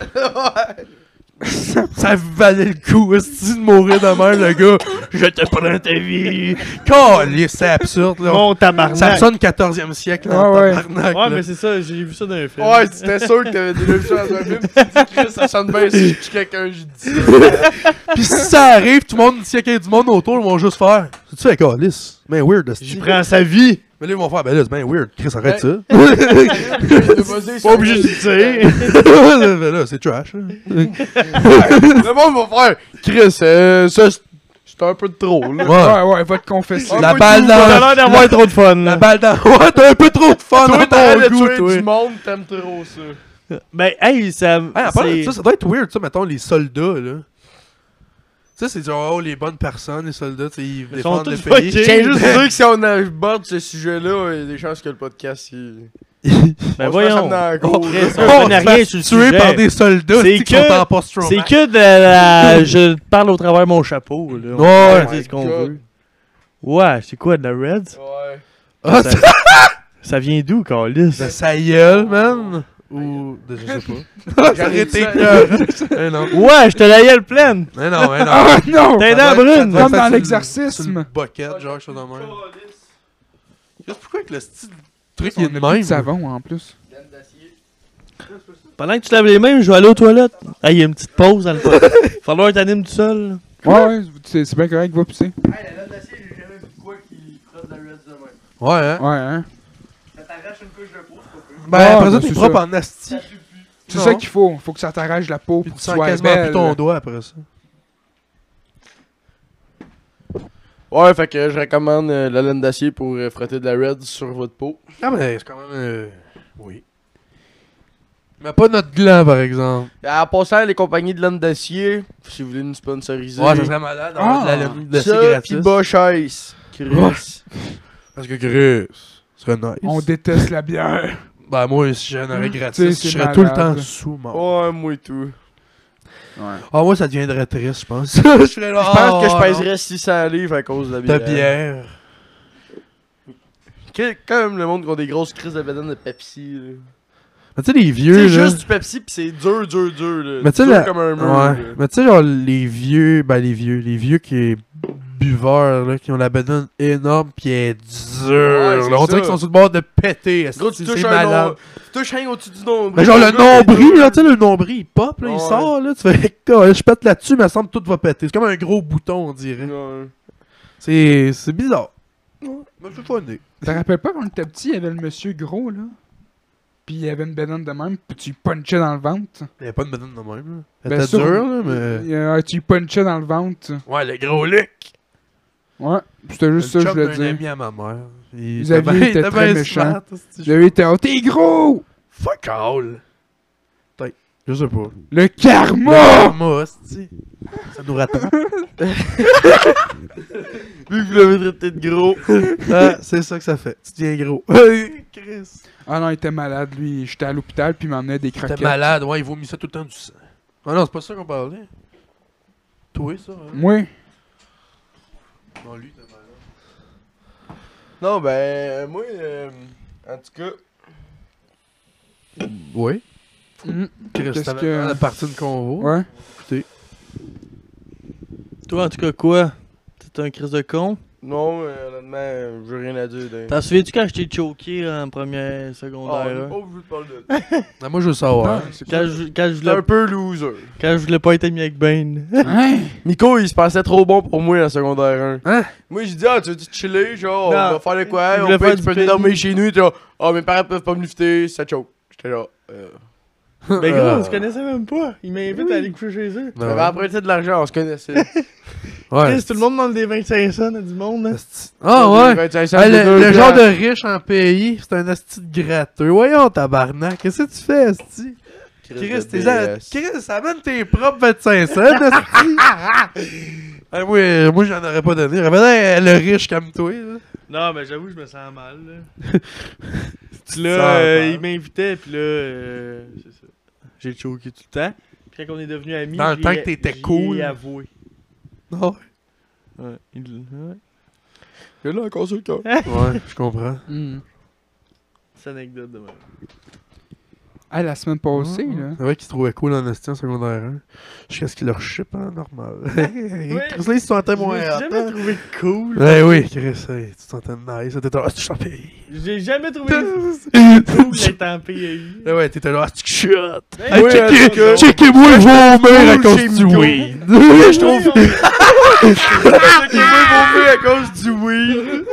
[SPEAKER 1] Ça, ça valait le coup, esti, de mourir de même, le gars. Je te prends ta vie. Calisse, c'est absurde, là.
[SPEAKER 5] Mon tabarnak.
[SPEAKER 1] Ça me sonne 14e siècle, là, en
[SPEAKER 3] Ah ouais.
[SPEAKER 1] tabarnak,
[SPEAKER 2] Ouais,
[SPEAKER 1] là.
[SPEAKER 2] mais c'est ça, j'ai vu ça dans un film.
[SPEAKER 4] Ouais, c'était sûr que t'avais déjà vu ça dans un film. Tu te dis, Chris, ça sonne bien si je tue quelqu'un, j'ai dit ça.
[SPEAKER 1] Pis si ça arrive, tout le monde, s'il y a quelqu'un du monde autour, ils vont juste faire. C'est-tu fait, Calisse? Ben weird,
[SPEAKER 5] J'y
[SPEAKER 1] esti.
[SPEAKER 5] prends sa vie.
[SPEAKER 1] Mais là, ils vont faire, ben là, c'est ben weird. Chris, arrête ça.
[SPEAKER 4] Pas
[SPEAKER 5] obligé de dire.
[SPEAKER 1] ben là, c'est trash, là.
[SPEAKER 4] Le monde va faire Chris, euh, ça c'est- c'est un peu de trop, là.
[SPEAKER 1] Ouais.
[SPEAKER 3] Ouais, ouais, va te confesser.
[SPEAKER 4] Ah,
[SPEAKER 1] La
[SPEAKER 4] peu
[SPEAKER 1] balle
[SPEAKER 4] de
[SPEAKER 1] dans la,
[SPEAKER 2] T'as l'air d'avoir trop de fun. là.
[SPEAKER 1] balle dans. Ouais, t'as un peu trop de fun
[SPEAKER 4] Toi,
[SPEAKER 1] à
[SPEAKER 4] t'arrêtes
[SPEAKER 1] ton
[SPEAKER 4] de
[SPEAKER 1] goût,
[SPEAKER 4] tuer
[SPEAKER 1] toi.
[SPEAKER 4] du monde, t'aimes trop ça.
[SPEAKER 2] Ben, hey, ça.
[SPEAKER 1] Hey, à part de
[SPEAKER 2] c'est-
[SPEAKER 1] ça, ça doit être weird, ça, mettons, les soldats, là. Ça, c'est genre, oh, les bonnes personnes, les soldats, tu sais, ils défendent le
[SPEAKER 2] tous
[SPEAKER 1] pays.
[SPEAKER 2] fuckés.
[SPEAKER 4] Je tiens juste à dire que si on aborde ce sujet-là, il y a des chances que le podcast. Il...
[SPEAKER 2] Ben,
[SPEAKER 4] on se fasse
[SPEAKER 2] voyons.
[SPEAKER 4] amener en
[SPEAKER 2] Oh,
[SPEAKER 4] cours.
[SPEAKER 2] Chris, on
[SPEAKER 1] Oh,
[SPEAKER 2] connaît
[SPEAKER 1] se
[SPEAKER 2] rien
[SPEAKER 1] faire
[SPEAKER 2] sur le
[SPEAKER 1] Tués
[SPEAKER 2] sujet.
[SPEAKER 1] par des soldats,
[SPEAKER 2] C'est
[SPEAKER 1] c'est qui sont
[SPEAKER 2] que-
[SPEAKER 1] en
[SPEAKER 2] C'est
[SPEAKER 1] post-trauma.
[SPEAKER 2] que de la. je parle au travers de mon chapeau, là. On
[SPEAKER 1] Ouais.
[SPEAKER 2] peut dire ce qu'on
[SPEAKER 4] God.
[SPEAKER 2] veut. Ouais, c'est quoi, de la Reds?
[SPEAKER 4] Ouais.
[SPEAKER 1] Ah, Ben,
[SPEAKER 2] Ça, ça vient d'où, Carlis?
[SPEAKER 1] ça- Ça gueule, man. Ou. de- Je sais pas. J'ai arrêté.
[SPEAKER 4] J'arrêtais.
[SPEAKER 1] Eh non.
[SPEAKER 2] Ouais, je te la gueule pleine.
[SPEAKER 1] Eh non, eh non.
[SPEAKER 3] Ah non!
[SPEAKER 2] T'es
[SPEAKER 1] Ça doit
[SPEAKER 2] dans
[SPEAKER 1] être- ça
[SPEAKER 2] brune.
[SPEAKER 1] doit être
[SPEAKER 3] Comme dans
[SPEAKER 1] sur le-
[SPEAKER 3] l'exorcisme.
[SPEAKER 1] sur le bucket, genre, chose de même. Juste pourquoi que le style truc il est
[SPEAKER 3] On
[SPEAKER 1] de
[SPEAKER 3] a plus de
[SPEAKER 1] même?
[SPEAKER 3] savon en plus.
[SPEAKER 2] Pendant que tu laves les mains, je vais aller aux toilettes. Ah, il y a une petite pause dans le pot. Falloir que t'animes tout seul.
[SPEAKER 3] Ouais, ouais, c'est c'est bien correct, va pisser.
[SPEAKER 4] Hey, la latte d'acier, j'ai jamais vu de quoi qui frotte de la reste de même.
[SPEAKER 1] Ouais, hein.
[SPEAKER 3] Ouais, hein.
[SPEAKER 4] Ça t'arrache une couche de peau, c'est pas plus.
[SPEAKER 1] Ben,
[SPEAKER 3] Ah,
[SPEAKER 1] après ça,
[SPEAKER 3] ben,
[SPEAKER 1] t'es
[SPEAKER 3] c'est
[SPEAKER 1] propre
[SPEAKER 3] ça.
[SPEAKER 1] en asti.
[SPEAKER 3] C'est
[SPEAKER 1] Non.
[SPEAKER 3] ça qu'il faut. Faut que ça t'arrache la peau
[SPEAKER 1] Puis
[SPEAKER 3] pour que
[SPEAKER 1] tu
[SPEAKER 3] tu
[SPEAKER 1] sens
[SPEAKER 3] sois
[SPEAKER 1] quasiment plus
[SPEAKER 3] belle.
[SPEAKER 1] ton doigt après ça.
[SPEAKER 4] Ouais, fait que je recommande euh, la laine d'acier pour euh, frotter de la red sur votre peau.
[SPEAKER 1] Ah, mais c'est quand même. euh, Oui. Mais pas notre gland, par exemple.
[SPEAKER 4] En passant, les compagnies de laine d'acier, si vous voulez nous sponsoriser.
[SPEAKER 1] Ouais, ça serait malade d'avoir
[SPEAKER 3] Ah.
[SPEAKER 1] de la laine de
[SPEAKER 4] ça,
[SPEAKER 1] gratis.
[SPEAKER 4] pis Bosch Ice. Chris.
[SPEAKER 1] Parce que Chris, ce serait nice.
[SPEAKER 3] On déteste la bière.
[SPEAKER 1] Ben, moi, si j'en aurais
[SPEAKER 3] Mm.
[SPEAKER 1] gratis,
[SPEAKER 3] T'sais,
[SPEAKER 1] je
[SPEAKER 3] c'est
[SPEAKER 1] serais tout le temps
[SPEAKER 3] malade.
[SPEAKER 1] sous mort.
[SPEAKER 4] Ouais, moi et tout.
[SPEAKER 3] Ouais.
[SPEAKER 1] Ah, moi, ça deviendrait triste, je pense. je serais là.
[SPEAKER 4] Je oh, pense
[SPEAKER 1] ah,
[SPEAKER 4] que je
[SPEAKER 1] ah, non.
[SPEAKER 4] pèserais 600 livres à cause de la
[SPEAKER 1] De
[SPEAKER 4] bière.
[SPEAKER 1] bière.
[SPEAKER 4] Que- quand même le monde qui ont des grosses crises de bédaine de Pepsi. là.
[SPEAKER 1] Mais tu sais, les
[SPEAKER 4] C'est
[SPEAKER 1] vieux. là...
[SPEAKER 4] juste du Pepsi pis c'est dur, dur, dur. Là.
[SPEAKER 1] Mais tu sais,
[SPEAKER 4] Dur
[SPEAKER 1] la-
[SPEAKER 4] comme un mur.
[SPEAKER 1] Ouais.
[SPEAKER 4] là.
[SPEAKER 1] Mais tu sais, genre, les vieux, ben les vieux, les vieux qui est buveurs, là, qui ont la banane énorme pis elle est dure.
[SPEAKER 4] Ouais,
[SPEAKER 1] là. on dirait
[SPEAKER 4] c'est ça.
[SPEAKER 1] qu'ils sont sur le bord de péter. esti,
[SPEAKER 4] Gros, tu
[SPEAKER 1] C'est
[SPEAKER 4] touches un
[SPEAKER 1] malade.
[SPEAKER 4] nom- tu touches un au-dessus du nombril.
[SPEAKER 1] Mais genre, le
[SPEAKER 4] gars, il est
[SPEAKER 1] nombril,
[SPEAKER 4] dur.
[SPEAKER 1] là, tu sais, le nombril, il pop, là,
[SPEAKER 4] Ouais.
[SPEAKER 1] il sort, là, tu fais, Quand je pète là-dessus, mais semble que tout va péter. C'est comme un gros bouton, on dirait.
[SPEAKER 4] Ouais.
[SPEAKER 1] C'est, c'est bizarre. Mais c'est pas né.
[SPEAKER 3] T'as rappelles pas quand on était petit, il y avait le monsieur gros, là? Puis il y avait une banane de même, puis tu lui punchais dans le ventre.
[SPEAKER 1] Il y a pas de banane de même, là. Elle
[SPEAKER 3] Ben,
[SPEAKER 1] était
[SPEAKER 3] sur-
[SPEAKER 1] dure, là, mais.
[SPEAKER 3] Euh, tu lui punchais dans le ventre.
[SPEAKER 1] Ouais, le gros Luc.
[SPEAKER 3] Ouais, c'était juste ça
[SPEAKER 1] Le
[SPEAKER 3] que je
[SPEAKER 1] chum
[SPEAKER 3] voulais
[SPEAKER 1] d'un
[SPEAKER 3] dire.
[SPEAKER 1] ami à ma mère. Il
[SPEAKER 3] Xavier
[SPEAKER 1] bien- il
[SPEAKER 3] était très
[SPEAKER 1] bien
[SPEAKER 3] méchant.
[SPEAKER 1] smart, esti,
[SPEAKER 3] J'avais été, oh, t'es gros!
[SPEAKER 1] Fuck all! T'sais, je sais pas.
[SPEAKER 3] Le
[SPEAKER 1] Le
[SPEAKER 3] karma!
[SPEAKER 1] karma, hostie. Ça nous rattrape.
[SPEAKER 4] Vu que vous l'avez traité de gros.
[SPEAKER 1] Ah, c'est ça que ça fait. Tu deviens gros. Chris.
[SPEAKER 3] Ah non, il était malade, lui. J'étais à l'hôpital, puis il m'emmenait des
[SPEAKER 1] T'es
[SPEAKER 3] croquettes.
[SPEAKER 1] malade, ouais, il vomit ça tout le temps du sang. Ah non, c'est pas ça qu'on parlait. Toi, ça. Hein?
[SPEAKER 3] Oui.
[SPEAKER 1] Non, lui, t'es malade.
[SPEAKER 4] Non, ben, euh, moi, euh, en tout cas.
[SPEAKER 1] Oui.
[SPEAKER 3] Mm.
[SPEAKER 1] Chris,
[SPEAKER 3] Qu'est-ce
[SPEAKER 1] t'avais
[SPEAKER 3] que-
[SPEAKER 1] la partie de convo.
[SPEAKER 3] Ouais.
[SPEAKER 2] Toi, en tout cas, quoi? T'es un crise de con.
[SPEAKER 4] Non, euh, honnêtement, euh, j'ai rien à dire. d'un-
[SPEAKER 2] T'en souviens-tu quand je t'ai choqué en première
[SPEAKER 4] Ah,
[SPEAKER 2] secondaire?
[SPEAKER 1] hein.
[SPEAKER 4] on est
[SPEAKER 2] là?
[SPEAKER 4] pas obligé de parler de ça.
[SPEAKER 1] Ah, moi, je veux savoir.
[SPEAKER 3] Non, c'est
[SPEAKER 2] Quand je, quand, je
[SPEAKER 4] T'es
[SPEAKER 2] voulais,
[SPEAKER 4] un peu loser.
[SPEAKER 2] quand je voulais pas être ami avec Ben.
[SPEAKER 3] Hein?
[SPEAKER 4] Nico, il se pensait trop bon pour moi en secondaire 1.
[SPEAKER 1] Hein?
[SPEAKER 4] Moi, j'ai dit, ah, tu veux chiller, genre,
[SPEAKER 2] Non.
[SPEAKER 4] on va faire de
[SPEAKER 2] Il
[SPEAKER 4] quoi,
[SPEAKER 2] voulait
[SPEAKER 4] on
[SPEAKER 2] faire
[SPEAKER 4] peut, tu
[SPEAKER 2] du
[SPEAKER 4] peux
[SPEAKER 2] pays.
[SPEAKER 4] venir dormir chez nous, t'es genre, ah, mes parents peuvent pas me lifter, ça choke. J'étais genre, euh.
[SPEAKER 2] Ben
[SPEAKER 1] Ah.
[SPEAKER 2] gros, on se connaissait même pas. Il m'invite à aller coucher chez eux.
[SPEAKER 1] Ben
[SPEAKER 4] J'avais
[SPEAKER 1] ouais.
[SPEAKER 4] emprunté de l'argent, on se connaissait.
[SPEAKER 1] Ouais.
[SPEAKER 2] Chris, tout le monde demande des 25 cents à du monde. hein.
[SPEAKER 1] Esti. Ah ouais. Ah, le, le genre de riche en pays, c'est un asti de gratteux. Voyons, tabarnak, qu'est-ce que tu fais, asti? Chris, tes a- Chris, amène tes propres 25 cents, asti! Ah, moi, euh, moi, j'en aurais pas donné. Revenez euh, le riche comme toi, là.
[SPEAKER 2] Non, mais j'avoue, je me sens mal. Là,
[SPEAKER 1] Tu te sens
[SPEAKER 2] là euh,
[SPEAKER 1] mal.
[SPEAKER 2] il m'invitait, puis là, euh, c'est ça. J'ai choqué tout le temps. Puis quand on est devenus amis,
[SPEAKER 1] Dans le
[SPEAKER 2] j'y
[SPEAKER 1] temps que
[SPEAKER 2] ai-
[SPEAKER 1] t'étais
[SPEAKER 2] j'y ai
[SPEAKER 1] cool.
[SPEAKER 2] avoué.
[SPEAKER 1] Non.
[SPEAKER 2] Ouais, il- ouais.
[SPEAKER 4] Il là encore sur le cœur.
[SPEAKER 1] Ouais, je comprends.
[SPEAKER 3] Mm.
[SPEAKER 2] C'est une anecdote de même.
[SPEAKER 3] Ah, la semaine passée, là.
[SPEAKER 1] C'est vrai qu'ils se trouvaient cool en asti en secondaire 1. Jusqu'à ce qu'ils leur chipent en normal. Chris, là, ils se sentaient
[SPEAKER 2] Je
[SPEAKER 1] moins
[SPEAKER 2] l'ai
[SPEAKER 1] hot,
[SPEAKER 2] jamais
[SPEAKER 1] hein.
[SPEAKER 2] trouvé cool.
[SPEAKER 1] Eh oui, Chris, hey, tu te sentais nice. T'étais là, ah, c'est champé.
[SPEAKER 2] J'ai jamais trouvé cool
[SPEAKER 1] Eh
[SPEAKER 2] d'être en E PAI.
[SPEAKER 1] ouais, t'étais là, ah, c'est shot.
[SPEAKER 2] Hey,
[SPEAKER 1] Hey,
[SPEAKER 4] Oui,
[SPEAKER 1] checkez-
[SPEAKER 2] euh,
[SPEAKER 4] attends,
[SPEAKER 1] Checkez-moi vomir à
[SPEAKER 4] cool
[SPEAKER 1] cause
[SPEAKER 4] chez
[SPEAKER 1] du
[SPEAKER 4] Miko.
[SPEAKER 1] weed.
[SPEAKER 2] oui,
[SPEAKER 1] Je
[SPEAKER 2] on-
[SPEAKER 1] trouve
[SPEAKER 4] Qui veut vomir à cause du oui.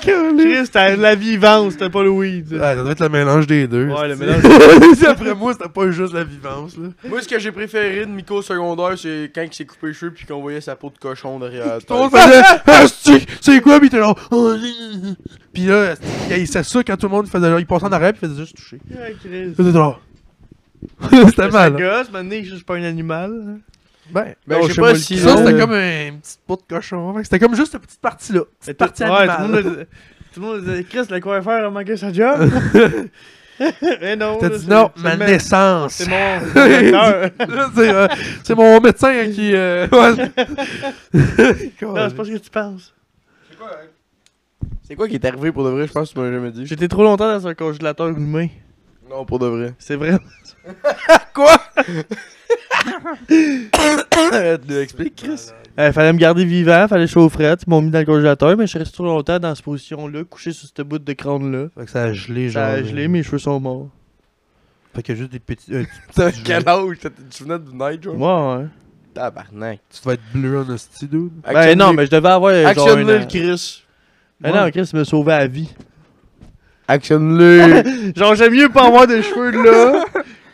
[SPEAKER 2] Chris, t'as la vivance, c'était pas le weed.
[SPEAKER 1] Ah, ça doit être le mélange des deux.
[SPEAKER 2] Ouais, le
[SPEAKER 1] c'est-
[SPEAKER 2] mélange.
[SPEAKER 1] D'après moi, c'était pas juste la vivance, là.
[SPEAKER 4] Moi, ce que j'ai préféré de Miko secondaire, c'est quand il s'est coupé les cheveux puis qu'on voyait sa peau de cochon derrière la
[SPEAKER 1] Tout le monde
[SPEAKER 4] tête.
[SPEAKER 1] faisait Ah, c'est- c'est quoi, pis t'es là. Oh, euh, Pis là, c'est- il c'est ça quand tout le monde faisait. Il passait en arrière, pis il faisait juste toucher.
[SPEAKER 2] Ah, Chris.
[SPEAKER 1] C'était là. C'était
[SPEAKER 2] C'est
[SPEAKER 1] mal. hein.
[SPEAKER 2] gosse, maintenant, je suis pas un animal.
[SPEAKER 1] Ben.
[SPEAKER 4] Ben,
[SPEAKER 2] Non,
[SPEAKER 4] je sais
[SPEAKER 2] chez
[SPEAKER 4] pas
[SPEAKER 2] moi,
[SPEAKER 4] si.
[SPEAKER 2] le
[SPEAKER 1] Ça,
[SPEAKER 2] Non,
[SPEAKER 1] c'était
[SPEAKER 2] euh,
[SPEAKER 1] comme un- une petite peau de cochon. Fait que C'était comme juste cette petite partie-là. Petite
[SPEAKER 2] tout,
[SPEAKER 1] partie animale.
[SPEAKER 2] tout le monde, tout le monde disait, Chris, le coiffeur a manqué sa job. Mais non.
[SPEAKER 1] T'as
[SPEAKER 2] là,
[SPEAKER 1] dit
[SPEAKER 2] c'est-
[SPEAKER 1] non,
[SPEAKER 2] c'est
[SPEAKER 1] ma
[SPEAKER 2] le mec-
[SPEAKER 1] naissance.
[SPEAKER 2] C'est mon directeur.
[SPEAKER 1] Là, c'est, euh, c'est mon médecin hein, qui. euh, ouais.
[SPEAKER 2] Non, c'est pas ce que tu penses.
[SPEAKER 4] C'est quoi qui est arrivé pour de vrai, je pense que tu m'as jamais dit.
[SPEAKER 2] J'étais trop longtemps dans un congélateur humain.
[SPEAKER 4] Non, pour de vrai.
[SPEAKER 2] C'est vrai.
[SPEAKER 4] tu explique, Chris.
[SPEAKER 2] Euh, fallait me garder vivant, fallait chauffer. Ils m'ont mis dans le congélateur, mais je suis resté trop longtemps dans cette position-là, couché sur cette bout de crâne-là.
[SPEAKER 1] Fait que ça a gelé, genre. euh,
[SPEAKER 2] Ça a gelé, mes cheveux sont morts.
[SPEAKER 1] Fait que juste des petits. euh, tu-
[SPEAKER 4] T'as
[SPEAKER 1] Je-
[SPEAKER 4] quel âge? T'as- Tu venais de night, genre?
[SPEAKER 2] Moi, ouais.
[SPEAKER 4] Tabarnak.
[SPEAKER 1] tu devais être bleu en hostie, dude.
[SPEAKER 2] Ben non, mais je devais avoir. euh, Genre,
[SPEAKER 4] Actionne-le,
[SPEAKER 2] un
[SPEAKER 4] le
[SPEAKER 2] an.
[SPEAKER 4] Chris.
[SPEAKER 2] Ben non, Chris me sauvait à vie.
[SPEAKER 4] Actionne-le.
[SPEAKER 2] Genre, j'aime mieux pas avoir de cheveux là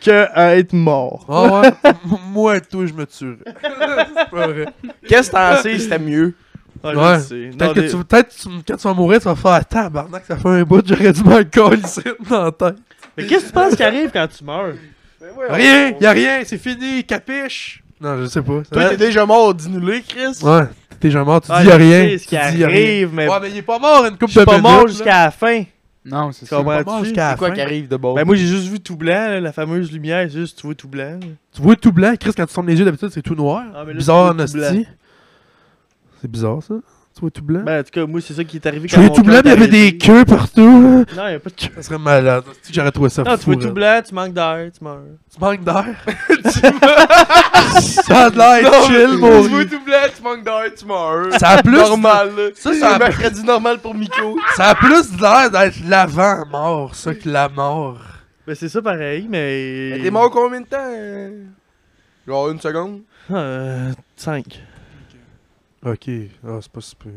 [SPEAKER 2] que à être mort.
[SPEAKER 1] Ah ouais? M- Moi, toi, je me tuerais. C'est pas vrai.
[SPEAKER 4] Qu'est-ce que t'en sais? C'était mieux.
[SPEAKER 2] Ah,
[SPEAKER 1] Ouais.
[SPEAKER 2] je le sais. Non,
[SPEAKER 1] Peut-être que
[SPEAKER 2] des-
[SPEAKER 1] tu, peut-être que tu- quand tu vas mourir, tu vas faire Ah, tabarnak, ça fait un bout, j'aurais dû m'en colisser dans la tête.
[SPEAKER 5] Mais qu'est-ce que tu penses qui arrive quand tu meurs?
[SPEAKER 1] Rien, y'a rien, c'est fini, capiche. Non, je sais pas. ça
[SPEAKER 4] Toi,
[SPEAKER 1] va-
[SPEAKER 4] t'es déjà mort, dis-nous-le, Chris.
[SPEAKER 1] Ouais, t'es déjà mort, tu
[SPEAKER 5] Ah,
[SPEAKER 1] dis y'a
[SPEAKER 5] je
[SPEAKER 1] rien.
[SPEAKER 5] sais ce qui
[SPEAKER 1] tu dis y'a rien.
[SPEAKER 5] arrive, mais
[SPEAKER 1] Ouais, mais il est pas mort une coupe
[SPEAKER 5] je
[SPEAKER 1] de
[SPEAKER 5] suis pas mort
[SPEAKER 1] minutes, là.
[SPEAKER 5] jusqu'à la fin.
[SPEAKER 3] Non, c'est
[SPEAKER 2] Tu
[SPEAKER 3] ça.
[SPEAKER 2] comprends?
[SPEAKER 1] Pas mort
[SPEAKER 2] là-dessus.
[SPEAKER 1] jusqu'à la
[SPEAKER 4] C'est quoi
[SPEAKER 1] fin.
[SPEAKER 4] qui arrive de bon?
[SPEAKER 2] Ben moi j'ai juste vu tout blanc, là, la fameuse lumière, c'est juste tu vois tout blanc. là.
[SPEAKER 1] Tu vois tout blanc, Chris, quand tu fermes les yeux d'habitude, c'est tout noir.
[SPEAKER 2] Ah, mais là,
[SPEAKER 1] bizarre
[SPEAKER 2] tu
[SPEAKER 1] en
[SPEAKER 2] vois tout blanc.
[SPEAKER 1] hostie. C'est bizarre ça. Tu vois tout blanc.
[SPEAKER 2] Ben en tout cas moi c'est ça qui est arrivé
[SPEAKER 1] Je voyais
[SPEAKER 2] mon
[SPEAKER 1] tout blanc,
[SPEAKER 2] cœur
[SPEAKER 1] pis il y avait
[SPEAKER 2] t'arrêtait.
[SPEAKER 1] des queues partout.
[SPEAKER 2] Non, y a pas de queue.
[SPEAKER 1] Ça serait malade. hostie, que J'aurais trouvé ça
[SPEAKER 2] Non, tu
[SPEAKER 1] fou.
[SPEAKER 2] vois tout
[SPEAKER 1] raide.
[SPEAKER 2] blanc, tu manques d'air, tu meurs.
[SPEAKER 1] Tu manques d'air. ça a de l'air
[SPEAKER 4] Non,
[SPEAKER 1] chill,
[SPEAKER 4] mais-
[SPEAKER 1] mon
[SPEAKER 4] Tu vois tout blanc, tu manques d'air, tu meurs.
[SPEAKER 1] Ça a plus.
[SPEAKER 4] normal, là.
[SPEAKER 1] Ça,
[SPEAKER 4] C'est
[SPEAKER 1] ça
[SPEAKER 4] un
[SPEAKER 1] a,
[SPEAKER 4] mercredi normal pour Miko.
[SPEAKER 1] ça a plus l'air d'être l'avant mort, ça, que la mort.
[SPEAKER 5] Ben c'est ça pareil, mais.
[SPEAKER 4] T'es mort combien de temps? euh? Genre une seconde?
[SPEAKER 2] Euh. 5.
[SPEAKER 1] Ok, ah, c'est pas super.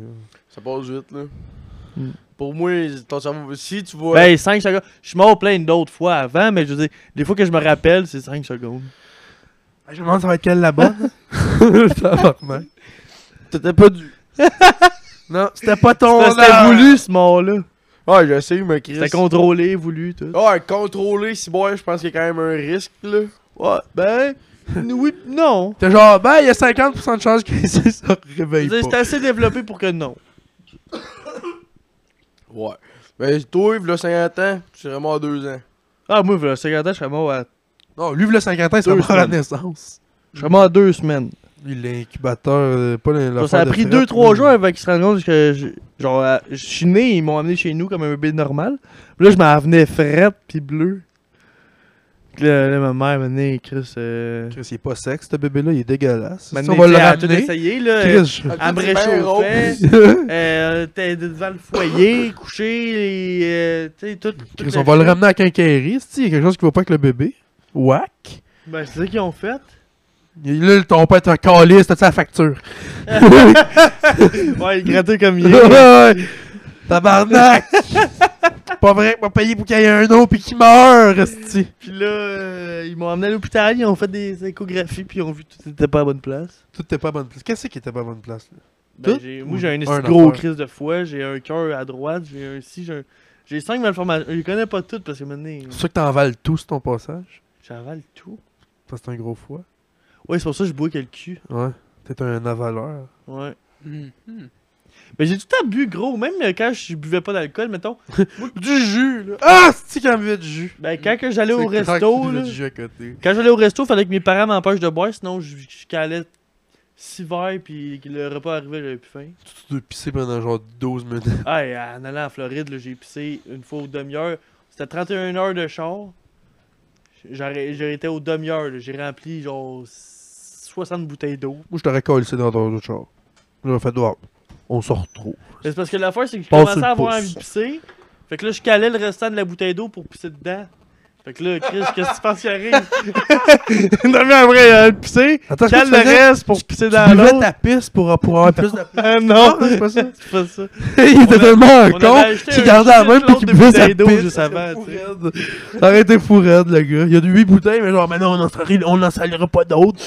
[SPEAKER 4] Ça passe vite, là.
[SPEAKER 2] Mm.
[SPEAKER 4] Pour moi, ton cerveau, si tu vois...
[SPEAKER 2] Ben 5 secondes. Je suis mort plein d'autres fois avant, mais je veux dire, des fois que je me rappelle, c'est 5 secondes.
[SPEAKER 1] Je me demande ça va être quelle la bonne. Tabarnak.
[SPEAKER 4] t'étais pas du...
[SPEAKER 1] non, c'était pas ton.
[SPEAKER 2] Parce que C'était
[SPEAKER 1] heure.
[SPEAKER 2] voulu ce mort-là.
[SPEAKER 4] Ouais, je sais, mais Chris...
[SPEAKER 2] C'était contrôlé, voulu, tout.
[SPEAKER 4] Ouais, contrôler, si bon, je pense qu'il y a quand même un risque, là.
[SPEAKER 2] Ouais, ben. oui, non.
[SPEAKER 1] T'es genre, ben, il y a 50% de chances que ça
[SPEAKER 2] Je
[SPEAKER 1] réveille
[SPEAKER 2] veux dire, C'était
[SPEAKER 1] pas.
[SPEAKER 2] assez développé pour que non.
[SPEAKER 4] Ouais. Ben, toi, il 50 ans, tu serais mort à 2 ans.
[SPEAKER 2] Ah moi, le 50 ans, je serais mort à.
[SPEAKER 1] Non, lui, le 50 ans, il serait
[SPEAKER 2] Deux
[SPEAKER 1] mort à la
[SPEAKER 2] semaines.
[SPEAKER 1] naissance.
[SPEAKER 2] Je serais mort à deux semaines.
[SPEAKER 1] Lui, l'incubateur, euh, pas la-
[SPEAKER 2] Ça,
[SPEAKER 1] l'affaire
[SPEAKER 2] ça a
[SPEAKER 1] de
[SPEAKER 2] pris
[SPEAKER 1] frappe,
[SPEAKER 2] 2-3
[SPEAKER 1] là. hmm.
[SPEAKER 2] jours avant qu'ils se rendent compte que je, genre, euh, je suis né, ils m'ont amené chez nous comme un bébé normal. Puis là, je m'en venais frette puis bleu. Puis Là, là, ma mère m'a donné, Chris. Euh,
[SPEAKER 1] Chris, il est pas sec, ce bébé-là, il est dégueulasse. Si
[SPEAKER 2] m'a
[SPEAKER 1] on
[SPEAKER 2] donné,
[SPEAKER 1] va le
[SPEAKER 2] tu sais, à ah, tout
[SPEAKER 1] ramener.
[SPEAKER 2] essayer, là. euh,
[SPEAKER 1] Chris,
[SPEAKER 2] Elle me
[SPEAKER 4] Ah, C'est bien
[SPEAKER 2] réchauffait.
[SPEAKER 1] je-
[SPEAKER 2] euh, T'es devant le foyer, couché, et, euh, tu sais, tout. tout
[SPEAKER 1] Chris, on va le ramener à quincaillerie, si, il y a quelque chose qui va pas avec le bébé. Whack.
[SPEAKER 5] Ben c'est ça qu'ils ont fait.
[SPEAKER 1] Il- Là, ton père est un calice, t'as-tu la facture?
[SPEAKER 5] Ouais, ils grattaient comme il est.
[SPEAKER 1] Ouais. Tabarnak! pas vrai, pas payé pour qu'il y ait un autre pis qu'il meure, esti.
[SPEAKER 5] Puis là, euh,
[SPEAKER 2] Ils m'ont amené à l'hôpital, ils ont fait des échographies, puis ils ont vu que tout était pas à bonne place.
[SPEAKER 1] Tout était pas à bonne place. Qu'est-ce qui était pas à bonne place? là?
[SPEAKER 2] Ben,
[SPEAKER 1] Tout?
[SPEAKER 2] j'ai- moi, j'ai un, esti
[SPEAKER 1] Un
[SPEAKER 2] gros
[SPEAKER 1] affaire.
[SPEAKER 2] crise de foie, j'ai un cœur à droite, j'ai un si, j'ai un. J'ai 5 malformations. Je les connais pas toutes parce que maintenant, euh,
[SPEAKER 1] C'est sûr que t'envales tout sur ton passage.
[SPEAKER 2] j'avale tout.
[SPEAKER 1] Parce que c'est un gros foie.
[SPEAKER 2] Ouais, c'est pour ça que je bois que le cul.
[SPEAKER 1] Ouais. T'es un avaleur.
[SPEAKER 2] Ouais.
[SPEAKER 3] Hmm. Hmm.
[SPEAKER 2] Mais j'ai tout le temps bu gros, même euh, quand je buvais pas d'alcool, mettons.
[SPEAKER 1] Du jus, là. Ah, c'est qu'il y avait du jus.
[SPEAKER 2] Ben, quand que j'allais au
[SPEAKER 1] C'est clair
[SPEAKER 2] resto,
[SPEAKER 1] qu'il y a
[SPEAKER 2] là.
[SPEAKER 1] du jus à côté.
[SPEAKER 2] Quand j'allais au resto, fallait que mes parents m'empêchent de boire, sinon je, je calais 6 verres, puis que le repas arrivait, j'avais plus faim.
[SPEAKER 1] Tu dois pisser pendant genre 12 minutes.
[SPEAKER 2] Ah, et en allant en Floride, là, j'ai pissé une fois au demi-heure. C'était 31 heures de char. J'aurais j'aurais été au demi-heure, là. j'ai rempli genre 60 bouteilles d'eau.
[SPEAKER 1] Moi, je t'aurais collé dans ton autre char. J'aurais fait dehors. On se retrouve.
[SPEAKER 2] Mais C'est parce que l'affaire, c'est que je
[SPEAKER 1] Passe sur
[SPEAKER 2] commençais
[SPEAKER 1] le
[SPEAKER 2] à avoir
[SPEAKER 1] pouce.
[SPEAKER 2] envie de pisser. Fait que là, je calais le restant de la bouteille d'eau pour pisser dedans. Fait que là, Chris, qu'est-ce que tu penses qu'il arrive? Une demi-heure après, il allait euh, pisser.
[SPEAKER 1] Attends,
[SPEAKER 2] Cale le reste pour pisser dans
[SPEAKER 1] Tu buvais
[SPEAKER 2] l'autre.
[SPEAKER 1] ta pisse pour, pour avoir plus de.
[SPEAKER 2] Ah non,
[SPEAKER 1] c'est pas ça.
[SPEAKER 2] c'est pas ça.
[SPEAKER 1] Il
[SPEAKER 2] On
[SPEAKER 1] était
[SPEAKER 2] a-
[SPEAKER 1] tellement un
[SPEAKER 2] on
[SPEAKER 1] con
[SPEAKER 2] avait acheté
[SPEAKER 1] qu'il
[SPEAKER 2] un
[SPEAKER 1] gardait la même
[SPEAKER 2] shitload
[SPEAKER 1] puis qu'il
[SPEAKER 2] de
[SPEAKER 1] buvait sa
[SPEAKER 2] bouteilles d'eau
[SPEAKER 1] pisse.
[SPEAKER 2] juste avant,
[SPEAKER 1] Fou raide. Ça aurait été fou raide, le gars. Il y a 8 bouteilles, mais genre, maintenant, on n'en salira- on n'en salira pas d'autres.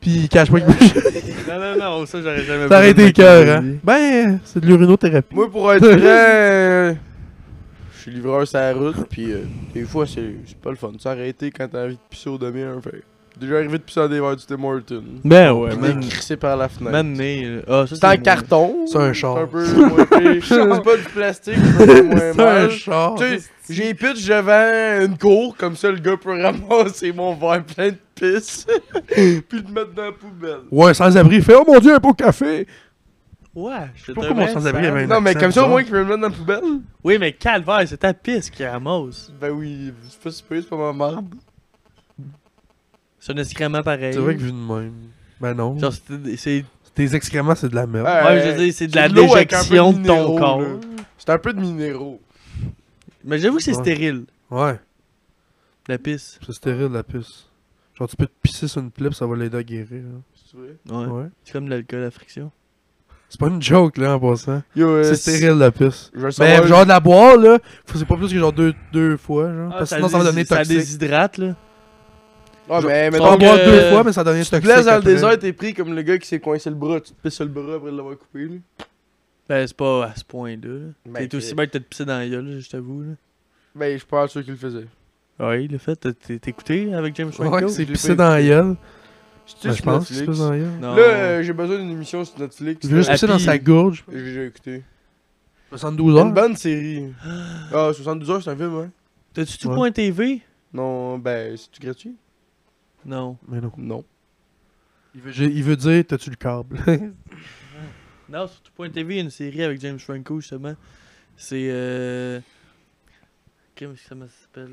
[SPEAKER 1] Puis il cache pas que
[SPEAKER 2] Non, non, non, ça, j'aurais jamais
[SPEAKER 1] Ça aurait été
[SPEAKER 2] voulu le
[SPEAKER 1] cœur, hein.
[SPEAKER 2] mettre dans ma
[SPEAKER 1] Ben, c'est de l'urinothérapie.
[SPEAKER 4] Moi, pour être vrai, euh, je suis livreur sur la route, puis euh, des fois, c'est c'est pas le fun. S'arrêter quand t'as envie de pisser au demi un fait. Déjà arrivé de pisser à des verres du Tim Hortons.
[SPEAKER 2] vie. Ben ouais,
[SPEAKER 4] Puis
[SPEAKER 2] man.
[SPEAKER 4] t'es crissé par la fenêtre.
[SPEAKER 2] Mané, là. Ah, ça,
[SPEAKER 4] C'est en
[SPEAKER 2] moi.
[SPEAKER 4] carton.
[SPEAKER 1] C'est un char.
[SPEAKER 4] C'est un peu moins pire. C'est pas du plastique, c'est un peu moins
[SPEAKER 1] C'est un
[SPEAKER 4] mal.
[SPEAKER 1] char.
[SPEAKER 4] Tu sais, j'ai pitch, je vends une cour, comme ça le gars peut ramasser mon verre plein de pisse, puis le mettre dans la poubelle.
[SPEAKER 1] Ouais, sans abri, il fait Oh mon dieu, un pot de café.
[SPEAKER 2] Ouais, je te
[SPEAKER 1] Pourquoi mon
[SPEAKER 2] demande
[SPEAKER 1] sans-abri
[SPEAKER 2] ça.
[SPEAKER 1] avait un
[SPEAKER 4] Non, mais
[SPEAKER 1] accent
[SPEAKER 4] comme ça, au
[SPEAKER 1] bizarre?
[SPEAKER 4] moins, qu'il peut me mettre dans la poubelle.
[SPEAKER 2] Oui, mais calvaire, c'est ta pisse qui ramasse.
[SPEAKER 4] Ben oui, c'est pas super, c'est pas ma merde.
[SPEAKER 2] C'est un excrément pareil.
[SPEAKER 1] C'est vrai que vu de même. Ben non.
[SPEAKER 2] Genre, c'est- c'est.
[SPEAKER 1] Tes excréments, c'est de la merde.
[SPEAKER 2] Ouais, je veux dire, c'est de la
[SPEAKER 4] l'eau avec un peu
[SPEAKER 2] déjection de ton
[SPEAKER 4] minéraux,
[SPEAKER 2] corps.
[SPEAKER 4] là. C'est un peu de minéraux.
[SPEAKER 2] Mais j'avoue que c'est
[SPEAKER 1] Ouais.
[SPEAKER 2] stérile,
[SPEAKER 1] Ouais,
[SPEAKER 2] la pisse.
[SPEAKER 1] c'est stérile la puce. Genre, tu peux te pisser sur une plaie, pis ça va l'aider à guérir. là.
[SPEAKER 4] C'est vrai.
[SPEAKER 2] Ouais.
[SPEAKER 1] Ouais.
[SPEAKER 2] C'est comme de l'alcool à friction.
[SPEAKER 1] C'est pas une joke, là, en passant.
[SPEAKER 4] Yo, euh,
[SPEAKER 1] C'est stérile la puce.
[SPEAKER 4] Je veux savoir.
[SPEAKER 1] Mais genre, de la boire, là, faut- c'est pas plus que genre deux, deux fois, genre. Ah, parce que sinon, ça va donner
[SPEAKER 2] Ah, Ça
[SPEAKER 1] toxique.
[SPEAKER 2] déshydrate, là.
[SPEAKER 4] Ah, mais
[SPEAKER 1] Tu vas en
[SPEAKER 4] mettons
[SPEAKER 1] boire
[SPEAKER 4] que-
[SPEAKER 2] euh,
[SPEAKER 1] deux fois, mais ça va donner
[SPEAKER 4] Tu te
[SPEAKER 1] toxique.
[SPEAKER 4] blesses dans le
[SPEAKER 1] après.
[SPEAKER 4] désert, t'es pris comme le gars qui s'est coincé le bras. Tu te pisses sur le bras après l'avoir coupé, là.
[SPEAKER 2] Ben, c'est pas à ce point-là. là.
[SPEAKER 4] Ben,
[SPEAKER 2] T'es aussi
[SPEAKER 4] que-
[SPEAKER 2] bien que t'as te pissé dans la gueule, je t'avoue. là.
[SPEAKER 4] Ben, je parle ceux qui le faisaient.
[SPEAKER 2] Ouais, il l'a fait. T'as- t'es- T'es écouté avec James Franco?
[SPEAKER 1] Ouais, c'est
[SPEAKER 4] j'ai
[SPEAKER 1] pissé
[SPEAKER 4] pas
[SPEAKER 1] dans la gueule.
[SPEAKER 4] C'est
[SPEAKER 1] Ben, je pense que c'est pissé dans la gueule.
[SPEAKER 2] Non.
[SPEAKER 4] Là, euh, j'ai besoin d'une émission sur Netflix.
[SPEAKER 1] Tu veux juste
[SPEAKER 4] Euh,
[SPEAKER 1] pisser dans
[SPEAKER 2] Happy-
[SPEAKER 1] sa gorge.
[SPEAKER 4] J'ai déjà écouté.
[SPEAKER 1] 72
[SPEAKER 4] C'est une
[SPEAKER 1] heures.
[SPEAKER 4] bonne série. Ah, 72 heures, c'est un film, hein?
[SPEAKER 2] T'as-tu tout
[SPEAKER 1] Ouais.
[SPEAKER 2] point TV?
[SPEAKER 4] Non, ben, c'est-tu gratuit?
[SPEAKER 2] Non.
[SPEAKER 1] Mais non.
[SPEAKER 4] Non.
[SPEAKER 1] Il veut, il veut dire, t'as-tu le câble?
[SPEAKER 2] Non, sur tout point TV, il y a une série avec James Franco, justement. C'est. Euh... Qu'est-ce que ça me s'appelle?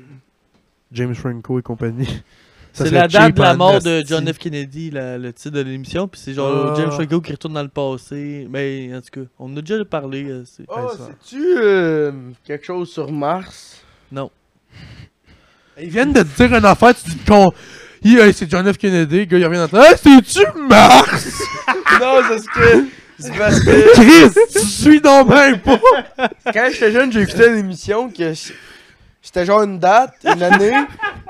[SPEAKER 1] James Franco et compagnie. Ça
[SPEAKER 2] C'est
[SPEAKER 1] serait
[SPEAKER 2] la date
[SPEAKER 1] cheap hein.
[SPEAKER 2] de la
[SPEAKER 1] en
[SPEAKER 2] mort de
[SPEAKER 1] esti.
[SPEAKER 2] John F. Kennedy, la- le titre de l'émission. Puis c'est genre
[SPEAKER 1] Ah.
[SPEAKER 2] James Franco qui retourne dans le passé. Mais en tout cas, on en a déjà parlé. euh, c'est-
[SPEAKER 1] Ben,
[SPEAKER 4] Ah,
[SPEAKER 1] ça.
[SPEAKER 4] c'est-tu euh, quelque chose sur Mars?
[SPEAKER 1] Ils viennent de te dire une affaire, tu dis qu'on. Hey, hey, c'est John F. Kennedy, le gars, il revient dans le Hey, c'est-tu Mars?
[SPEAKER 4] non, c'est ce que. C'est parce que.
[SPEAKER 1] Chris, tu suis dans même pas!
[SPEAKER 4] Quand j'étais jeune, j'ai écouté une émission que c- c'était genre une date, une année,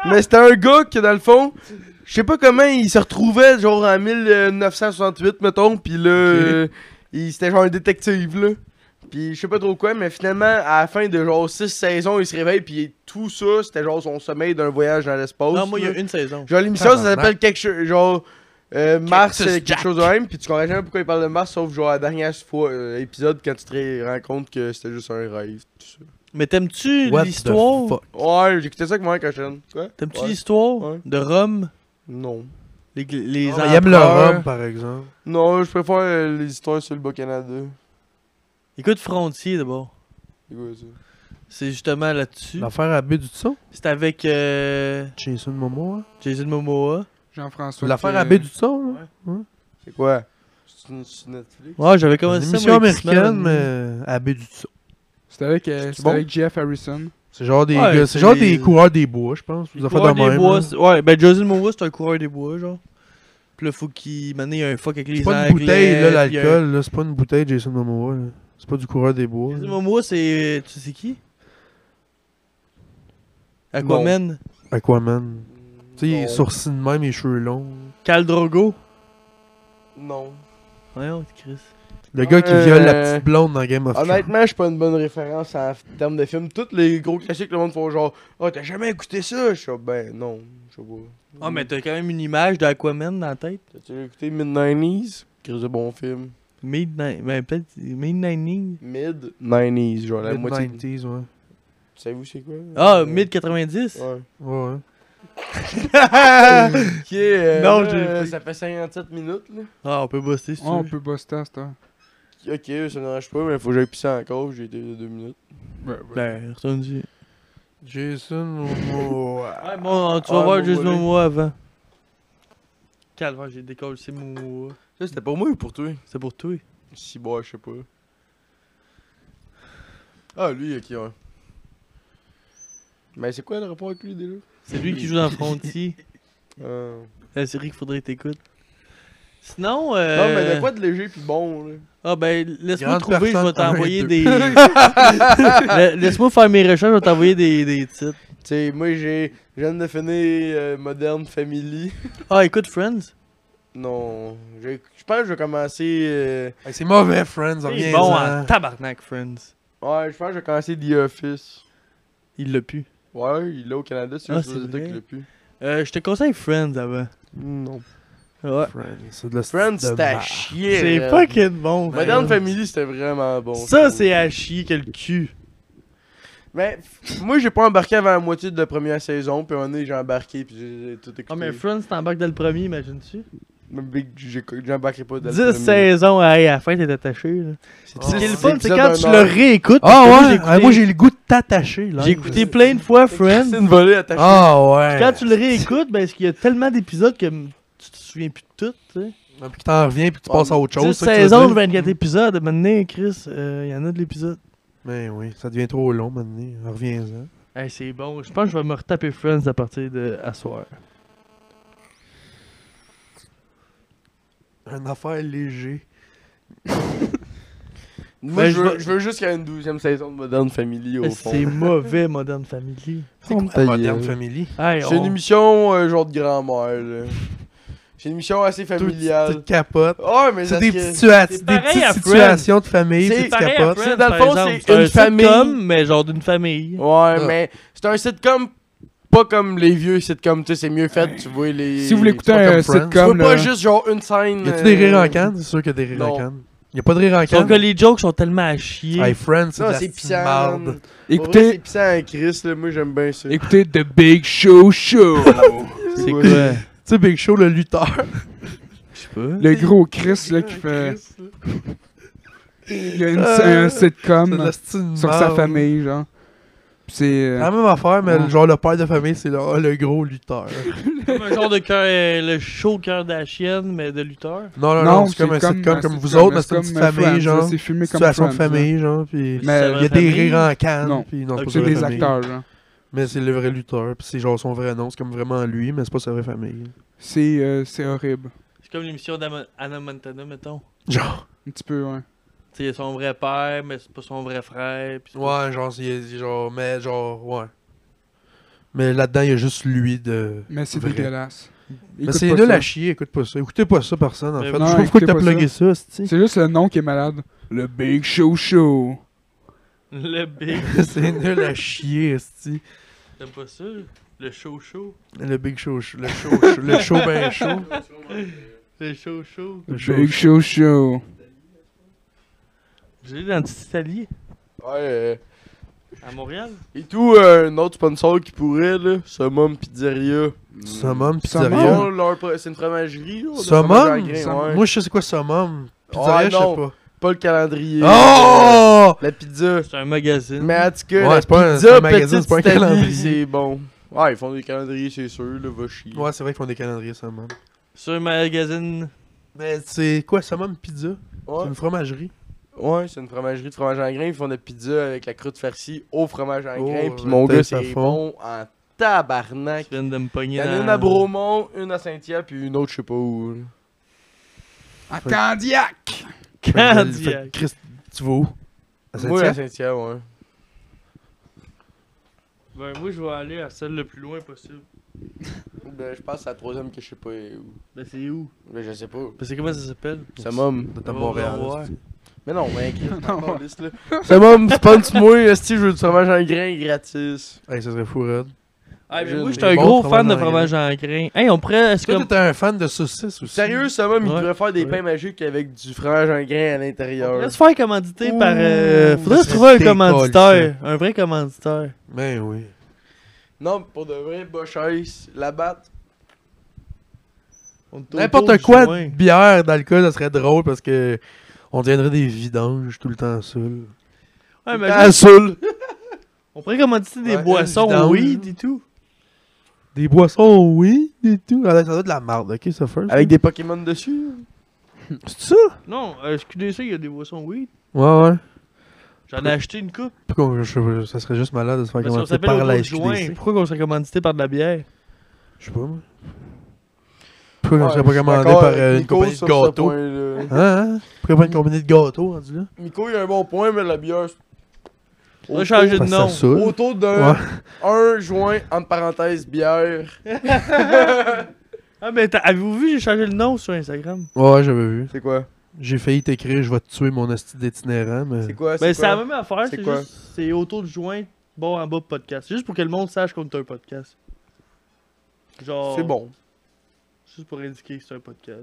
[SPEAKER 4] mais c'était un gars que dans le fond, je sais pas comment il se retrouvait genre en 1968 mettons, puis là euh, il c'était genre un détective là. Puis je sais pas trop quoi, mais finalement à la fin de genre 6 saisons, il se réveille puis tout ça, c'était genre son sommeil d'un voyage dans l'espace.
[SPEAKER 2] Non, moi, il y
[SPEAKER 4] là.
[SPEAKER 2] a une saison.
[SPEAKER 4] Genre l'émission ça
[SPEAKER 1] Tabarnak.
[SPEAKER 4] s'appelle quelque chose genre euh, Mars
[SPEAKER 1] Cactus
[SPEAKER 4] euh, quelque
[SPEAKER 1] Jack.
[SPEAKER 4] chose de même puis tu comprends jamais pourquoi il parle de Mars sauf genre la dernière fois euh, épisode quand tu te rends compte que c'était juste un rêve tout ça.
[SPEAKER 2] Mais t'aimes-tu
[SPEAKER 1] What the
[SPEAKER 2] l'histoire?
[SPEAKER 1] fuck?
[SPEAKER 4] Ouais, j'écoutais ça avec moi quand j'étais jeune. Quoi
[SPEAKER 2] T'aimes-tu
[SPEAKER 4] Ouais.
[SPEAKER 2] l'histoire
[SPEAKER 4] Ouais.
[SPEAKER 2] de Rome?
[SPEAKER 4] Non.
[SPEAKER 2] Les, les
[SPEAKER 1] Il aime le
[SPEAKER 2] empereurs?
[SPEAKER 1] rhum, par exemple.
[SPEAKER 4] Non, je préfère euh, les histoires sur le Bas-Canada.
[SPEAKER 2] Écoute Frontier d'abord.
[SPEAKER 4] C'est quoi ça
[SPEAKER 2] C'est justement là-dessus.
[SPEAKER 1] L'affaire à B du Tson?
[SPEAKER 2] C'est avec euh,
[SPEAKER 1] Jason Momoa?
[SPEAKER 2] Jason Momoa.
[SPEAKER 3] Jean-François.
[SPEAKER 1] L'affaire
[SPEAKER 3] que-
[SPEAKER 1] à B du Tson, là?
[SPEAKER 4] C'est quoi C'est une- sur Netflix
[SPEAKER 2] Ouais, j'avais
[SPEAKER 1] Une
[SPEAKER 2] commencé ça.
[SPEAKER 1] émission
[SPEAKER 2] moi, avec
[SPEAKER 1] américaine,
[SPEAKER 2] X-Men.
[SPEAKER 1] mais à B du Tson.
[SPEAKER 3] C'était avec, euh, c'était
[SPEAKER 1] bon?
[SPEAKER 3] avec Jeff Harrison.
[SPEAKER 1] C'est genre des
[SPEAKER 2] Ouais,
[SPEAKER 1] gars,
[SPEAKER 2] c'est
[SPEAKER 1] c'est genre
[SPEAKER 2] des-
[SPEAKER 1] des coureurs des bois, je pense. Des affaires
[SPEAKER 2] Coureur
[SPEAKER 1] de
[SPEAKER 2] des
[SPEAKER 1] même, hein.
[SPEAKER 2] bois,
[SPEAKER 1] là.
[SPEAKER 2] c'est- ouais, ben Jason Momoa, c'est un coureur des bois, genre. Puis là, faut qu'il manie un fuck avec les
[SPEAKER 1] C'est pas
[SPEAKER 2] Anglais,
[SPEAKER 1] une bouteille, là,
[SPEAKER 2] puis un-
[SPEAKER 1] l'alcool, là. C'est pas une bouteille, Jason Momoa, là. C'est pas du coureur des bois.
[SPEAKER 2] Jason
[SPEAKER 1] là.
[SPEAKER 2] Momoa, c'est. Tu sais qui Aquaman.
[SPEAKER 1] Aquaman. Tu sais, il
[SPEAKER 4] Non.
[SPEAKER 1] est sourcil de même, les cheveux longs.
[SPEAKER 2] Khal Drogo.
[SPEAKER 4] Non.
[SPEAKER 2] Voyons, Chris.
[SPEAKER 1] Le gars qui
[SPEAKER 4] Euh,
[SPEAKER 1] viole la petite blonde dans Game of Thrones.
[SPEAKER 4] Honnêtement, je suis pas une bonne référence en f- termes de films. Tous les gros classiques, le monde font genre Oh, t'as jamais écouté ça Je suis genre, ben non, je sais pas.
[SPEAKER 2] Ah, mais t'as quand même une image d'Aquaman dans la tête.
[SPEAKER 4] T'as-tu écouté Mid-90s Crise de bon film.
[SPEAKER 2] Mid ben, peut-être. Mid 90
[SPEAKER 4] Mid-90s, genre la
[SPEAKER 1] Mid-
[SPEAKER 4] moitié.
[SPEAKER 1] 90s, ouais.
[SPEAKER 4] Savez-vous c'est quoi
[SPEAKER 2] Ah,
[SPEAKER 4] Euh,
[SPEAKER 2] mid 90
[SPEAKER 4] Ouais.
[SPEAKER 1] Ouais, ouais.
[SPEAKER 4] ok, euh,
[SPEAKER 2] Non,
[SPEAKER 4] là,
[SPEAKER 2] j'ai
[SPEAKER 4] euh,
[SPEAKER 2] pas-
[SPEAKER 4] ça fait 57 minutes là.
[SPEAKER 2] Ah, on peut bosser si
[SPEAKER 3] Ouais, on peut bosser à cette heure.
[SPEAKER 4] Ok, ça me dérange pas, mais faut que j'aille pisser encore, j'ai été deux minutes.
[SPEAKER 2] tu veux. Ben, retourne-y.
[SPEAKER 1] Jason Momoa.
[SPEAKER 2] Ouais, bon, tu vas
[SPEAKER 4] Ah,
[SPEAKER 2] voir
[SPEAKER 4] Momoa,
[SPEAKER 2] juste
[SPEAKER 4] lui.
[SPEAKER 2] Momoa avant. Calvaire, j'ai décollé, c'est Momoa.
[SPEAKER 4] Ça c'était pour moi ou pour toi
[SPEAKER 2] C'est pour toi.
[SPEAKER 4] Si bon, je sais pas. Ah, lui, ok, ouais. Mais c'est quoi le rapport avec lui déjà
[SPEAKER 2] C'est lui qui joue dans Frontier.
[SPEAKER 4] Euh,
[SPEAKER 2] La série qu'il faudrait que t'écoutes. Sinon, euh...
[SPEAKER 4] Non, mais de quoi de léger pis bon là
[SPEAKER 2] Ah ben, laisse-moi
[SPEAKER 1] Grande
[SPEAKER 2] trouver, je
[SPEAKER 1] personne,
[SPEAKER 2] vais t'envoyer
[SPEAKER 1] un et
[SPEAKER 2] des... La- laisse-moi faire mes recherches, je vais t'envoyer des, des titres.
[SPEAKER 4] Tu sais, moi j'ai. Je viens de finir euh, Modern Family.
[SPEAKER 2] Ah, écoute Friends.
[SPEAKER 4] Non. j'ai- Je pense que je vais commencer. euh,
[SPEAKER 1] Hey, c'est mauvais, Friends,
[SPEAKER 2] Il
[SPEAKER 1] reviens
[SPEAKER 2] est bon en tabarnak, Friends.
[SPEAKER 4] Ouais, je pense que je vais commencer The Office.
[SPEAKER 2] Il l'a pu.
[SPEAKER 4] Ouais, il est au Canada, c'est
[SPEAKER 2] Ah,
[SPEAKER 4] juste
[SPEAKER 2] c'est
[SPEAKER 4] aux États
[SPEAKER 2] vrai.
[SPEAKER 4] qu'il l'a plus.
[SPEAKER 2] Euh, je te conseille Friends avant.
[SPEAKER 4] Non.
[SPEAKER 2] Ouais.
[SPEAKER 1] Friends, c'est de la
[SPEAKER 4] Friends,
[SPEAKER 1] de
[SPEAKER 4] c'était à
[SPEAKER 1] marre.
[SPEAKER 4] chier.
[SPEAKER 2] C'est
[SPEAKER 4] là.
[SPEAKER 2] fucking bon.
[SPEAKER 4] Modern
[SPEAKER 2] Friends.
[SPEAKER 4] Family, c'était vraiment bon. je
[SPEAKER 2] Ça,
[SPEAKER 4] trouve.
[SPEAKER 2] c'est à chier que le cul.
[SPEAKER 4] Mais f- moi, j'ai pas embarqué avant la moitié de la première saison, puis un moment donné, j'ai embarqué, puis j'ai j'ai tout écouté.
[SPEAKER 2] Ah, mais Friends, t'embarques dans le premier, imagines-tu?
[SPEAKER 4] Même Big, j'ai- j'embarquerai pas dans
[SPEAKER 2] 10 saisons, hey, à la fin, t'es attaché. là.
[SPEAKER 4] Ah, C'est
[SPEAKER 2] Ce qui est le fun, c'est quand tu le réécoutes.
[SPEAKER 1] Ah
[SPEAKER 2] parce que
[SPEAKER 1] ouais, ah, moi
[SPEAKER 2] moi, j'ai écouté-
[SPEAKER 1] j'ai le goût de t'attacher là.
[SPEAKER 2] j'ai écouté plein de fois
[SPEAKER 4] C'est
[SPEAKER 2] Friends.
[SPEAKER 4] une volée attachée.
[SPEAKER 1] Ah ouais.
[SPEAKER 2] Quand tu le réécoutes, ben, parce qu'il y a tellement d'épisodes que m- tu te souviens plus de tout. tu sais.
[SPEAKER 1] Ah, puis que t'en reviens puis tu passes à autre
[SPEAKER 2] 10
[SPEAKER 1] chose. c'est ça que tu veux
[SPEAKER 2] saisons de
[SPEAKER 1] dire?
[SPEAKER 2] 24 épisodes. Maintenant, Chris, euh, il y en a de l'épisode.
[SPEAKER 1] Mais Ben oui, ça devient trop long maintenant. Reviens-en.
[SPEAKER 2] Hey, c'est bon. Je pense que je vais me retaper Friends à partir de à soir.
[SPEAKER 1] Une affaire léger.
[SPEAKER 4] Moi,
[SPEAKER 2] Ben,
[SPEAKER 4] je,
[SPEAKER 2] je
[SPEAKER 4] veux,
[SPEAKER 2] vais-
[SPEAKER 4] je veux juste qu'il y ait une douzième saison de Modern Family au fond.
[SPEAKER 2] C'est mauvais, Modern Family.
[SPEAKER 1] C'est quoi
[SPEAKER 4] ta gueule.
[SPEAKER 1] Modern Family?
[SPEAKER 2] Hey,
[SPEAKER 4] C'est
[SPEAKER 2] on-
[SPEAKER 4] une émission euh, genre de grand-mère. là. C'est une émission assez
[SPEAKER 1] Deux
[SPEAKER 4] familiale.
[SPEAKER 1] petites capotes.
[SPEAKER 4] Ouais, mais
[SPEAKER 1] C'est
[SPEAKER 4] parce
[SPEAKER 1] des,
[SPEAKER 4] que-
[SPEAKER 1] petites situa-
[SPEAKER 2] c'est
[SPEAKER 1] des
[SPEAKER 2] pareil à
[SPEAKER 1] petites
[SPEAKER 2] Friends.
[SPEAKER 1] situations de famille, des petites
[SPEAKER 2] pareil à
[SPEAKER 1] capotes.
[SPEAKER 2] Friends,
[SPEAKER 4] Dans le
[SPEAKER 2] par
[SPEAKER 4] fond,
[SPEAKER 2] exemple.
[SPEAKER 4] c'est une
[SPEAKER 2] un sitcom,
[SPEAKER 4] famille.
[SPEAKER 2] mais genre d'une famille.
[SPEAKER 4] Ouais,
[SPEAKER 1] Ah.
[SPEAKER 4] mais c'est un sitcom pas comme les vieux sitcoms, tu sais, c'est mieux fait, tu vois les.
[SPEAKER 3] Si vous voulez écouter
[SPEAKER 1] c'est pas
[SPEAKER 3] un
[SPEAKER 1] comme Friends.
[SPEAKER 4] Tu vois
[SPEAKER 3] sitcom,
[SPEAKER 4] pas
[SPEAKER 3] là,
[SPEAKER 4] juste genre une scène. euh,
[SPEAKER 1] Y a-tu des rires en
[SPEAKER 4] canne?
[SPEAKER 1] canne? C'est sûr qu'il y a des rires
[SPEAKER 4] Non.
[SPEAKER 1] en canne. Y a pas de rires en
[SPEAKER 2] Sauf que
[SPEAKER 1] canne.
[SPEAKER 2] les jokes sont tellement à chier.
[SPEAKER 1] Hey, Friends, c'est de
[SPEAKER 4] Non,
[SPEAKER 1] la
[SPEAKER 4] c'est
[SPEAKER 1] petite
[SPEAKER 4] pissant.
[SPEAKER 1] marde.
[SPEAKER 4] Écoutez.
[SPEAKER 3] écoutez,
[SPEAKER 4] C'est pissant à Chris, là, moi j'aime bien ça.
[SPEAKER 3] écoutez The Big Show Show.
[SPEAKER 2] c'est
[SPEAKER 4] ouais.
[SPEAKER 2] quoi?
[SPEAKER 1] Tu sais, Big Show, le lutteur.
[SPEAKER 2] Je sais pas.
[SPEAKER 3] le gros Chris, là, qui fait... Il y a une- un
[SPEAKER 1] Euh, C'est de
[SPEAKER 3] sitcom
[SPEAKER 1] la petite
[SPEAKER 3] sur sa
[SPEAKER 1] marde.
[SPEAKER 3] famille, genre. Puis c'est... euh,
[SPEAKER 1] La même affaire, mais
[SPEAKER 3] Ouais.
[SPEAKER 1] genre le père de famille, c'est le, ah, le gros lutteur.
[SPEAKER 2] Comme un genre de cœur, euh, le show cœur de la chienne, mais de lutteur.
[SPEAKER 1] Non, Ah, non, non, c'est comme un sitcom comme vous
[SPEAKER 3] sitcom,
[SPEAKER 1] autres, mais c'est une
[SPEAKER 3] comme
[SPEAKER 1] petite
[SPEAKER 3] Friends,
[SPEAKER 1] famille,
[SPEAKER 3] là,
[SPEAKER 1] genre.
[SPEAKER 3] C'est filmé comme
[SPEAKER 1] Situation de
[SPEAKER 3] Friends, là.
[SPEAKER 1] famille, genre. Puis
[SPEAKER 2] Mais
[SPEAKER 3] Mais
[SPEAKER 2] ça
[SPEAKER 1] il
[SPEAKER 2] va.
[SPEAKER 1] y a des
[SPEAKER 2] famille.
[SPEAKER 1] rires en canne.
[SPEAKER 3] Non.
[SPEAKER 1] Puis non,
[SPEAKER 2] Ok,
[SPEAKER 1] pas
[SPEAKER 3] c'est
[SPEAKER 1] sur la
[SPEAKER 3] des
[SPEAKER 1] famille.
[SPEAKER 3] acteurs, genre.
[SPEAKER 1] Mais c'est le vrai lutteur. Puis c'est genre son vrai nom, c'est comme vraiment lui, mais c'est pas sa vraie famille.
[SPEAKER 3] C'est euh, c'est horrible.
[SPEAKER 2] C'est comme l'émission d'Anna Montana, mettons.
[SPEAKER 1] Genre.
[SPEAKER 3] Un petit peu, ouais.
[SPEAKER 2] Tu sais, il y a son vrai père, mais c'est pas son vrai frère. pis c'est pas-
[SPEAKER 1] Ouais, genre, c'est genre, mais genre, ouais. Mais là-dedans, il y a juste lui de.
[SPEAKER 3] Mais c'est
[SPEAKER 1] Vrai.
[SPEAKER 3] dégueulasse.
[SPEAKER 1] Mais
[SPEAKER 3] Écoute
[SPEAKER 1] c'est
[SPEAKER 3] pas
[SPEAKER 1] nul
[SPEAKER 3] ça.
[SPEAKER 1] à chier, écoute pas ça. Écoutez pas ça, personne, en
[SPEAKER 2] Mais
[SPEAKER 1] fait.
[SPEAKER 2] non,
[SPEAKER 1] Je sais pas pourquoi
[SPEAKER 3] écoutez
[SPEAKER 1] t'as
[SPEAKER 3] pas
[SPEAKER 1] plugué ça, c'est
[SPEAKER 3] C'est juste le nom qui est malade. Le Big Show Show.
[SPEAKER 2] Le big.
[SPEAKER 1] C'est nul à chier, esti.
[SPEAKER 2] T'aimes pas ça? Le show show.
[SPEAKER 1] Le Big Show, le show, le show ben chaud.
[SPEAKER 2] Le show show.
[SPEAKER 1] Le
[SPEAKER 3] Le
[SPEAKER 1] show
[SPEAKER 3] Big Show Show.
[SPEAKER 2] J'ai lu dans l'Italie,
[SPEAKER 4] Ouais, euh,
[SPEAKER 2] à Montréal.
[SPEAKER 4] Et tout, euh, un autre sponsor qui pourrait, là, Summum Pizzeria.
[SPEAKER 1] Summum
[SPEAKER 4] Ils
[SPEAKER 1] Pizzeria.
[SPEAKER 4] ont leur pro- C'est une fromagerie, là. Mm. Oh, de fromage à
[SPEAKER 1] Summum?
[SPEAKER 4] grains,
[SPEAKER 1] Summum?
[SPEAKER 4] ouais.
[SPEAKER 1] Moi, je sais c'est quoi Summum. Pizzeria,
[SPEAKER 4] Ouais,
[SPEAKER 1] je sais
[SPEAKER 4] non.
[SPEAKER 1] pas.
[SPEAKER 4] Pas le calendrier.
[SPEAKER 1] Oh!
[SPEAKER 4] euh, La pizza.
[SPEAKER 2] C'est un magazine.
[SPEAKER 4] Mais en tout cas,
[SPEAKER 1] Ouais,
[SPEAKER 4] la
[SPEAKER 1] c'est pas un-
[SPEAKER 4] pizza,
[SPEAKER 1] c'est un magazine,
[SPEAKER 4] petite
[SPEAKER 1] c'est pas un
[SPEAKER 4] Italie,
[SPEAKER 1] calendrier.
[SPEAKER 4] C'est bon. Ouais, ils font des calendriers, c'est sûr, là, va chier.
[SPEAKER 1] Ouais, c'est vrai qu'ils font des calendriers Summum.
[SPEAKER 2] C'est un magazine.
[SPEAKER 1] Mais c'est quoi Summum Pizza? C'est
[SPEAKER 4] Ouais,
[SPEAKER 1] une fromagerie.
[SPEAKER 4] ouais, c'est une fromagerie de fromage en grain. Ils font des pizzas avec la croûte farcie au fromage en
[SPEAKER 1] Oh,
[SPEAKER 4] grain. Puis
[SPEAKER 1] ouais,
[SPEAKER 4] mon
[SPEAKER 1] peut-être
[SPEAKER 4] gars,
[SPEAKER 1] ça
[SPEAKER 4] c'est
[SPEAKER 1] fond.
[SPEAKER 4] bon en tabarnak.
[SPEAKER 2] Tu viens de me pogner
[SPEAKER 4] Il y en a
[SPEAKER 2] dans...
[SPEAKER 4] une à Bromont, une à Saint-Pierre, puis une autre, je sais pas où. là.
[SPEAKER 3] À Candiac!
[SPEAKER 1] Fait que,
[SPEAKER 2] Candiac.
[SPEAKER 1] Chris, tu vas où? À
[SPEAKER 4] Moi, à
[SPEAKER 1] Saint-Tierre?
[SPEAKER 4] Saint-Pierre, ouais.
[SPEAKER 2] Ben, moi, je vais aller à celle le plus loin possible.
[SPEAKER 4] Ben, je pense à la troisième que je sais pas où.
[SPEAKER 2] Ben, c'est où?
[SPEAKER 4] Ben, je sais pas.
[SPEAKER 2] Ben, c'est comment ça s'appelle?
[SPEAKER 4] Ça m'homme.
[SPEAKER 1] De ta
[SPEAKER 2] On va
[SPEAKER 1] Montréal.
[SPEAKER 2] voir.
[SPEAKER 4] Mais non, mais Chris, encore liste, là. Ça m'homme, sponsor-moi, si je veux du fromage en grain gratis.
[SPEAKER 1] Hey, ça serait fou, Red.
[SPEAKER 2] Ah, mais
[SPEAKER 4] J'ai
[SPEAKER 2] moi,
[SPEAKER 4] une
[SPEAKER 2] j'étais un
[SPEAKER 1] bonne
[SPEAKER 2] gros
[SPEAKER 1] fromage
[SPEAKER 2] fan de
[SPEAKER 1] en grain.
[SPEAKER 2] fromage en grain. Hey, on pourrait. Est-ce
[SPEAKER 1] Est-ce que
[SPEAKER 2] que.
[SPEAKER 1] t'es un fan de saucisses aussi?
[SPEAKER 4] Sérieux, ça m'homme, il
[SPEAKER 2] Ouais.
[SPEAKER 4] pourrait faire des
[SPEAKER 2] Ouais.
[SPEAKER 4] pains magiques avec du fromage en grain à l'intérieur.
[SPEAKER 2] Faudrait se faire commanditer par. euh,
[SPEAKER 1] Ouh,
[SPEAKER 2] faudrait se
[SPEAKER 1] ça
[SPEAKER 2] trouver un
[SPEAKER 1] décolle,
[SPEAKER 2] commanditaire. Un vrai commanditaire.
[SPEAKER 1] Ben oui.
[SPEAKER 4] Non, pour de vrai, Bochesse, la batte.
[SPEAKER 2] On est autour
[SPEAKER 1] N'importe
[SPEAKER 2] du
[SPEAKER 1] quoi
[SPEAKER 2] joint.
[SPEAKER 1] de bière, d'alcool, ça serait drôle parce que on deviendrait des vidanges tout le temps saoul.
[SPEAKER 2] Ouais, mais
[SPEAKER 1] Ah, saoul!
[SPEAKER 2] on pourrait commanditer des
[SPEAKER 1] Ouais,
[SPEAKER 2] boissons
[SPEAKER 1] évidemment.
[SPEAKER 2] weed et tout.
[SPEAKER 1] Des boissons, oui, et tout. Ah, ça doit être de la marde, ok, ça first. hein.
[SPEAKER 4] Avec des Pokémon dessus.
[SPEAKER 1] C'est ça?
[SPEAKER 2] Non, euh, SQDC, il y a des boissons weed.
[SPEAKER 1] Ouais, ouais.
[SPEAKER 2] J'en ai acheté une coupe.
[SPEAKER 1] Pourquoi je- ça serait juste malade de se faire
[SPEAKER 2] Parce qu'on
[SPEAKER 1] commencer
[SPEAKER 2] s'appelle
[SPEAKER 1] par la
[SPEAKER 2] autour du joint.
[SPEAKER 1] SQDC?
[SPEAKER 2] Pourquoi qu'on serait commandité par de la bière
[SPEAKER 1] Je sais pas, moi. Pourquoi on
[SPEAKER 4] Ouais,
[SPEAKER 1] serait
[SPEAKER 4] je
[SPEAKER 1] pas
[SPEAKER 4] suis
[SPEAKER 1] commandé
[SPEAKER 4] d'accord
[SPEAKER 1] par
[SPEAKER 4] avec
[SPEAKER 1] euh, une
[SPEAKER 4] Nico
[SPEAKER 1] compagnie de
[SPEAKER 4] sur ce
[SPEAKER 1] gâteaux? Hein,
[SPEAKER 4] point-là.
[SPEAKER 1] hein? Pourquoi pas une compagnie de gâteaux, rendu là?
[SPEAKER 4] Nico, il a un bon point, mais la bière.
[SPEAKER 2] On va changer de
[SPEAKER 1] Parce que ça
[SPEAKER 2] nom.
[SPEAKER 1] saoule.
[SPEAKER 4] Autour d'un
[SPEAKER 1] Ouais.
[SPEAKER 4] 1 juin, entre parenthèses, bière.
[SPEAKER 2] Ah, mais t'as- avez-vous vu, j'ai changé le nom sur Instagram
[SPEAKER 1] Ouais, j'avais vu.
[SPEAKER 4] C'est quoi
[SPEAKER 1] J'ai failli t'écrire, je vais te tuer mon asti d'itinérant, mais.
[SPEAKER 4] C'est quoi
[SPEAKER 2] Ben, c'est la
[SPEAKER 4] quoi?
[SPEAKER 2] même affaire.
[SPEAKER 4] C'est
[SPEAKER 2] C'est
[SPEAKER 4] quoi?
[SPEAKER 2] juste. C'est autour du joint, bon en bas podcast. C'est juste pour que le monde sache qu'on est un podcast. Genre.
[SPEAKER 4] C'est bon.
[SPEAKER 2] Juste pour indiquer que c'est un podcast.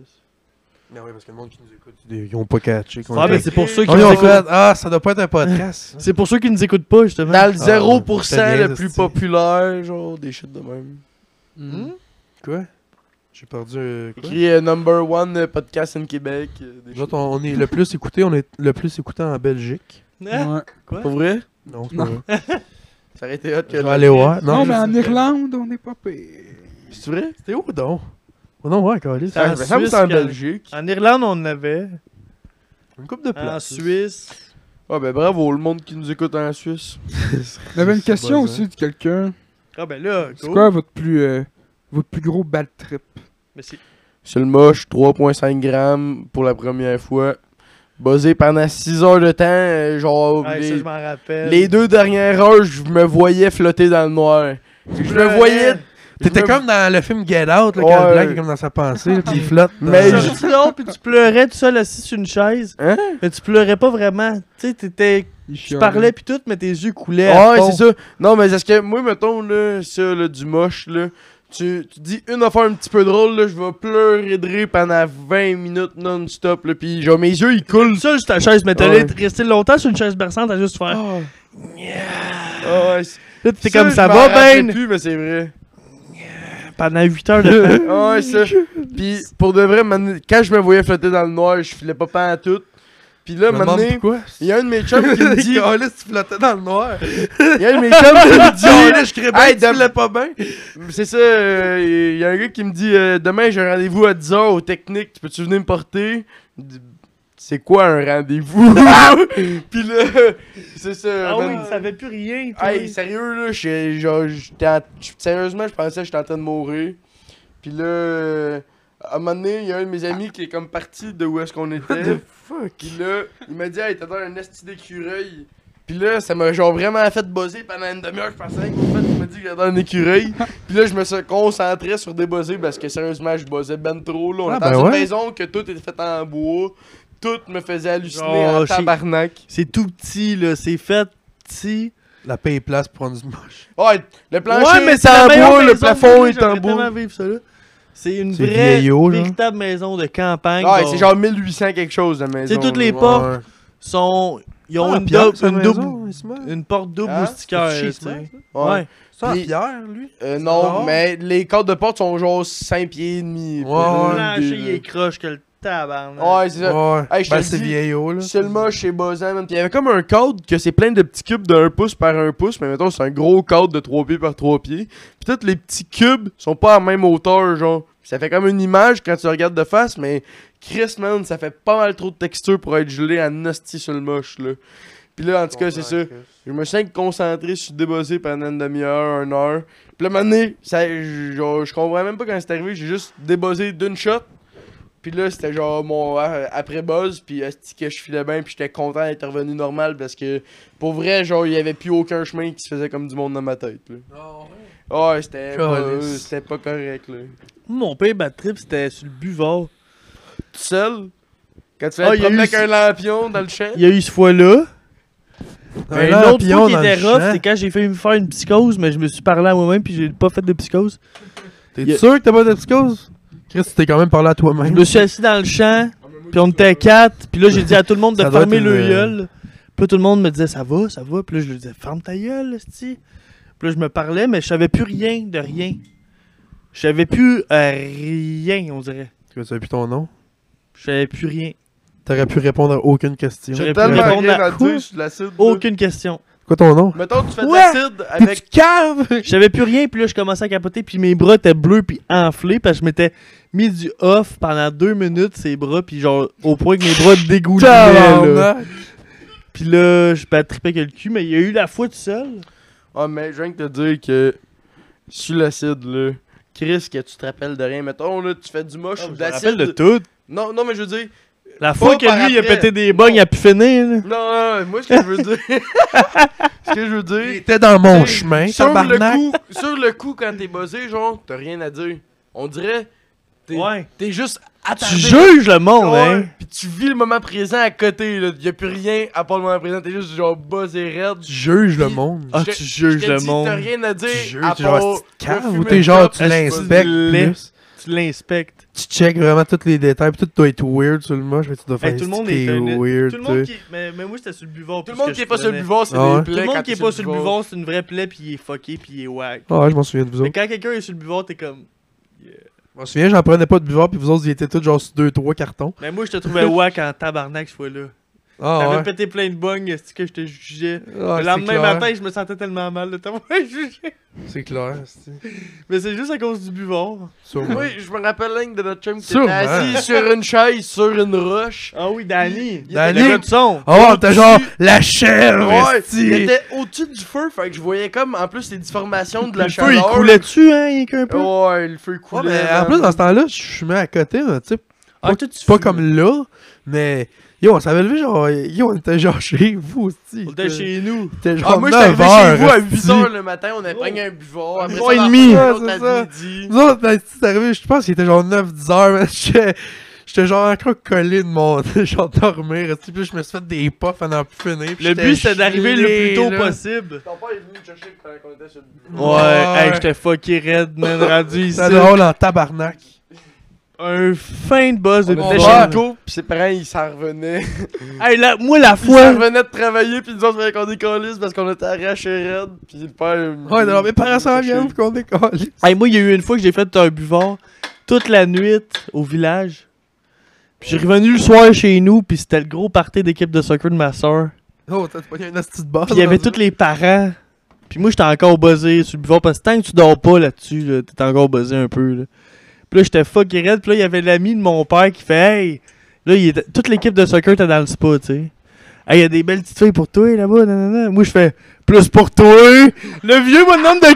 [SPEAKER 1] Mais oui, parce que le monde qui nous écoute, ils ont pas catché. qu'on
[SPEAKER 2] Ah,
[SPEAKER 1] était-
[SPEAKER 2] mais c'est pour ceux qui
[SPEAKER 1] Oh, ils
[SPEAKER 2] nous
[SPEAKER 1] ont
[SPEAKER 2] écoutent.
[SPEAKER 1] fait, Ah, ça doit pas être un podcast. ça.
[SPEAKER 2] C'est pour ceux qui nous écoutent pas, justement.
[SPEAKER 4] Dans le
[SPEAKER 1] Ah,
[SPEAKER 4] 0%
[SPEAKER 1] ouais, t'as bien,
[SPEAKER 4] le plus
[SPEAKER 1] hostie.
[SPEAKER 4] Hmm. populaire, genre des shit de même.
[SPEAKER 1] Quoi J'ai perdu. euh, quoi?
[SPEAKER 4] Écrit euh, number one euh, podcast in Québec. euh, des
[SPEAKER 1] Nous autres, on, on est le plus écouté, on est le plus écouté en Belgique.
[SPEAKER 2] Ah,
[SPEAKER 3] Ouais.
[SPEAKER 4] choses. Pour vrai?
[SPEAKER 1] Non, c'est pas
[SPEAKER 3] Non.
[SPEAKER 1] vrai.
[SPEAKER 4] Ça aurait été hot
[SPEAKER 1] Je
[SPEAKER 4] que.
[SPEAKER 1] vais aller voir.
[SPEAKER 3] Non,
[SPEAKER 1] Non,
[SPEAKER 3] mais en Irlande, on n'est pas pire.
[SPEAKER 4] C'est vrai?
[SPEAKER 1] C'était où donc Oh non, ouais, câlisse.
[SPEAKER 4] Ah,
[SPEAKER 2] En
[SPEAKER 4] mais ça me
[SPEAKER 2] Suisse,
[SPEAKER 4] semble en
[SPEAKER 2] quand-
[SPEAKER 4] Belgique.
[SPEAKER 2] En Irlande, on l'avait.
[SPEAKER 1] Une coupe de
[SPEAKER 2] En
[SPEAKER 1] place.
[SPEAKER 2] Suisse.
[SPEAKER 4] Ah, ben bravo, le monde qui nous écoute en Suisse.
[SPEAKER 3] On avait une
[SPEAKER 1] C'est
[SPEAKER 3] question
[SPEAKER 1] bon, hein. Oh.
[SPEAKER 3] aussi de quelqu'un.
[SPEAKER 2] Ah ben là,
[SPEAKER 3] C'est
[SPEAKER 2] go.
[SPEAKER 3] quoi votre plus, euh, votre plus gros bad trip?
[SPEAKER 2] Mais c'est-
[SPEAKER 4] C'est le moche, 3,5 grammes pour la première fois. Buzzé pendant 6 heures de temps, euh, genre.
[SPEAKER 2] Ouais, ça,
[SPEAKER 4] les...
[SPEAKER 2] je m'en rappelle.
[SPEAKER 4] les deux dernières heures, je me voyais flotter dans le noir. Je me voyais.
[SPEAKER 1] T'étais
[SPEAKER 4] je me-
[SPEAKER 1] comme dans le film Get Out, là, quand
[SPEAKER 4] Ouais.
[SPEAKER 1] le black est comme dans sa pensée, là, puis il flotte. dans-
[SPEAKER 4] Mais
[SPEAKER 2] Tu sortais dehors, puis tu pleurais tout seul assis sur une chaise.
[SPEAKER 4] Hein?
[SPEAKER 2] Mais tu pleurais pas vraiment. Tu sais, t'étais.
[SPEAKER 3] Il
[SPEAKER 2] Tu
[SPEAKER 3] chialait.
[SPEAKER 2] parlais puis tout, mais tes yeux coulaient. à
[SPEAKER 4] Ouais,
[SPEAKER 2] fond.
[SPEAKER 4] Ah, c'est ça. Non, mais est-ce que moi, mettons, là, ça, là, du moche, là, tu, tu dis une affaire un petit peu drôle, là, je vais pleurer de rire pendant 20 minutes non-stop, là, pis genre mes yeux, ils coulent.
[SPEAKER 2] Ça, c'est ta chaise, mais t'allais
[SPEAKER 4] Ouais.
[SPEAKER 2] te rester longtemps sur une chaise berçante à juste faire.
[SPEAKER 4] Ah, ouais, c'est-
[SPEAKER 2] Là, t'es comme
[SPEAKER 4] je
[SPEAKER 2] ça
[SPEAKER 4] m'en
[SPEAKER 2] va,
[SPEAKER 4] rappelais
[SPEAKER 2] ben!
[SPEAKER 4] plus, mais c'est vrai.
[SPEAKER 2] Pendant 8 heures de temps.
[SPEAKER 4] Ah, ouais, ça. Pis pour de vrai, man- quand je me voyais flotter dans le noir, je filais pas pas à tout. Pis là,
[SPEAKER 1] Je me demande
[SPEAKER 4] maintenant,
[SPEAKER 1] pourquoi.
[SPEAKER 4] il y a un de mes chums qui me dit.
[SPEAKER 1] câlisse, tu flottais dans le noir.
[SPEAKER 4] Il y a un de mes chums
[SPEAKER 2] Ah
[SPEAKER 4] qui me dit.
[SPEAKER 1] Câlisse, je crée bien
[SPEAKER 4] Hey,
[SPEAKER 1] que
[SPEAKER 4] dam-
[SPEAKER 1] tu filais pas bien.
[SPEAKER 4] C'est ça, il y a un gars qui me dit euh, Demain, j'ai un rendez-vous à 10h au technique, tu peux-tu venir me porter Il dit, C'est quoi un rendez-vous Puis là, c'est ça.
[SPEAKER 2] Ah oui,
[SPEAKER 4] man.
[SPEAKER 2] tu savais plus rien. toi.
[SPEAKER 4] hey, sérieux, là, j'ai- genre, j'étais en- j- sérieusement, je pensais que j'étais en train de mourir. Puis là, euh, à un moment donné, il y a un de mes amis qui est comme parti de où est-ce qu'on était. Puis là, il m'a dit, hey, t'as l'air un esti d'écureuil. Puis là, ça m'a genre vraiment fait buzzer pendant une demi-heure. Je pensais qu'en fait, il m'a dit que j'avais un écureuil. Puis là, je me suis concentré sur des buzzers parce que sérieusement, je buzzais ben trop. Là. On
[SPEAKER 1] Ah,
[SPEAKER 4] était
[SPEAKER 1] ben
[SPEAKER 4] dans
[SPEAKER 1] ouais.
[SPEAKER 4] une maison que tout était fait en bois. Tout me faisait halluciner
[SPEAKER 2] Genre,
[SPEAKER 1] Oh,
[SPEAKER 4] en
[SPEAKER 2] chez-
[SPEAKER 4] tabarnak.
[SPEAKER 2] C'est tout petit, là. C'est fait petit.
[SPEAKER 1] La paye place pour prendre du moche.
[SPEAKER 4] Ouais, le plancher
[SPEAKER 2] ouais, mais
[SPEAKER 4] est
[SPEAKER 2] c'est
[SPEAKER 4] en
[SPEAKER 2] la meilleure
[SPEAKER 4] bois, le
[SPEAKER 2] maison,
[SPEAKER 4] plafond
[SPEAKER 2] oui,
[SPEAKER 4] est en
[SPEAKER 2] j'aimerais
[SPEAKER 4] bois.
[SPEAKER 2] tellement vivre ça, là. C'est une
[SPEAKER 1] C'est
[SPEAKER 2] vraie,
[SPEAKER 1] vieillot, là.
[SPEAKER 2] véritable maison de campagne.
[SPEAKER 4] Ouais,
[SPEAKER 2] bon.
[SPEAKER 4] c'est genre 1800 quelque chose la maison.
[SPEAKER 2] C'est toutes
[SPEAKER 4] là.
[SPEAKER 2] les
[SPEAKER 4] Ouais.
[SPEAKER 2] portes Sont, ils ont
[SPEAKER 1] Ah,
[SPEAKER 2] une,
[SPEAKER 1] Pierre,
[SPEAKER 2] double-
[SPEAKER 1] sa
[SPEAKER 2] une
[SPEAKER 1] maison,
[SPEAKER 2] double-
[SPEAKER 1] il se meurt.
[SPEAKER 2] une porte double
[SPEAKER 4] Hein?
[SPEAKER 2] moustiquaire.
[SPEAKER 1] C'est-tu chez
[SPEAKER 2] tu
[SPEAKER 1] Smart,
[SPEAKER 2] sais.
[SPEAKER 4] Ouais.
[SPEAKER 2] Ouais.
[SPEAKER 1] Ça,
[SPEAKER 4] Puis-
[SPEAKER 1] Pierre, lui.
[SPEAKER 4] Euh, non,
[SPEAKER 1] Non.
[SPEAKER 4] mais les cordes de porte sont genre 5 pieds et demi.
[SPEAKER 1] Ouais,
[SPEAKER 2] Le
[SPEAKER 1] ouais.
[SPEAKER 2] plancher, il est croche que le tabarnak.
[SPEAKER 4] Ouais, c'est ça.
[SPEAKER 1] Ouais.
[SPEAKER 4] Hey, je te
[SPEAKER 1] Ben,
[SPEAKER 4] le
[SPEAKER 1] c'est
[SPEAKER 4] dis,
[SPEAKER 1] vieillot, là.
[SPEAKER 4] C'est le moche chez Bozan, man. Puis il y avait comme un code que c'est plein de petits cubes de 1 pouce par 1 pouce, mais mettons, c'est un gros code de 3 pieds par 3 pieds. Puis tous les petits cubes sont pas à la même hauteur, genre. Ça fait comme une image quand tu regardes de face, mais Chris, man, ça fait pas mal trop de texture pour être gelé à nasty sur le moche, là. Puis là, en tout cas, c'est ça. Je me sens concentré sur débossé pendant une demi-heure, une heure. Puis là, un moment donné, ça, je, genre, je comprends même pas quand c'est arrivé. J'ai juste débossé d'une shot. Puis là, c'était genre mon euh, après-buzz. Puis esti que je filais bien. Puis j'étais content d'être revenu normal. Parce que pour vrai, genre, il y avait plus aucun chemin qui se faisait comme du monde dans ma tête. Là.
[SPEAKER 2] Ah
[SPEAKER 4] ouais, c'était pas,
[SPEAKER 1] Calisse.
[SPEAKER 4] c'était pas correct. Là.
[SPEAKER 2] Mon père bad trip, c'était sur le buvard.
[SPEAKER 4] Tout seul, quand tu fais
[SPEAKER 2] Ah,
[SPEAKER 4] te
[SPEAKER 2] il y a
[SPEAKER 4] promener
[SPEAKER 2] eu
[SPEAKER 4] avec
[SPEAKER 2] ce-
[SPEAKER 4] un lampion dans le champ.
[SPEAKER 2] Il y a eu ce fois-là.
[SPEAKER 1] Un
[SPEAKER 2] un autre
[SPEAKER 1] lampion
[SPEAKER 2] fois qui
[SPEAKER 1] dans le
[SPEAKER 2] était rough,
[SPEAKER 1] champ.
[SPEAKER 2] c'est quand j'ai fait me faire une psychose, mais je me suis parlé à moi-même puis j'ai pas fait de psychose.
[SPEAKER 1] T'es
[SPEAKER 2] Il y a-
[SPEAKER 1] sûr que t'as pas de psychose? Chris, tu t'es quand même parlé à
[SPEAKER 2] Je
[SPEAKER 1] toi-même.
[SPEAKER 2] me suis assis dans le champ, puis on était quatre, puis là j'ai dit à tout le monde de
[SPEAKER 1] Ça doit
[SPEAKER 2] fermer
[SPEAKER 1] être
[SPEAKER 2] le
[SPEAKER 1] une,
[SPEAKER 2] gueule. Puis là, tout le monde me disait ça va, ça va, puis là je lui disais ferme ta gueule, esti. Puis là je me parlais, mais je savais plus rien de rien. Je savais plus euh, rien, on dirait.
[SPEAKER 1] Tu savais plus ton nom.
[SPEAKER 2] Je savais plus rien.
[SPEAKER 1] T'aurais pu répondre à aucune question.
[SPEAKER 2] J'aurais-
[SPEAKER 1] C'est
[SPEAKER 4] J'ai
[SPEAKER 2] pu
[SPEAKER 4] tellement
[SPEAKER 2] répondre
[SPEAKER 4] rien
[SPEAKER 2] à
[SPEAKER 4] à
[SPEAKER 2] quoi?
[SPEAKER 4] dire sur l'acide. là.
[SPEAKER 2] Aucune question.
[SPEAKER 1] quoi ton nom?
[SPEAKER 4] Mettons, tu fais de
[SPEAKER 2] Ouais.
[SPEAKER 4] l'acide
[SPEAKER 1] T'es-tu
[SPEAKER 4] avec.
[SPEAKER 1] cave!
[SPEAKER 2] Je savais plus rien, puis là je commençais à capoter, puis mes bras étaient bleus puis enflés parce que je m'étais mis du off pendant deux minutes ces bras, puis genre au point que mes bras dégoulaient. là.
[SPEAKER 1] Tabarnak!
[SPEAKER 2] Puis là je trippais que le cul, mais il y a eu la fois tout seul.
[SPEAKER 4] Ah, mais je viens de te dire que sur l'acide, là, Chris, que tu te rappelles de rien. Mettons, là, tu fais du moche
[SPEAKER 2] Ah,
[SPEAKER 4] ou de l'acide.
[SPEAKER 2] tout.
[SPEAKER 4] Non, non, mais je veux dire.
[SPEAKER 2] La fois que
[SPEAKER 4] par
[SPEAKER 2] lui, il a
[SPEAKER 4] après.
[SPEAKER 2] pété des bognes à pu finir, là.
[SPEAKER 4] Non, non, non, moi, ce que je veux dire. ce que je veux dire.
[SPEAKER 1] T'es dans mon
[SPEAKER 4] c'est-
[SPEAKER 1] chemin,
[SPEAKER 4] Sur le,
[SPEAKER 1] tabarnak!
[SPEAKER 4] coup, sur le coup, quand t'es buzzé, genre, t'as rien à dire. On dirait. T'es
[SPEAKER 2] Ouais.
[SPEAKER 4] t'es juste attardé.
[SPEAKER 2] Tu juges le
[SPEAKER 4] Ouais,
[SPEAKER 2] monde, hein.
[SPEAKER 4] Puis tu vis le moment présent à côté, là. Y'a plus rien à part le moment présent. T'es juste genre buzzé raide.
[SPEAKER 1] Tu juges le
[SPEAKER 4] Puis-
[SPEAKER 1] monde.
[SPEAKER 2] Ah,
[SPEAKER 4] Je-
[SPEAKER 2] tu juges
[SPEAKER 4] Je te
[SPEAKER 2] le
[SPEAKER 4] dis,
[SPEAKER 2] monde.
[SPEAKER 4] T'as rien à dire.
[SPEAKER 1] Tu juges,
[SPEAKER 4] à
[SPEAKER 1] t'es genre,
[SPEAKER 4] part
[SPEAKER 1] c'est-tu
[SPEAKER 4] le
[SPEAKER 1] cave ou
[SPEAKER 4] fumer
[SPEAKER 1] t'es
[SPEAKER 4] le
[SPEAKER 1] genre,
[SPEAKER 4] top,
[SPEAKER 1] tu
[SPEAKER 4] est-ce que
[SPEAKER 1] l'inspectes
[SPEAKER 2] laid.
[SPEAKER 1] plus?
[SPEAKER 2] Tu l'inspectes.
[SPEAKER 1] Tu check vraiment tous les détails, pis tout doit être weird sur le moche, mais tu dois faire
[SPEAKER 2] Hey, tout le monde
[SPEAKER 1] t'es
[SPEAKER 2] est un-
[SPEAKER 1] weird,
[SPEAKER 2] Tout le monde
[SPEAKER 1] tu sais.
[SPEAKER 2] qui. Mais, mais moi, j'étais sur le buvard.
[SPEAKER 4] Tout le
[SPEAKER 2] plus
[SPEAKER 4] monde
[SPEAKER 2] que
[SPEAKER 4] qui est
[SPEAKER 2] je
[SPEAKER 4] pas sur le
[SPEAKER 2] prenais.
[SPEAKER 4] buvard, c'est
[SPEAKER 1] Ah ouais?
[SPEAKER 4] des
[SPEAKER 2] Tout le
[SPEAKER 4] plaies quand
[SPEAKER 2] monde qui
[SPEAKER 4] t'es
[SPEAKER 2] est pas sur le buvard, c'est une vraie plaie, puis il est fucké, puis il est wack.
[SPEAKER 1] Ah ouais, je m'en souviens de vous
[SPEAKER 2] Mais
[SPEAKER 1] autres.
[SPEAKER 2] quand quelqu'un est sur le buvard, t'es comme.
[SPEAKER 1] Je me souviens, j'en prenais pas de buvard, puis vous autres, ils étaient tous genre sur 2-3 cartons.
[SPEAKER 2] Mais moi, je te trouvais wack en tabarnak, ce fois-là.
[SPEAKER 1] Ah
[SPEAKER 2] T'avais
[SPEAKER 1] ouais.
[SPEAKER 2] pété plein de bongs, c'est que je te jugeais.
[SPEAKER 1] Ah,
[SPEAKER 2] le
[SPEAKER 1] c'est
[SPEAKER 2] lendemain
[SPEAKER 1] clair.
[SPEAKER 2] matin, je me sentais tellement mal de t'avoir jugé.
[SPEAKER 1] C'est clair. c'est-
[SPEAKER 2] Mais c'est juste à cause du buvard.
[SPEAKER 1] Sûrement.
[SPEAKER 4] Oui, je me rappelle l'un de notre chum qui
[SPEAKER 1] Sûrement.
[SPEAKER 4] était assis sur une chaise, sur une roche.
[SPEAKER 2] Ah oui, Danny.
[SPEAKER 1] Danny.
[SPEAKER 2] Le gars de son.
[SPEAKER 1] Oh, t'as genre la chèvre!
[SPEAKER 4] Ouais,
[SPEAKER 1] esti.
[SPEAKER 4] il était au-dessus du feu, fait que je voyais comme, en plus, les déformations de la
[SPEAKER 5] Le
[SPEAKER 4] chaleur.
[SPEAKER 5] feu, il coulait dessus, hein, rien qu'un peu.
[SPEAKER 4] Ouais, le feu
[SPEAKER 1] Ouais,
[SPEAKER 4] coulait.
[SPEAKER 1] mais en
[SPEAKER 4] man.
[SPEAKER 1] plus, dans ce temps-là, je suis mis à côté, là, tu sais,
[SPEAKER 2] Ah, toi, tu
[SPEAKER 1] pas
[SPEAKER 2] fumes.
[SPEAKER 1] comme là, mais yo, on s'avait levé genre, yo, on était genre chez vous aussi.
[SPEAKER 2] On était chez nous.
[SPEAKER 1] C'était genre
[SPEAKER 4] Ah, moi, j'étais arrivé
[SPEAKER 1] 9 heures,
[SPEAKER 4] chez vous à
[SPEAKER 1] esti.
[SPEAKER 4] 8h le matin, on avait pogné un buvard. Après
[SPEAKER 1] buvard
[SPEAKER 4] ça,
[SPEAKER 1] et
[SPEAKER 4] on a
[SPEAKER 1] demi.
[SPEAKER 4] repris un autre
[SPEAKER 1] Ouais, c'est
[SPEAKER 4] à midi.
[SPEAKER 1] Nous autres, ben, c'est arrivé, je pense qu'il était genre 9-10 heures, mais j'étais- J'étais genre encore collé de mon. genre dormir, esti, puis je me suis fait des puffs en en plus finir. puis
[SPEAKER 2] Le
[SPEAKER 1] j'étais
[SPEAKER 2] but, c'était d'arriver le plus tôt
[SPEAKER 1] gelé, là.
[SPEAKER 2] possible.
[SPEAKER 4] Ton père est venu me chercher quand on était sur le buvard.
[SPEAKER 2] Ouais,
[SPEAKER 1] Ouais.
[SPEAKER 2] hey, j'étais fucké red, man, rendu ici.
[SPEAKER 1] C'était drôle en tabarnak.
[SPEAKER 2] Un fin de buzz de
[SPEAKER 4] On était
[SPEAKER 1] Ouais.
[SPEAKER 4] chez
[SPEAKER 2] Pichet.
[SPEAKER 4] Nico, pis ses parents, ils s'en revenaient.
[SPEAKER 2] Hey, là, moi, la
[SPEAKER 4] Ils s'en
[SPEAKER 2] fois.
[SPEAKER 4] revenaient de travailler, pis nous autres, fallait qu'on décollisse parce qu'on était arrachés raide, pis le père...
[SPEAKER 1] Ouais, non, mes parents s'en viennent, puis qu'on décolle.
[SPEAKER 2] Hey, moi, il y a eu une fois que j'ai fait un buvard toute la nuit au village. Puis je suis revenu le soir chez nous, puis c'était le gros party d'équipe de soccer de ma soeur.
[SPEAKER 1] Oh, t'as pas une astuce de base.
[SPEAKER 2] Puis il y avait tous les parents. Puis moi, j'étais encore buzzé sur le buvard, parce que tant que tu dors pas là-dessus, là, t'es encore buzzé un peu. Là. Puis là, j'étais fuck raide, puis là, il y avait l'ami de mon père qui fait Hey, là, il était- toute l'équipe de soccer était dans le spa, tu sais. Hey, il y a des belles petites filles pour toi là-bas, nanana. Moi, je fais plus pour toi. Le vieux bonhomme de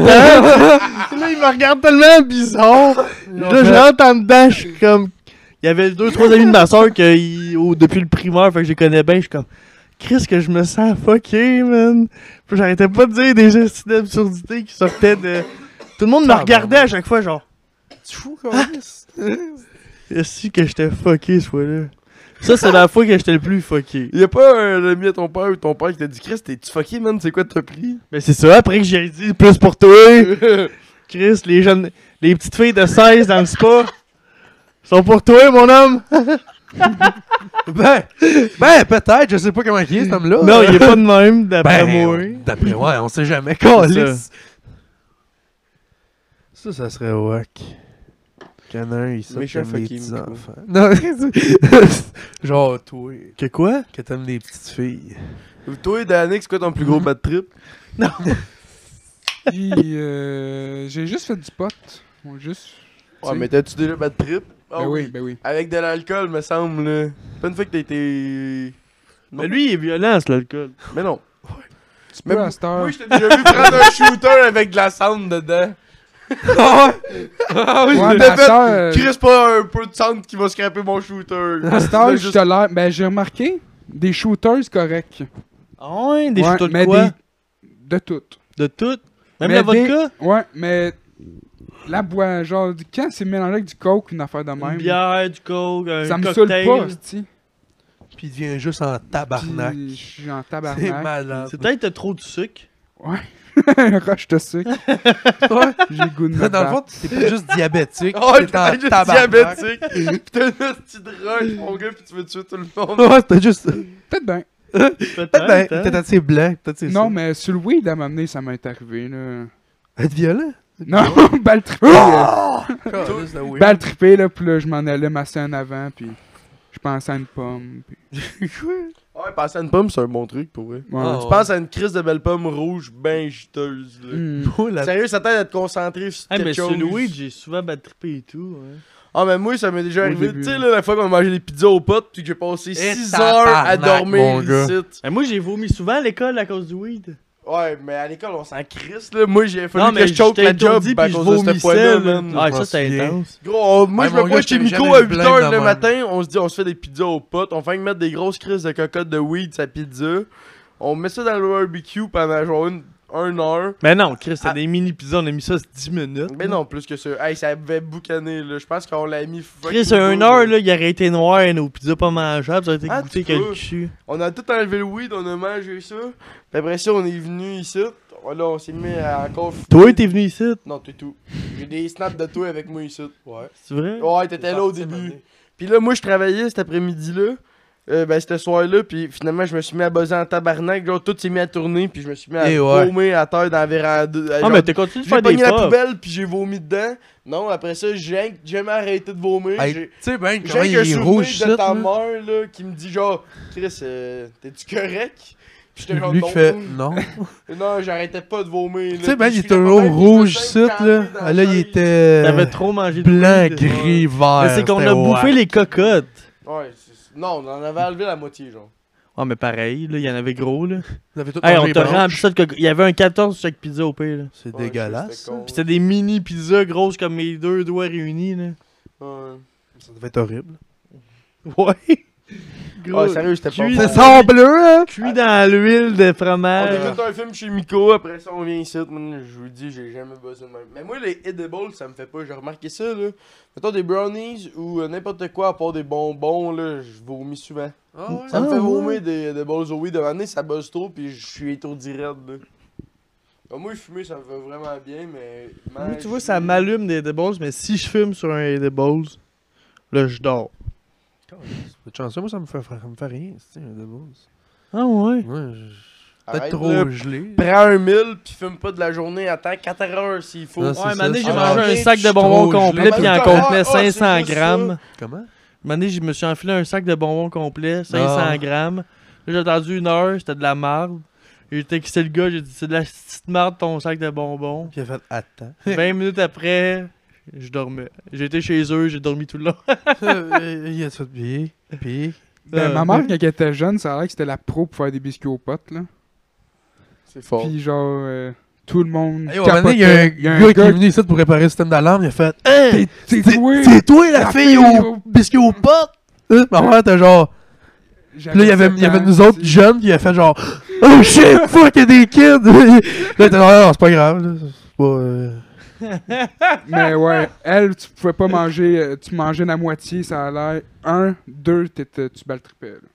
[SPEAKER 2] ans. là, il me regarde tellement bizarre. Là, je rentre en dedans, je suis comme. Il y avait deux, trois amis de ma soeur que ils- au- depuis le primaire, fait que je les connais bien, je suis comme. Chris, que je me sens fucké, man. Puis j'arrêtais pas de dire des gestes d'absurdité qui sortaient de. Tout le monde me
[SPEAKER 1] Ah,
[SPEAKER 2] regardait
[SPEAKER 1] bon.
[SPEAKER 2] à chaque fois, genre.
[SPEAKER 1] Tu fous, quand même.
[SPEAKER 2] Est-ce que j'étais fucké, ce fois-là? Ça, c'est la fois que j'étais le plus fucké.
[SPEAKER 4] Y'a pas un ami à ton père ou ton père qui t'a dit Chris, t'es-tu fucké, man? C'est quoi t'as pris?
[SPEAKER 2] Mais c'est ça, après que j'ai dit plus pour toi. Chris, les jeunes. Les petites filles de 16 dans le spa sont pour toi, mon homme.
[SPEAKER 1] Ben, ben peut-être, je sais pas comment il est cet homme-là.
[SPEAKER 2] Non, il est pas de même, d'après
[SPEAKER 1] ben,
[SPEAKER 2] moi.
[SPEAKER 1] on- D'après ouais, on sait jamais
[SPEAKER 2] C'est
[SPEAKER 1] câlisse. Ça, ça serait wack. Canin, il sait
[SPEAKER 4] Méchant
[SPEAKER 1] que t'aimes les
[SPEAKER 4] fucking
[SPEAKER 1] petits
[SPEAKER 4] micro.
[SPEAKER 1] enfants. Non, c'est- genre toi,
[SPEAKER 2] Que quoi?
[SPEAKER 1] que t'aimes les petites filles.
[SPEAKER 4] Toi, Danny, c'est quoi ton plus
[SPEAKER 3] Mhm.
[SPEAKER 4] gros bad trip?
[SPEAKER 3] Puis, euh, j'ai juste fait du pot. On juste.
[SPEAKER 4] Ouais, mais t'as-tu déjà bad trip? Ah
[SPEAKER 3] Ben oui, ben oui.
[SPEAKER 4] Avec de l'alcool, me semble. là. Pas une fois que t'as été. Non.
[SPEAKER 2] Mais
[SPEAKER 3] Ben
[SPEAKER 2] lui, il est violent, c'est l'alcool.
[SPEAKER 4] Mais non.
[SPEAKER 3] Tu
[SPEAKER 4] Mais
[SPEAKER 3] peux à cette heure.
[SPEAKER 4] Moi, je t'ai déjà vu prendre un shooter avec de la cendre dedans.
[SPEAKER 1] Ah
[SPEAKER 3] Ouais, mais
[SPEAKER 4] de
[SPEAKER 3] à
[SPEAKER 4] fait,
[SPEAKER 3] cette heure, euh,
[SPEAKER 4] Chris, pas un peu de cendre qui va scraper mon shooter.
[SPEAKER 3] à cette heure,
[SPEAKER 4] Là,
[SPEAKER 3] je tolère. Ben, j'ai remarqué des shooters corrects.
[SPEAKER 2] Ah ouais, des
[SPEAKER 3] Ouais,
[SPEAKER 2] shooters de
[SPEAKER 3] mais
[SPEAKER 2] quoi?
[SPEAKER 3] des- De toutes.
[SPEAKER 2] De tout? Même
[SPEAKER 3] Mais
[SPEAKER 2] la
[SPEAKER 3] des-
[SPEAKER 2] vodka?
[SPEAKER 3] Ouais, mais. La bois, genre, du- quand c'est mélangé avec du coke, une affaire de
[SPEAKER 2] Une
[SPEAKER 3] même.
[SPEAKER 2] bière, du coke, un
[SPEAKER 3] ça me saoule
[SPEAKER 2] cocktail.
[SPEAKER 3] pas, tu
[SPEAKER 1] Puis il devient juste en tabarnak.
[SPEAKER 3] Je suis en
[SPEAKER 1] C'est
[SPEAKER 3] tabarnak.
[SPEAKER 1] malade.
[SPEAKER 2] C'est peut-être que t'as trop de sucre.
[SPEAKER 3] Roche de sucre.
[SPEAKER 1] Ouais.
[SPEAKER 3] J'ai le goût de me
[SPEAKER 1] Dans le
[SPEAKER 3] battre.
[SPEAKER 1] fond, t'es pas juste diabétique.
[SPEAKER 4] Oh,
[SPEAKER 1] t'es en
[SPEAKER 4] t'es juste
[SPEAKER 1] tabarnak.
[SPEAKER 4] diabétique. Pis t'as une petite drogue, mon gars, pis tu veux tuer tout le monde.
[SPEAKER 1] Ouais, t'es juste.
[SPEAKER 3] Peut-être bien.
[SPEAKER 2] Peut-être.
[SPEAKER 1] Peut-être
[SPEAKER 2] hein.
[SPEAKER 1] ben, peut-être assez blanc. Peut-être c'est
[SPEAKER 3] Non,
[SPEAKER 1] ça.
[SPEAKER 3] mais sur le weed à m'amener, ça m'est arrivé, là.
[SPEAKER 1] Être violent.
[SPEAKER 3] Non, balle trippée.
[SPEAKER 1] Ah!
[SPEAKER 3] euh,
[SPEAKER 1] Câlisse, là, oui.
[SPEAKER 3] balle trippée, là, puis là, je m'en allais masser en avant, puis je pensais à une pomme. Puis...
[SPEAKER 4] Ouais, passer à une pomme, c'est un bon truc pour vrai.
[SPEAKER 3] Ouais.
[SPEAKER 1] Ah,
[SPEAKER 4] Tu penses à une crise de belle pomme rouge ben juteuse, là.
[SPEAKER 3] Hmm.
[SPEAKER 1] Oh, la
[SPEAKER 4] Sérieux, ça t'aide à te concentrer sur
[SPEAKER 2] Ah,
[SPEAKER 4] quelque
[SPEAKER 2] Mm. mais
[SPEAKER 4] chose.
[SPEAKER 2] sur Louis, j'ai souvent battrippé et tout. hein. ouais.
[SPEAKER 4] Ah, mais moi, ça m'est déjà
[SPEAKER 3] Au
[SPEAKER 4] arrivé.
[SPEAKER 3] début,
[SPEAKER 4] Tu sais,
[SPEAKER 3] ouais.
[SPEAKER 4] là, la fois qu'on mangeait des pizzas aux potes, puis que j'ai passé 6 heures à
[SPEAKER 1] tabarnak, mon
[SPEAKER 4] dormir
[SPEAKER 1] gars.
[SPEAKER 4] ici.
[SPEAKER 2] Mais Ben, moi, j'ai vomi souvent à l'école à cause du weed.
[SPEAKER 4] Ouais, mais à l'école, on s'en crisse, là. Moi, j'ai fallu
[SPEAKER 2] Non, mais
[SPEAKER 4] que je choke
[SPEAKER 2] j'étais
[SPEAKER 4] la job
[SPEAKER 2] étourdi,
[SPEAKER 4] à
[SPEAKER 2] puis je
[SPEAKER 4] cause de cette
[SPEAKER 2] vomissais,
[SPEAKER 4] fois-là,
[SPEAKER 2] là.
[SPEAKER 4] man.
[SPEAKER 2] Ah,
[SPEAKER 1] Je m'en
[SPEAKER 2] ça, c'est
[SPEAKER 1] souviens.
[SPEAKER 2] intense.
[SPEAKER 4] Gros, euh, moi,
[SPEAKER 1] Ouais,
[SPEAKER 4] je me
[SPEAKER 1] mon
[SPEAKER 4] vois
[SPEAKER 1] gars,
[SPEAKER 4] chez
[SPEAKER 1] je t'ai
[SPEAKER 4] Miko
[SPEAKER 1] jamais
[SPEAKER 4] à
[SPEAKER 1] vu
[SPEAKER 4] 8
[SPEAKER 1] blême
[SPEAKER 4] h
[SPEAKER 1] de
[SPEAKER 4] le
[SPEAKER 1] même.
[SPEAKER 4] matin, on se dit, on se fait des pizzas aux potes, on fait mettre des grosses crises de cocotte de weed sa pizza. On met ça dans le barbecue pendant genre une, une heure.
[SPEAKER 2] Mais non, Chris, t'as
[SPEAKER 4] Ah.
[SPEAKER 2] des mini pizzas, on a mis ça c'est 10 minutes.
[SPEAKER 4] Mais non, plus que ça. Hey, ça avait boucané, là. Je pense qu'on l'a mis.
[SPEAKER 2] Chris,
[SPEAKER 4] fucking
[SPEAKER 2] à une
[SPEAKER 4] low,
[SPEAKER 2] heure, là, il aurait été noir et nos pizzas pas mangeables, ça aurait été
[SPEAKER 4] Ah,
[SPEAKER 2] goûté
[SPEAKER 4] tu
[SPEAKER 2] que le
[SPEAKER 4] peux.
[SPEAKER 2] cul.
[SPEAKER 4] On a tout enlevé le weed, on a mangé ça. Puis après ça, on est venu ici. Oh Là, on s'est mis à encore. fumer.
[SPEAKER 2] Toi, t'es venu ici,
[SPEAKER 4] Non, t'es tout. J'ai des snaps de toi avec moi ici. Ouais.
[SPEAKER 2] c'est vrai?
[SPEAKER 4] Ouais, t'étais là au début. Puis là, moi, je travaillais cet après-midi-là. euh, ben, ce soir-là, puis finalement, je me suis mis à buzzer en tabarnak. Genre, tout s'est mis à tourner, puis je me suis mis à
[SPEAKER 1] Eh ouais.
[SPEAKER 4] paumer à terre dans la véranda. Euh,
[SPEAKER 2] Ah,
[SPEAKER 4] genre,
[SPEAKER 2] mais t'as continué de
[SPEAKER 4] j'ai
[SPEAKER 2] faire des
[SPEAKER 4] pogné la
[SPEAKER 2] pubs.
[SPEAKER 4] poubelle, puis j'ai vomi dedans. Non, après ça, j'ai jamais arrêté de vomir.
[SPEAKER 1] Hey,
[SPEAKER 4] J'ai-
[SPEAKER 1] tu sais, ben,
[SPEAKER 4] J'ai
[SPEAKER 1] comment il
[SPEAKER 4] un
[SPEAKER 1] est
[SPEAKER 4] souvenir
[SPEAKER 1] rouge,
[SPEAKER 4] de
[SPEAKER 1] ça,
[SPEAKER 4] ta
[SPEAKER 1] là.
[SPEAKER 4] mère là, qui me dit genre Chris, euh, t'es-tu correct? Puis j'étais genre
[SPEAKER 1] Lui
[SPEAKER 4] non.
[SPEAKER 1] qui fait non.
[SPEAKER 4] Non, j'arrêtais pas de vomir. là.
[SPEAKER 1] Tu sais, ben,
[SPEAKER 4] Puis
[SPEAKER 1] il
[SPEAKER 4] je
[SPEAKER 1] est
[SPEAKER 4] suis là,
[SPEAKER 1] toujours
[SPEAKER 4] même,
[SPEAKER 1] rouge,
[SPEAKER 4] je me
[SPEAKER 1] ici,
[SPEAKER 4] sens
[SPEAKER 1] là. Ah,
[SPEAKER 4] crampé dans la
[SPEAKER 1] Là, il
[SPEAKER 4] chaise.
[SPEAKER 1] était euh,
[SPEAKER 2] T'avais trop mangé de
[SPEAKER 1] blanc,
[SPEAKER 2] weed.
[SPEAKER 1] gris, vert.
[SPEAKER 2] Mais c'est qu'on
[SPEAKER 1] c'était
[SPEAKER 2] a bouffé
[SPEAKER 1] wack.
[SPEAKER 2] les cocottes.
[SPEAKER 4] Ouais, c'est- non, on en avait enlevé la moitié, genre.
[SPEAKER 2] Ah, mais pareil, là, il y en avait gros, là.
[SPEAKER 1] Vous avez tout
[SPEAKER 2] Hey,
[SPEAKER 1] mangé
[SPEAKER 2] Ah, on
[SPEAKER 1] les
[SPEAKER 2] te rend
[SPEAKER 1] branches.
[SPEAKER 2] plus ça de cocottes. Il y avait un 14 sur chaque pizza au pire, là.
[SPEAKER 1] C'est
[SPEAKER 4] Ouais,
[SPEAKER 1] dégueulasse.
[SPEAKER 4] Ah, c'était con,
[SPEAKER 2] Pis c'était des mini pizzas grosses comme mes deux doigts réunis, là.
[SPEAKER 4] Ouais.
[SPEAKER 1] Ça devait être horrible.
[SPEAKER 2] Ouais.
[SPEAKER 4] Ouais, sérieux, j'étais pas
[SPEAKER 2] Cuit-
[SPEAKER 4] bon.
[SPEAKER 2] C'est
[SPEAKER 3] sang bleu, hein?
[SPEAKER 2] Cuit dans l'huile de
[SPEAKER 4] On
[SPEAKER 2] fromage.
[SPEAKER 4] écoute un film chez Miko, après ça on vient ici, man, je vous le dis, j'ai jamais bossé de même. Mais moi les edibles, ça me fait pas, j'ai remarqué ça là. Mettons des brownies ou euh, n'importe quoi à part des bonbons là, je vomis souvent. Ça me
[SPEAKER 2] Ah,
[SPEAKER 4] fait
[SPEAKER 2] ouais.
[SPEAKER 4] vomir des, des balls au weed. À un moment donné, ça buzz trop, puis je suis étourdi raide. Là. Ah, moi, fumer, ça me fait vraiment bien, mais.
[SPEAKER 2] Moi, tu
[SPEAKER 4] je
[SPEAKER 2] vois,
[SPEAKER 4] suis-
[SPEAKER 2] ça m'allume des edibles, mais si je fume sur un edibles, là, je dors.
[SPEAKER 1] C'est chanceux, moi, ça me fait, ça me fait rien, c'est de base.
[SPEAKER 2] Ah ouais?
[SPEAKER 1] Ouais, je-
[SPEAKER 4] Arrête,
[SPEAKER 1] peut-être trop
[SPEAKER 4] là.
[SPEAKER 1] gelé.
[SPEAKER 4] Prends un mille, puis fume pas de la journée. Attends 4 heures s'il faut.
[SPEAKER 1] Non,
[SPEAKER 2] Ouais,
[SPEAKER 1] C'est
[SPEAKER 2] un
[SPEAKER 1] ça,
[SPEAKER 2] moment donné,
[SPEAKER 1] c'est
[SPEAKER 2] j'ai
[SPEAKER 1] ça.
[SPEAKER 2] mangé
[SPEAKER 4] Ah,
[SPEAKER 2] un
[SPEAKER 4] ok,
[SPEAKER 2] sac
[SPEAKER 1] je
[SPEAKER 2] de
[SPEAKER 1] suis
[SPEAKER 2] bonbons
[SPEAKER 1] trop
[SPEAKER 2] complet,
[SPEAKER 1] gelé.
[SPEAKER 2] puis il en
[SPEAKER 4] Ah, ah,
[SPEAKER 2] contenait
[SPEAKER 4] ah, c'est
[SPEAKER 2] 500
[SPEAKER 4] juste ça.
[SPEAKER 2] grammes.
[SPEAKER 1] Comment?
[SPEAKER 2] Un moment donné, je me suis enfilé un sac de bonbons complet, 500
[SPEAKER 1] Ah.
[SPEAKER 2] grammes. Là, j'ai attendu une heure, c'était de la marde. J'ai texté le gars, j'ai dit, c'est de la petite marde ton sac de bonbons.
[SPEAKER 1] Puis il a fait attends.
[SPEAKER 2] 20 minutes après, je dormais. J'étais chez eux, j'ai dormi tout le long.
[SPEAKER 1] Euh, il a fait pied, pied.
[SPEAKER 3] Ben,
[SPEAKER 2] Euh,
[SPEAKER 3] ma mère, quand elle était jeune, ça a l'air que c'était la pro pour faire des biscuits aux potes, là.
[SPEAKER 4] C'est fort.
[SPEAKER 3] Puis genre, euh, tout le monde.
[SPEAKER 1] Hey, au moment donné, il y a un
[SPEAKER 3] capotait.
[SPEAKER 1] gars qui est venu ici pour réparer le système d'alarme, il a fait Hey!
[SPEAKER 3] T'es
[SPEAKER 1] C'est
[SPEAKER 3] doué!
[SPEAKER 1] c'est toi la,
[SPEAKER 3] La
[SPEAKER 1] fille
[SPEAKER 3] fille
[SPEAKER 1] au
[SPEAKER 3] au-
[SPEAKER 1] biscuit aux potes! Hein? Ma mère était genre. Puis là, il y avait, il y avait nous autres jeunes, puis il a fait genre Oh shit, fuck, il y a des kids! là, il était genre, Ah, non, c'est pas grave, là. C'est pas. euh,
[SPEAKER 3] Mais ouais, elle, tu pouvais pas manger, euh, tu mangeais la moitié, ça a l'air. Un, deux, t'étais- tu baltripais. là.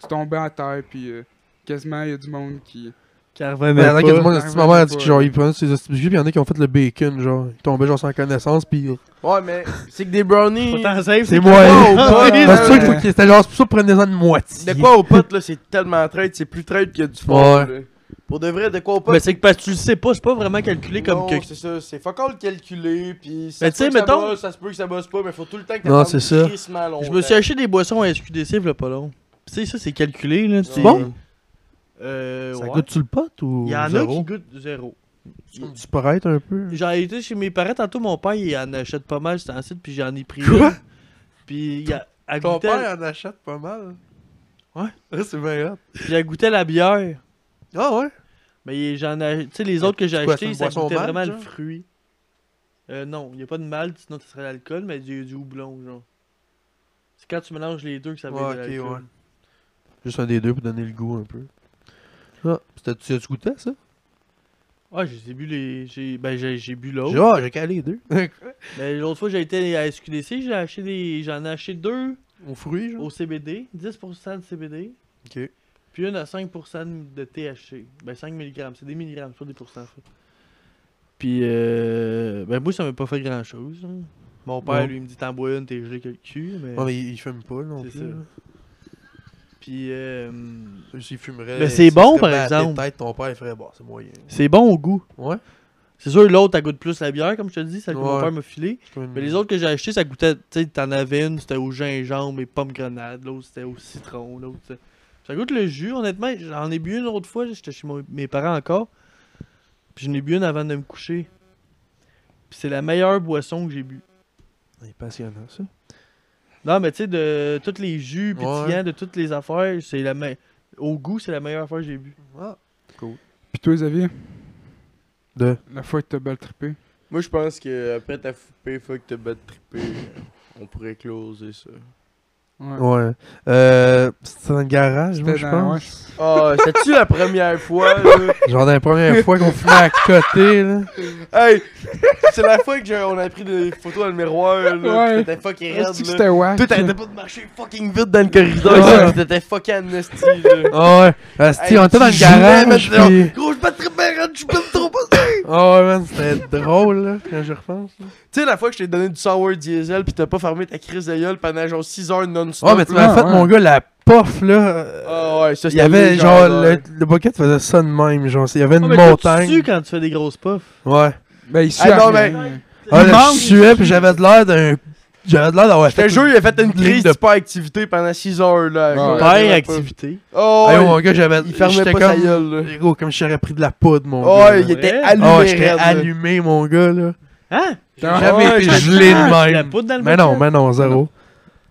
[SPEAKER 3] Tu tombais à terre, puis euh, quasiment, il y a du monde qui.
[SPEAKER 1] Mais Ben, il y en a qui
[SPEAKER 2] pas.
[SPEAKER 1] du monde,
[SPEAKER 3] Ouais,
[SPEAKER 1] ma mère a
[SPEAKER 3] ouais,
[SPEAKER 1] dit
[SPEAKER 3] ouais.
[SPEAKER 1] que genre, ils prenaient ces hosties de biscuits, puis il y en a qui ont fait le bacon, genre. Ils tombaient genre sans connaissance, puis. euh,
[SPEAKER 4] Ouais, mais c'est que des brownies.
[SPEAKER 2] Autant safe,
[SPEAKER 1] C'est
[SPEAKER 2] que-
[SPEAKER 1] moi!
[SPEAKER 4] Oh,
[SPEAKER 1] hein.
[SPEAKER 4] ouais,
[SPEAKER 1] Non, C'est sûr
[SPEAKER 4] ouais.
[SPEAKER 1] qu'il faut qu'il- c'était genre, c'est pour ça, prenez-en une moitié.
[SPEAKER 4] De quoi aux potes, là, c'est tellement traite, c'est plus traite qu'il y a du fort.
[SPEAKER 1] Ouais.
[SPEAKER 4] là. Pour de vrai, de quoi aux potes.
[SPEAKER 2] Mais c'est que parce que tu le sais pas, c'est pas vraiment calculé comme
[SPEAKER 4] non,
[SPEAKER 2] que.
[SPEAKER 4] c'est ça, c'est fuck all calculé, puis
[SPEAKER 2] Mais
[SPEAKER 4] ça,
[SPEAKER 2] tu sais,
[SPEAKER 4] se peut que ça
[SPEAKER 2] mettons-
[SPEAKER 4] bosse, ça se peut que ça bosse pas, mais faut tout le temps que
[SPEAKER 1] Non, c'est
[SPEAKER 4] t'attendes
[SPEAKER 1] ça.
[SPEAKER 4] crissement longtemps.
[SPEAKER 2] Je me suis acheté des boissons à SQDC v'là pas long. Tu sais, ça c'est calculé là.
[SPEAKER 4] C'est
[SPEAKER 1] bon?
[SPEAKER 2] Euh.
[SPEAKER 1] Ça
[SPEAKER 2] ouais.
[SPEAKER 1] goûte-tu le pote ou.
[SPEAKER 2] Il y en a
[SPEAKER 1] zéro?
[SPEAKER 2] qui goûtent zéro.
[SPEAKER 1] C'est comme du Sprite un peu.
[SPEAKER 2] J'ai été chez mes parents tantôt, mon père il en achète pas mal, c'est un site, puis j'en ai pris.
[SPEAKER 1] Quoi?
[SPEAKER 2] une. Puis il a, elle
[SPEAKER 1] Ton
[SPEAKER 2] goûtait,
[SPEAKER 1] père en achète pas mal.
[SPEAKER 2] Ouais.
[SPEAKER 1] c'est bien hot.
[SPEAKER 2] puis elle goûtait la bière.
[SPEAKER 1] Ah ouais?
[SPEAKER 2] Mais j'en ai. Tu sais, les
[SPEAKER 1] Mais
[SPEAKER 2] autres que j'ai
[SPEAKER 1] quoi, c'est
[SPEAKER 2] achetés,
[SPEAKER 1] une
[SPEAKER 2] ça
[SPEAKER 1] boisson
[SPEAKER 2] goûtait
[SPEAKER 1] malt,
[SPEAKER 2] vraiment le
[SPEAKER 1] genre?
[SPEAKER 2] fruit. Euh, non, il a pas de malt, sinon ce serait l'alcool, mais du, du houblon, genre. C'est quand tu mélanges les deux que ça
[SPEAKER 1] Ouais,
[SPEAKER 2] va
[SPEAKER 1] ok, ouais. Juste un des deux pour donner le goût un peu. Ah, c'était tu goûtais ça?
[SPEAKER 2] Ouais, Ah, j'ai bu les. J'ai... Ben, j'ai, j'ai bu l'autre.
[SPEAKER 1] J'ai- Ah, j'ai calé les deux.
[SPEAKER 2] Mais l'autre fois, j'ai été à SQDC, j'ai acheté des. J'en ai acheté deux
[SPEAKER 1] Au fruit, genre.
[SPEAKER 2] au CBD, 10% de CBD,
[SPEAKER 1] Ok.
[SPEAKER 2] puis une à 5% de THC. Ben, 5 mg, c'est des milligrammes, c'est pas des pourcents. ça. Puis, euh, ben, moi, ça m'a pas fait grand chose. Mon père,
[SPEAKER 1] Non.
[SPEAKER 2] lui, il me dit T'en bois une, t'es gelé que le cul. Mais...
[SPEAKER 1] Non, mais il, il fume pas non
[SPEAKER 2] C'est
[SPEAKER 1] plus. hein.
[SPEAKER 2] ça.
[SPEAKER 1] là.
[SPEAKER 2] Puis, euh,
[SPEAKER 1] Celui ci fumerait.
[SPEAKER 2] Mais c'est
[SPEAKER 1] si
[SPEAKER 2] bon,
[SPEAKER 1] c'était
[SPEAKER 2] par
[SPEAKER 1] pas à tes
[SPEAKER 2] exemple.
[SPEAKER 1] têtes, ton père il ferait, bah, c'est moyen.
[SPEAKER 2] c'est bon au goût.
[SPEAKER 1] Ouais.
[SPEAKER 2] C'est sûr, l'autre, elle goûte plus la bière, comme je te dis, celle que mon
[SPEAKER 1] Ouais.
[SPEAKER 2] père m'a filée.
[SPEAKER 1] C'est comme-
[SPEAKER 2] Mais les autres que j'ai acheté, ça goûtait. Tu sais, t'en avais une, c'était au gingembre et pomme grenade. L'autre, c'était au citron. L'autre, c'était- ça goûte le jus. Honnêtement, j'en ai bu une autre fois. J'étais chez mon- mes parents encore. Puis j'en ai bu une avant de me coucher. Puis c'est la meilleure boisson que j'ai bu.
[SPEAKER 1] C'est passionnant ça.
[SPEAKER 2] Non, mais tu sais, de tous les jus
[SPEAKER 1] Ouais.
[SPEAKER 2] pétillants, de toutes les affaires, c'est la me- Au goût, c'est la meilleure affaire que j'ai bu.
[SPEAKER 1] Ah.
[SPEAKER 3] Puis toi, Xavier,
[SPEAKER 1] De.
[SPEAKER 3] la fois que t'as baltrippé.
[SPEAKER 4] Moi, je pense que après t'as foupé, faut que t'as bad trippé, euh, on pourrait closer ça.
[SPEAKER 3] Ouais.
[SPEAKER 1] Ouais. Euh. C'était dans le garage, moi,
[SPEAKER 3] C'était
[SPEAKER 1] je
[SPEAKER 3] dans-
[SPEAKER 1] pense.
[SPEAKER 4] Ah, c'est-tu la première fois, là?
[SPEAKER 1] Genre, dans la première fois qu'on fumait à côté, là.
[SPEAKER 4] Hey! C'est la fois que j'ai- on a pris des photos dans le miroir, là.
[SPEAKER 3] Ouais.
[SPEAKER 4] Ouais. T'étais fucking
[SPEAKER 3] Est-ce
[SPEAKER 4] raide,
[SPEAKER 3] que
[SPEAKER 4] là.
[SPEAKER 3] c'était wack?
[SPEAKER 4] Toi, t'arrêtais pas de marcher fucking vite dans le corridor, ça. T'étais fucking amnesty, là.
[SPEAKER 1] Ah ouais. Asti,
[SPEAKER 4] Hey,
[SPEAKER 1] on était dans
[SPEAKER 4] tu
[SPEAKER 1] le
[SPEAKER 4] jouais,
[SPEAKER 1] garage.
[SPEAKER 4] mais genre,
[SPEAKER 1] puis-
[SPEAKER 4] Gros, je bats très bien, je bats trop pas.
[SPEAKER 1] Ah ouais, man, c'était drôle, là, quand je repense. là.
[SPEAKER 4] Tu sais, la fois que je t'ai donné du sour diesel pis t'as pas fermé ta crise de gueule pendant genre 6 heures non-stop.
[SPEAKER 1] Ah, mais tu m'as
[SPEAKER 3] Ah,
[SPEAKER 1] fait,
[SPEAKER 3] ouais.
[SPEAKER 1] mon gars, la pof, là. euh,
[SPEAKER 4] Ah ouais, ça
[SPEAKER 1] il
[SPEAKER 4] c'était
[SPEAKER 1] y avait, genre,
[SPEAKER 4] légendaire.
[SPEAKER 1] le, le bucket faisait ça de même, genre, il y avait une
[SPEAKER 2] Ah,
[SPEAKER 5] Ah, mais
[SPEAKER 1] montagne.
[SPEAKER 5] Tu quand tu fais des grosses puffs.
[SPEAKER 1] Ouais.
[SPEAKER 3] Ben, il sue
[SPEAKER 4] Ah, non,
[SPEAKER 3] à rien.
[SPEAKER 1] Ah, là,
[SPEAKER 3] manque.
[SPEAKER 1] je suais, pis j'avais de l'air d'un. J'avais de l'air d'avoir
[SPEAKER 4] Je te
[SPEAKER 1] fait.
[SPEAKER 4] jure, il a fait une
[SPEAKER 1] ligne
[SPEAKER 4] crise
[SPEAKER 1] de-
[SPEAKER 4] d'hyperactivité pendant 6 heures là.
[SPEAKER 3] Ouais.
[SPEAKER 4] Genre,
[SPEAKER 2] Père
[SPEAKER 4] j'avais
[SPEAKER 2] activité.
[SPEAKER 4] pas- Oh,
[SPEAKER 1] Ah,
[SPEAKER 4] ouais,
[SPEAKER 1] ouais, mon gars, j'avais.
[SPEAKER 4] il fermait
[SPEAKER 1] j'étais
[SPEAKER 4] pas sa
[SPEAKER 1] comme-
[SPEAKER 4] gueule là.
[SPEAKER 1] Gros, comme si j'aurais pris de la poudre, mon
[SPEAKER 4] Oh,
[SPEAKER 1] gars.
[SPEAKER 4] il
[SPEAKER 1] là.
[SPEAKER 4] était
[SPEAKER 5] Ouais.
[SPEAKER 4] allumé.
[SPEAKER 1] Ah, j'étais
[SPEAKER 4] raide, là.
[SPEAKER 1] allumé, mon gars, là.
[SPEAKER 5] Hein?
[SPEAKER 1] J'ai
[SPEAKER 3] Ah,
[SPEAKER 1] jamais
[SPEAKER 4] ouais,
[SPEAKER 1] été
[SPEAKER 4] j'étais-
[SPEAKER 1] gelé
[SPEAKER 5] Ah,
[SPEAKER 1] de
[SPEAKER 5] la
[SPEAKER 1] même.
[SPEAKER 5] poudre dans le
[SPEAKER 1] Mais non,
[SPEAKER 5] bucket?
[SPEAKER 1] mais non, zéro.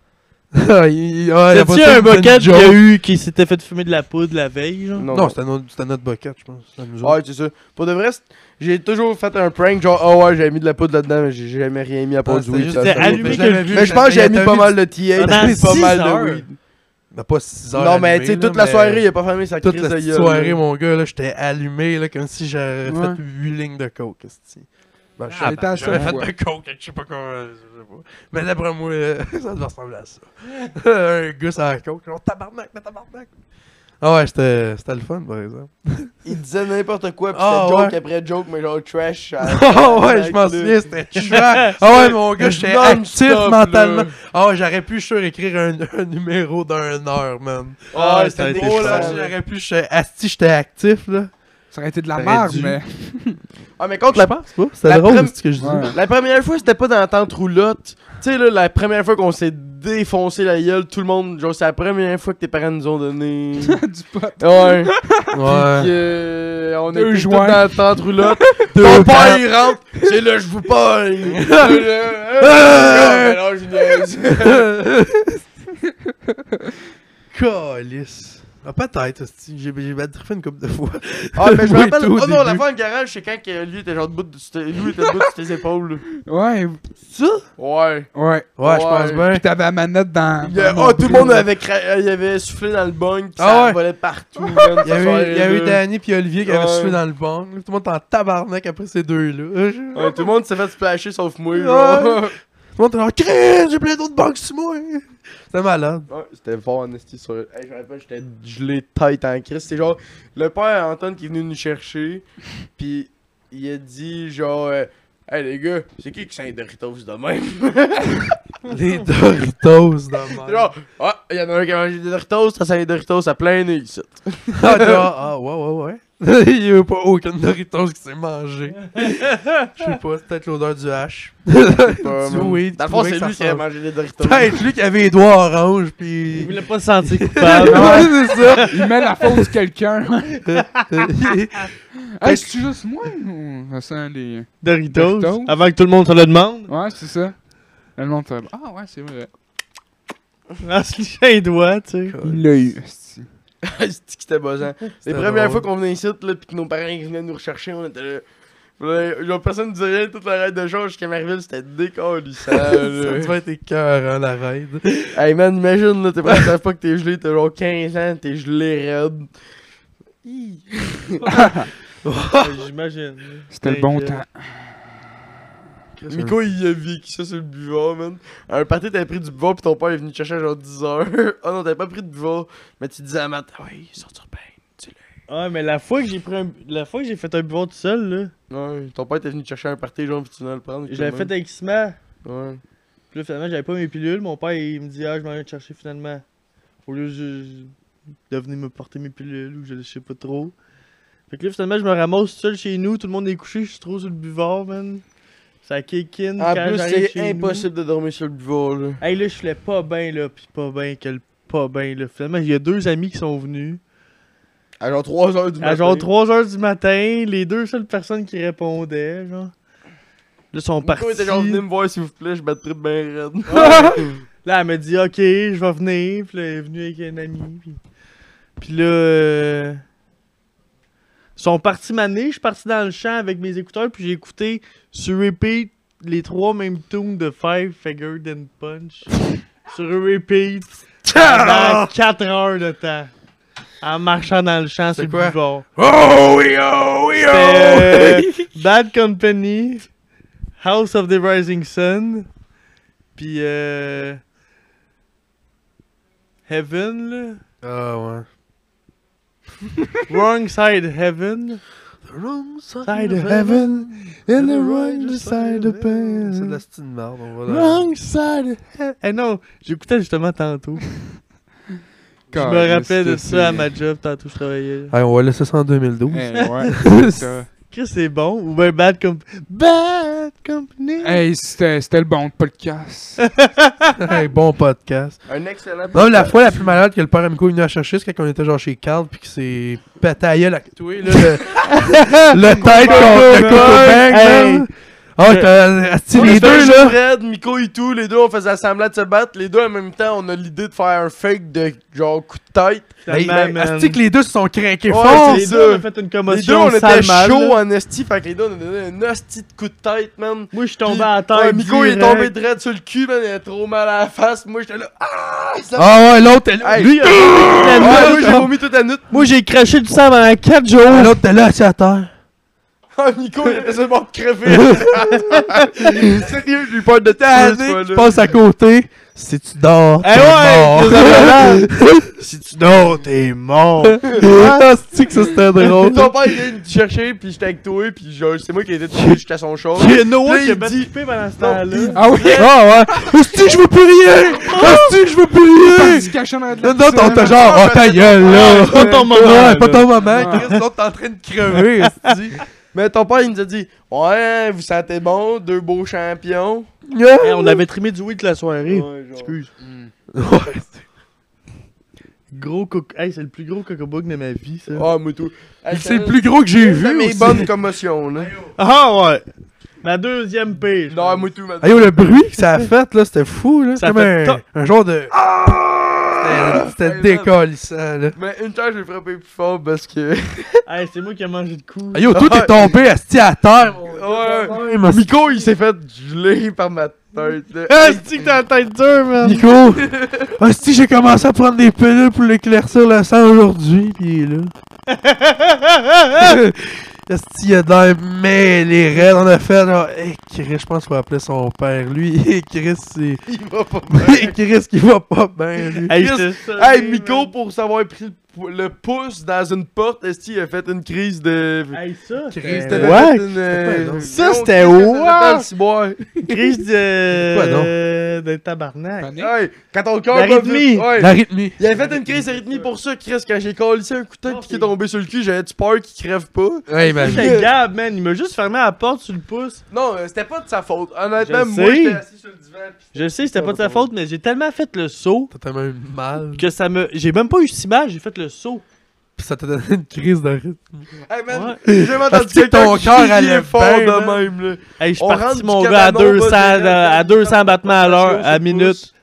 [SPEAKER 1] Ah, il- il- ah, la
[SPEAKER 2] T'as-tu
[SPEAKER 1] poudre,
[SPEAKER 2] un
[SPEAKER 1] c'était une
[SPEAKER 2] bucket qu'il y a
[SPEAKER 1] joke.
[SPEAKER 2] eu qui s'était fait fumer de la poudre la veille, genre?
[SPEAKER 4] Non,
[SPEAKER 1] Non, c'était notre, c'était notre bucket, je pense. C'était nous autres.
[SPEAKER 4] Ouais, c'est ça. Pour de vrai, c'est- j'ai toujours fait un prank genre, oh ouais, j'avais mis de la poudre là-dedans, mais j'ai jamais rien mis à part
[SPEAKER 1] Ah,
[SPEAKER 4] du
[SPEAKER 1] c'était
[SPEAKER 4] weed.
[SPEAKER 1] juste-
[SPEAKER 4] ça,
[SPEAKER 2] c'était
[SPEAKER 4] ça, ça.
[SPEAKER 2] allumé.
[SPEAKER 1] Je l'avais vu,
[SPEAKER 4] Mais je pense que j'ai
[SPEAKER 1] j'avais
[SPEAKER 4] mis
[SPEAKER 1] t'as
[SPEAKER 4] pas
[SPEAKER 1] vu,
[SPEAKER 4] mal de TA,
[SPEAKER 2] Pendant
[SPEAKER 4] puis pas
[SPEAKER 2] six
[SPEAKER 4] mal
[SPEAKER 2] heures.
[SPEAKER 4] de weed.
[SPEAKER 1] Mais pas 6 heures.
[SPEAKER 4] Non, mais tu
[SPEAKER 1] allumées,
[SPEAKER 4] sais, toute
[SPEAKER 1] là,
[SPEAKER 4] la soirée,
[SPEAKER 1] mais
[SPEAKER 4] il a pas fermé sa
[SPEAKER 1] Toute
[SPEAKER 4] crise
[SPEAKER 1] la
[SPEAKER 4] de
[SPEAKER 1] petite
[SPEAKER 4] gueule.
[SPEAKER 1] soirée,
[SPEAKER 4] là.
[SPEAKER 1] mon gars, là, j'étais allumé, là, comme si j'avais
[SPEAKER 3] Ouais.
[SPEAKER 1] fait 8 lignes de coke, esti. Ben, je-
[SPEAKER 3] C'était la
[SPEAKER 1] j'avais
[SPEAKER 3] seule
[SPEAKER 1] fait
[SPEAKER 3] fois.
[SPEAKER 1] de coke, je sais pas comment, je sais pas. Mais d'après moi, euh, ça devait ressembler à ça. Un gars sans coke, genre tabarnak, mais tabarnak. Ah ouais, c'était c'était le fun, par exemple.
[SPEAKER 4] Il disait n'importe quoi, pis
[SPEAKER 1] Ah,
[SPEAKER 4] c'était joke
[SPEAKER 1] ouais.
[SPEAKER 4] après joke, mais genre trash. à-
[SPEAKER 1] Ah ouais, je
[SPEAKER 4] à-
[SPEAKER 1] m'en
[SPEAKER 4] là.
[SPEAKER 1] souviens, c'était trash. Ah ouais, mon gars, j'étais actif
[SPEAKER 4] Non-stop,
[SPEAKER 1] mentalement.
[SPEAKER 4] là.
[SPEAKER 1] Ah ouais, j'aurais pu, je suis sûr, écrire un, un numéro d'un heure, man.
[SPEAKER 4] Ah,
[SPEAKER 2] Ouais, ça a
[SPEAKER 4] c'était
[SPEAKER 2] été
[SPEAKER 4] drôle, hein.
[SPEAKER 2] fun.
[SPEAKER 4] là.
[SPEAKER 1] Ah, J'aurais pu, j'étais- asti, j'étais actif, là.
[SPEAKER 3] Ça aurait été de la
[SPEAKER 1] T'aurais
[SPEAKER 3] merde,
[SPEAKER 1] dû.
[SPEAKER 3] mais.
[SPEAKER 4] Ah, mais contre la
[SPEAKER 1] pense pas. C'était
[SPEAKER 4] La
[SPEAKER 1] drôle,
[SPEAKER 4] prem-
[SPEAKER 1] c'est ce que je dis.
[SPEAKER 3] Ouais.
[SPEAKER 4] La première fois, c'était pas dans la tente roulotte. Tu sais, là, la première fois qu'on s'est défoncé la gueule, tout le monde, genre, c'est la première fois que tes parents nous ont donné.
[SPEAKER 3] du pot.
[SPEAKER 4] ouais. Puis,
[SPEAKER 1] Ouais.
[SPEAKER 4] euh, on
[SPEAKER 3] Deux
[SPEAKER 4] est tous
[SPEAKER 3] joints.
[SPEAKER 4] dans la tente roulotte.
[SPEAKER 1] Deux
[SPEAKER 4] Ton père,
[SPEAKER 1] pattes.
[SPEAKER 4] il rentre. C'est là, je vous parle.
[SPEAKER 1] Ah!
[SPEAKER 4] Non, je niaise.
[SPEAKER 1] Calice. Ah, peut-être, asti. J'ai j'ai battu fait une couple de fois.
[SPEAKER 4] Ah, mais je me
[SPEAKER 1] Oui,
[SPEAKER 4] rappelle.
[SPEAKER 1] tout au
[SPEAKER 4] Oh non, la
[SPEAKER 1] début.
[SPEAKER 4] fois en garage, c'est quand que lui était genre debout de ses- lui était debout de ses épaules.
[SPEAKER 3] Ouais,
[SPEAKER 4] Ouais.
[SPEAKER 3] ouais.
[SPEAKER 1] Ouais, je pense
[SPEAKER 4] Ouais.
[SPEAKER 1] bien.
[SPEAKER 3] Puis t'avais la manette dans.
[SPEAKER 4] Il y a-
[SPEAKER 3] dans
[SPEAKER 4] oh,
[SPEAKER 3] mon
[SPEAKER 4] tout le
[SPEAKER 3] prix,
[SPEAKER 4] monde
[SPEAKER 3] là.
[SPEAKER 4] avait, cra- il avait soufflé dans le bunk, pis
[SPEAKER 1] Ah
[SPEAKER 4] ça
[SPEAKER 1] ouais.
[SPEAKER 4] volait partout. man,
[SPEAKER 1] Il y a eu, il
[SPEAKER 4] cette
[SPEAKER 1] y a eu
[SPEAKER 4] soirée-là.
[SPEAKER 1] Danny puis Olivier qui avaient
[SPEAKER 4] euh, Ouais.
[SPEAKER 1] soufflé dans le banc. Tout le monde était en tabarnak après ces deux-là.
[SPEAKER 4] Ouais, tout le monde s'est fait splasher sauf moi,
[SPEAKER 1] Ouais.
[SPEAKER 4] genre.
[SPEAKER 1] Tout le monde était genre, Chris, j'ai plein d'autres banques sur moi. C'était malade.
[SPEAKER 4] Ouais, c'était fort en esti sur. Hey, je me rappelle, j'étais gelé de tête en crise. C'est genre, le père Antoine qui est venu nous chercher, puis il a dit genre, euh, hey les gars, c'est qui qui sent les Doritos de même?
[SPEAKER 1] Les Doritos dans
[SPEAKER 4] C'est
[SPEAKER 1] le
[SPEAKER 4] genre, ah, il y en a un qui a mangé des Doritos, ça sent les Doritos à plein nez ici.
[SPEAKER 1] Ah, genre, ah, ouais, ouais, ouais. Il y a eu pas aucun Doritos qui s'est mangé. Je sais pas, c'est peut-être l'odeur du hache.
[SPEAKER 4] Dans
[SPEAKER 1] oui,
[SPEAKER 4] le fond, c'est lui qui a mangé des Doritos.
[SPEAKER 1] Peut-être lui qui avait les doigts oranges,
[SPEAKER 2] Il
[SPEAKER 1] pis.
[SPEAKER 2] voulait pas se sentir coupable. hein,
[SPEAKER 1] Ouais, c'est ça.
[SPEAKER 3] Il met la faute sur quelqu'un.
[SPEAKER 1] Il-
[SPEAKER 3] hey, c'est juste moi ou ça sent les.
[SPEAKER 2] Doritos.
[SPEAKER 3] Doritos.
[SPEAKER 2] Avant que tout le monde se le demande.
[SPEAKER 3] Ouais, c'est ça. Le monde serait- Ah, ouais, c'est vrai.
[SPEAKER 2] En se lichant les doigts, tu sais.
[SPEAKER 3] Il l'a eu. esti.
[SPEAKER 4] c'est qui était buzzant. Les
[SPEAKER 1] C'était
[SPEAKER 4] premières
[SPEAKER 1] drôle.
[SPEAKER 4] fois qu'on venait ici, là, pis que nos parents ils venaient nous rechercher, on était là. Là, genre, personne ne disait rien, toute la raide de choses jusqu'à Marville, c'était décalissant.
[SPEAKER 1] Ça
[SPEAKER 4] là.
[SPEAKER 1] devait être écœurant, la raid.
[SPEAKER 4] Hey man, imagine, là, tes parents savent pas que t'es gelé, t'as genre 15 ans, t'es gelé raide. Hi.
[SPEAKER 2] J'imagine.
[SPEAKER 3] C'était le bon
[SPEAKER 2] T'inquiète.
[SPEAKER 3] temps.
[SPEAKER 4] Miko, il a vécu ça sur le buvard, man. À un party, t'avais pris du buvard, pis ton père est venu te chercher à genre 10 heures. Ah non, t'avais pas pris de buvard, mais tu disais à Matt, ah ouais, sortir ben.
[SPEAKER 2] Ouais, Ah, mais la fois que j'ai pris un... la fois que j'ai fait un buvard tout seul, là,
[SPEAKER 4] Ouais, ton père était venu te chercher à un party, genre, pis tu venais le prendre.
[SPEAKER 2] j'avais fait
[SPEAKER 4] finalement.
[SPEAKER 2] avec Sma.
[SPEAKER 4] Ouais.
[SPEAKER 2] Puis là, finalement, j'avais pas mes pilules. Mon père, il me dit, ah, je m'en vais te chercher finalement. Au lieu de, je- de venir me porter mes pilules ou je sais pas trop. Fait que là, finalement, je me ramasse seul chez nous. Tout le monde est couché. Je suis trop sur le buvard, man. Ça kick in.
[SPEAKER 4] En
[SPEAKER 2] quand
[SPEAKER 4] plus,
[SPEAKER 2] j'arrive
[SPEAKER 4] c'est
[SPEAKER 2] chez nous.
[SPEAKER 4] impossible de dormir sur le buvard, là.
[SPEAKER 2] Hey, là, je filais pas bien, là. Pis pas bien, quel pas bien, là. Finalement, il y a deux amis qui sont venus.
[SPEAKER 4] À genre 3 heures du matin.
[SPEAKER 2] À genre 3h du matin, les deux seules personnes qui répondaient, genre. Là, sont partis.
[SPEAKER 4] Miko était genre, venez me voir, s'il vous plaît, je battrai bien raide.
[SPEAKER 2] Là, elle m'a dit, OK, je vais venir. Puis là, elle est venue avec un ami. Puis, puis là, euh, ils sont partis m'amener. Je suis parti dans le champ avec mes écouteurs. Puis j'ai écouté sur repeat les trois mêmes tunes de Five Figure and Punch. sur repeat pendant 4 heures de temps. En marchant dans le champ,
[SPEAKER 1] C'est
[SPEAKER 2] sur
[SPEAKER 1] quoi?
[SPEAKER 2] le boulevard.
[SPEAKER 1] Oh oui, oh oui,
[SPEAKER 2] C'était, euh, Bad Company, House of the Rising Sun, puis euh, Heaven, là.
[SPEAKER 1] Ah ouais.
[SPEAKER 2] Wrong Side Heaven.
[SPEAKER 6] wrong
[SPEAKER 2] Side of heaven, and the right side of pain.
[SPEAKER 6] C'est de la style marde, on va dans-
[SPEAKER 2] Wrong side of heaven. Eh non, j'écoutais justement tantôt. Je me
[SPEAKER 3] Caliste,
[SPEAKER 2] rappelais de
[SPEAKER 3] c'est-
[SPEAKER 2] ça à ma job, tantôt je travaillais.
[SPEAKER 1] Hey, on va laisser ça en 2012.
[SPEAKER 3] Eh, ouais, c'est ça.
[SPEAKER 2] Chris, c'est bon ou ben bad company? Bad company!
[SPEAKER 3] Hey, c'était c'était le bon podcast.
[SPEAKER 1] Hey, bon podcast.
[SPEAKER 4] Un excellent.
[SPEAKER 1] Non, la fois la plus malade que le père Amico est venu à chercher, c'est quand on était genre chez Carl puis que c'est pété à gueule à couper, là. Le, le tête contre le
[SPEAKER 2] Hey.
[SPEAKER 1] couteau bang, man. Ah, t'as- asti, les deux, là.
[SPEAKER 4] Fred, Miko et tout, les deux, on faisait semblant de se battre. Les deux, en même temps, on a l'idée de faire un fake de genre coup de tête.
[SPEAKER 1] Hey,
[SPEAKER 2] Tellement, man.
[SPEAKER 1] asti que les deux se sont craqués
[SPEAKER 4] Ouais,
[SPEAKER 1] fort.
[SPEAKER 4] c'est
[SPEAKER 2] Les
[SPEAKER 4] ça.
[SPEAKER 2] deux, on a fait une
[SPEAKER 4] Les deux,
[SPEAKER 2] commotion
[SPEAKER 4] on était
[SPEAKER 2] sale mal,
[SPEAKER 4] chaud
[SPEAKER 2] là.
[SPEAKER 4] en esti, fait que les deux, on a donné un esti de coup de tête, man.
[SPEAKER 2] Moi, je suis
[SPEAKER 4] Puis,
[SPEAKER 2] tombé à
[SPEAKER 4] ouais,
[SPEAKER 2] terre.
[SPEAKER 4] Miko, il est
[SPEAKER 2] direct.
[SPEAKER 4] tombé direct sur le cul, man, il a trop mal à la face. Moi, j'étais là. Ah! Ça...
[SPEAKER 1] Ah ouais, l'autre, elle-
[SPEAKER 4] Hey,
[SPEAKER 2] Lui, il a vomi
[SPEAKER 4] ouais,
[SPEAKER 2] la
[SPEAKER 4] moi,
[SPEAKER 2] nuit.
[SPEAKER 4] j'ai vomi toute la nuit.
[SPEAKER 2] Moi, j'ai craché du sang pendant 4 jours.
[SPEAKER 1] l'autre, t'es là, assis à terre.
[SPEAKER 4] Ah, Miko, il était sur le bord de crever. Sérieux, j'ai eu peur de
[SPEAKER 1] T'as
[SPEAKER 4] tuer, ce
[SPEAKER 1] qui
[SPEAKER 4] fois-là.
[SPEAKER 1] passe à côté. Si tu dors,
[SPEAKER 2] Eh
[SPEAKER 1] t'es mort.
[SPEAKER 2] ouais, c'est
[SPEAKER 6] Si tu dors, t'es mort.
[SPEAKER 1] Asti Ah, que ça, c'était drôle.
[SPEAKER 4] Ton père, il vient me chercher, pis j'étais avec toi, pis genre, c'est moi qui ai été touché jusqu'à son char.
[SPEAKER 2] Il y a Noah
[SPEAKER 4] Là,
[SPEAKER 2] qui a
[SPEAKER 4] il
[SPEAKER 2] battu
[SPEAKER 4] dit-
[SPEAKER 2] coupé pendant ce
[SPEAKER 4] Non,
[SPEAKER 2] temps-là.
[SPEAKER 3] Ah oui!
[SPEAKER 1] Ah ouais. Asti, je veux plus rien. Asti, je veux plus rien.
[SPEAKER 3] Parti caché en arrière de la
[SPEAKER 1] Non, non, t'as
[SPEAKER 3] piscine.
[SPEAKER 1] t'as
[SPEAKER 2] Ah,
[SPEAKER 1] genre, oh ta gueule là!
[SPEAKER 2] c'est pas ton moment, là.
[SPEAKER 1] Ouais, pas ton moment!
[SPEAKER 3] Ouais.
[SPEAKER 1] Chris, l'autre t'es en train de crever! esti.
[SPEAKER 4] Mais ton père, il nous a dit Ouais, vous sentez bon, deux beaux champions.
[SPEAKER 1] Yeah.
[SPEAKER 2] Eh, on avait trimé du weed la soirée. Excuse.
[SPEAKER 3] Hmm.
[SPEAKER 2] Gros coco. Hey, c'est le plus gros cocobug de ma vie, ça.
[SPEAKER 4] Ah, moi tout.
[SPEAKER 1] Il- C'est le plus gros que j'ai
[SPEAKER 4] J'ai
[SPEAKER 1] vu!
[SPEAKER 4] mes
[SPEAKER 1] aussi.
[SPEAKER 4] bonnes commotions, là.
[SPEAKER 2] Ah ouais! Ma deuxième pêche.
[SPEAKER 4] Non, moi tout, ma
[SPEAKER 1] Hey, yo, le bruit que ça a fait là, c'était fou là!
[SPEAKER 2] Ça
[SPEAKER 1] Comme
[SPEAKER 2] fait
[SPEAKER 1] un,
[SPEAKER 2] top. Ah!
[SPEAKER 1] un genre de. C'était- C'était
[SPEAKER 4] Hey,
[SPEAKER 1] décollissant là!
[SPEAKER 4] Mais une fois, j'ai frappé plus fort parce que.
[SPEAKER 2] Hey, c'est moi qui ai mangé de coups.
[SPEAKER 1] Hey, yo, tout est tombé asti à terre! mon
[SPEAKER 4] Ouais.
[SPEAKER 1] gars. Hey, mon-
[SPEAKER 4] Miko, il s'est fait geler par ma tête, là.
[SPEAKER 2] Ah, c'est que t'as la tête dure, man!
[SPEAKER 1] Nico! Asti, j'ai commencé à prendre des pilules pour l'éclaircir le sang aujourd'hui, pis il est là!
[SPEAKER 2] Ah,
[SPEAKER 1] Esti, il a de l'air mêlé, raide, on a fait, genre, hey, Chris, je pense qu'il faut appeler son père, lui, hey, Chris, c'est,
[SPEAKER 4] Il va pas bien.
[SPEAKER 1] hey, Chris, qui va pas bien, lui.
[SPEAKER 2] Hey, j'étais
[SPEAKER 4] Hey,
[SPEAKER 2] sonné,
[SPEAKER 4] Miko,
[SPEAKER 2] man.
[SPEAKER 4] pour s'avoir pris le pou- le pouce dans une porte, Esti, il a fait une crise de.
[SPEAKER 2] Hey, ça!
[SPEAKER 1] Chris,
[SPEAKER 4] Crise
[SPEAKER 1] t'as-
[SPEAKER 4] de-
[SPEAKER 2] ouais.
[SPEAKER 4] une, euh,
[SPEAKER 2] Ça,
[SPEAKER 4] non,
[SPEAKER 2] c'était
[SPEAKER 4] crise de-
[SPEAKER 2] wack.
[SPEAKER 4] appelle le ciboire.
[SPEAKER 2] Crise de.
[SPEAKER 1] Quoi, non?
[SPEAKER 2] euh, De tabarnak.
[SPEAKER 1] Ah.
[SPEAKER 3] Panique.
[SPEAKER 4] Hey, quand ton cœur bat
[SPEAKER 2] L'arythmie.
[SPEAKER 4] vite, ouais.
[SPEAKER 1] L'arythmie.
[SPEAKER 4] Il avait fait une crise d'arythmie pour ça, Chris. Quand j'ai collé un coup de tête pis qu'il est tombé sur le cul, j'avais du peur qu'il crève pas. euh,
[SPEAKER 1] Ouais, imagine.
[SPEAKER 2] J'étais Gab, man. Il m'a juste fermé la porte sur le pouce.
[SPEAKER 4] Non, euh, c'était pas de sa faute.
[SPEAKER 2] Je
[SPEAKER 4] Honnêtement, moi,
[SPEAKER 2] sais.
[SPEAKER 4] j'étais assis sur le divan. pis-
[SPEAKER 2] Je sais, c'était pas de sa faute, mais j'ai tellement fait le saut
[SPEAKER 1] T'as tellement eu mal,
[SPEAKER 2] que ça me. J'ai même pas eu si mal, j'ai fait le saut.
[SPEAKER 1] pis ça t'a donné une crise d'arythmie.
[SPEAKER 4] Hey, man,
[SPEAKER 2] Ouais.
[SPEAKER 4] j'ai jamais
[SPEAKER 1] Parce
[SPEAKER 4] entendu
[SPEAKER 1] que
[SPEAKER 4] quelqu'un
[SPEAKER 1] ton
[SPEAKER 4] qui
[SPEAKER 1] cœur
[SPEAKER 4] criait
[SPEAKER 1] allait
[SPEAKER 4] fort
[SPEAKER 1] bien,
[SPEAKER 4] de
[SPEAKER 1] man.
[SPEAKER 4] même, là.
[SPEAKER 2] Hey, je suis
[SPEAKER 4] On rentre
[SPEAKER 2] parti,
[SPEAKER 4] du
[SPEAKER 2] mon gars, à
[SPEAKER 4] cabanon, on va
[SPEAKER 2] 200,
[SPEAKER 4] direct
[SPEAKER 2] à, à
[SPEAKER 4] dans
[SPEAKER 2] 200
[SPEAKER 4] la
[SPEAKER 2] battements à l'heure, à
[SPEAKER 4] station,
[SPEAKER 2] minute.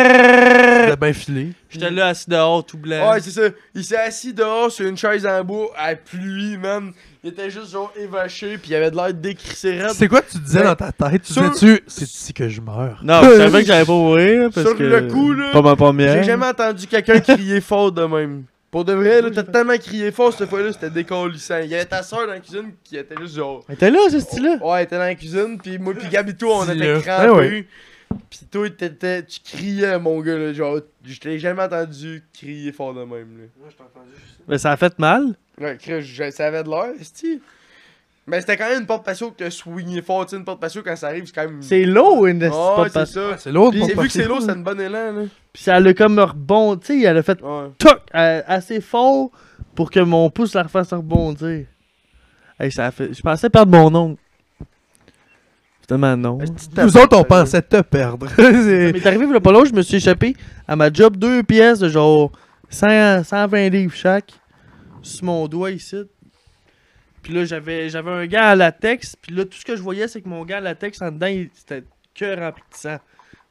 [SPEAKER 1] T'as bien filé.
[SPEAKER 2] J'étais là assis dehors, tout blanc.
[SPEAKER 4] Ouais, c'est ça. Il s'est assis dehors sur une chaise en bois à pluie, man. Il était juste genre évaché pis il avait de l'air décrissé raide.
[SPEAKER 1] C'est quoi tu disais
[SPEAKER 4] Ouais.
[SPEAKER 1] dans ta tête? Tu
[SPEAKER 4] Sur-
[SPEAKER 1] disais-tu, c'est ici que je meurs?
[SPEAKER 2] Non, je savais que j'allais pas mourir, là, parce
[SPEAKER 4] Sur
[SPEAKER 2] que...
[SPEAKER 4] le coup, là,
[SPEAKER 2] Pas ma première.
[SPEAKER 4] J'ai jamais entendu quelqu'un crier fort de même. Pour de vrai, là, t'as tellement crié fort cette fois-là, c'était décollissant. Il y avait ta soeur dans la cuisine qui était juste genre.
[SPEAKER 2] Mais t'es là, ce style-là?
[SPEAKER 4] Ouais, elle était dans la cuisine, pis moi pis Gabi, toi, on
[SPEAKER 1] Dis-le.
[SPEAKER 4] était
[SPEAKER 1] Eh
[SPEAKER 4] crampés.
[SPEAKER 2] Ben
[SPEAKER 1] ouais.
[SPEAKER 4] Pis toi, t'étais, tu criais, mon gars, là, genre, je t'ai jamais entendu crier fort de même, là.
[SPEAKER 2] Mais ça a fait mal.
[SPEAKER 4] Ouais, Chris, je savais de l'air, c'ti. Mais c'était quand même une porte patio que t'as swingé fort, tu sais, une porte patio quand ça arrive, c'est quand même...
[SPEAKER 2] C'est low, une
[SPEAKER 4] Ouais,
[SPEAKER 2] pas
[SPEAKER 4] c'est
[SPEAKER 2] pas-
[SPEAKER 4] ça.
[SPEAKER 1] C'est l'autre
[SPEAKER 4] Pis
[SPEAKER 1] pour
[SPEAKER 4] vu
[SPEAKER 1] passer.
[SPEAKER 4] que c'est l'eau, c'est un bon élan, là.
[SPEAKER 2] Puis ça l'a comme rebondi, tu sais, elle a fait
[SPEAKER 4] Ouais.
[SPEAKER 2] toc euh, assez fort pour que mon pouce la refasse rebondir. Hey, ça a fait... Je pensais perdre mon ongle. Finalement, non.
[SPEAKER 1] Nous autres, on pensait te perdre. euh, C'est-
[SPEAKER 2] Mais t'es arrivé le pas long, je me suis échappé à ma job deux pièces de genre 100, 120 livres chaque sur mon doigt ici. Puis là j'avais j'avais un gant à latex, puis là tout ce que je voyais c'est que mon gant à latex en dedans il- c'était que rempli de sang.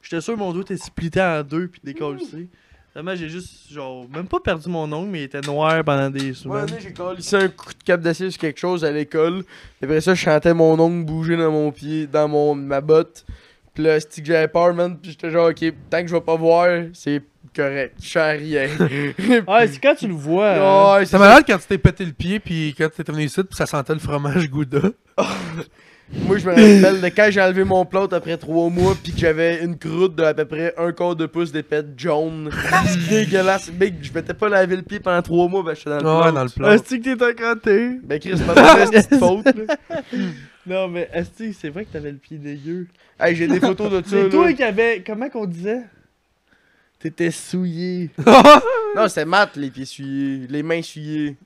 [SPEAKER 2] J'étais sûr que mon doigt était splitté en deux puis décollissé. Finalement j'ai juste genre même pas perdu mon ongle mais il était noir pendant des
[SPEAKER 4] Moi,
[SPEAKER 2] semaines.
[SPEAKER 4] un j'ai collissé un coup de cap d'acier sur quelque chose à l'école. Et Après ça, je chantais mon ongle bouger dans mon pied, dans mon, ma botte. Puis là, c'était que j'avais peur, man. Puis j'étais genre, ok, tant que je vais pas voir, c'est correct. Je sais rien.
[SPEAKER 2] Ouais, c'est Ah, quand tu le vois. hein.
[SPEAKER 4] Ouais,
[SPEAKER 1] C'est malade quand tu t'es pété le pied, puis quand t'es venu ici, puis ça sentait le fromage Gouda.
[SPEAKER 4] Moi, je me rappelle de quand j'ai enlevé mon plâtre après trois mois, puis que j'avais une croûte de à peu près un quart de pouce d'épais de jaune.
[SPEAKER 5] Ah.
[SPEAKER 4] C'est dégueulasse. Mec, je m'étais pas lavé le pied pendant trois mois, ben j'étais dans le
[SPEAKER 1] Ah,
[SPEAKER 4] plâtre.
[SPEAKER 1] ouais, dans le plan.
[SPEAKER 2] Est-ce que t'es encanté?
[SPEAKER 4] Ben, Chris, c'est pas ma petite faute. là.
[SPEAKER 5] Non, mais Asti, c'est vrai que t'avais le pied dégueu.
[SPEAKER 4] Hey, j'ai des photos de ça.
[SPEAKER 5] C'est
[SPEAKER 4] là.
[SPEAKER 5] toi qui avais. Comment qu'on disait T'étais souillé.
[SPEAKER 4] Non, c'était Matt, les pieds souillés, les mains souillées.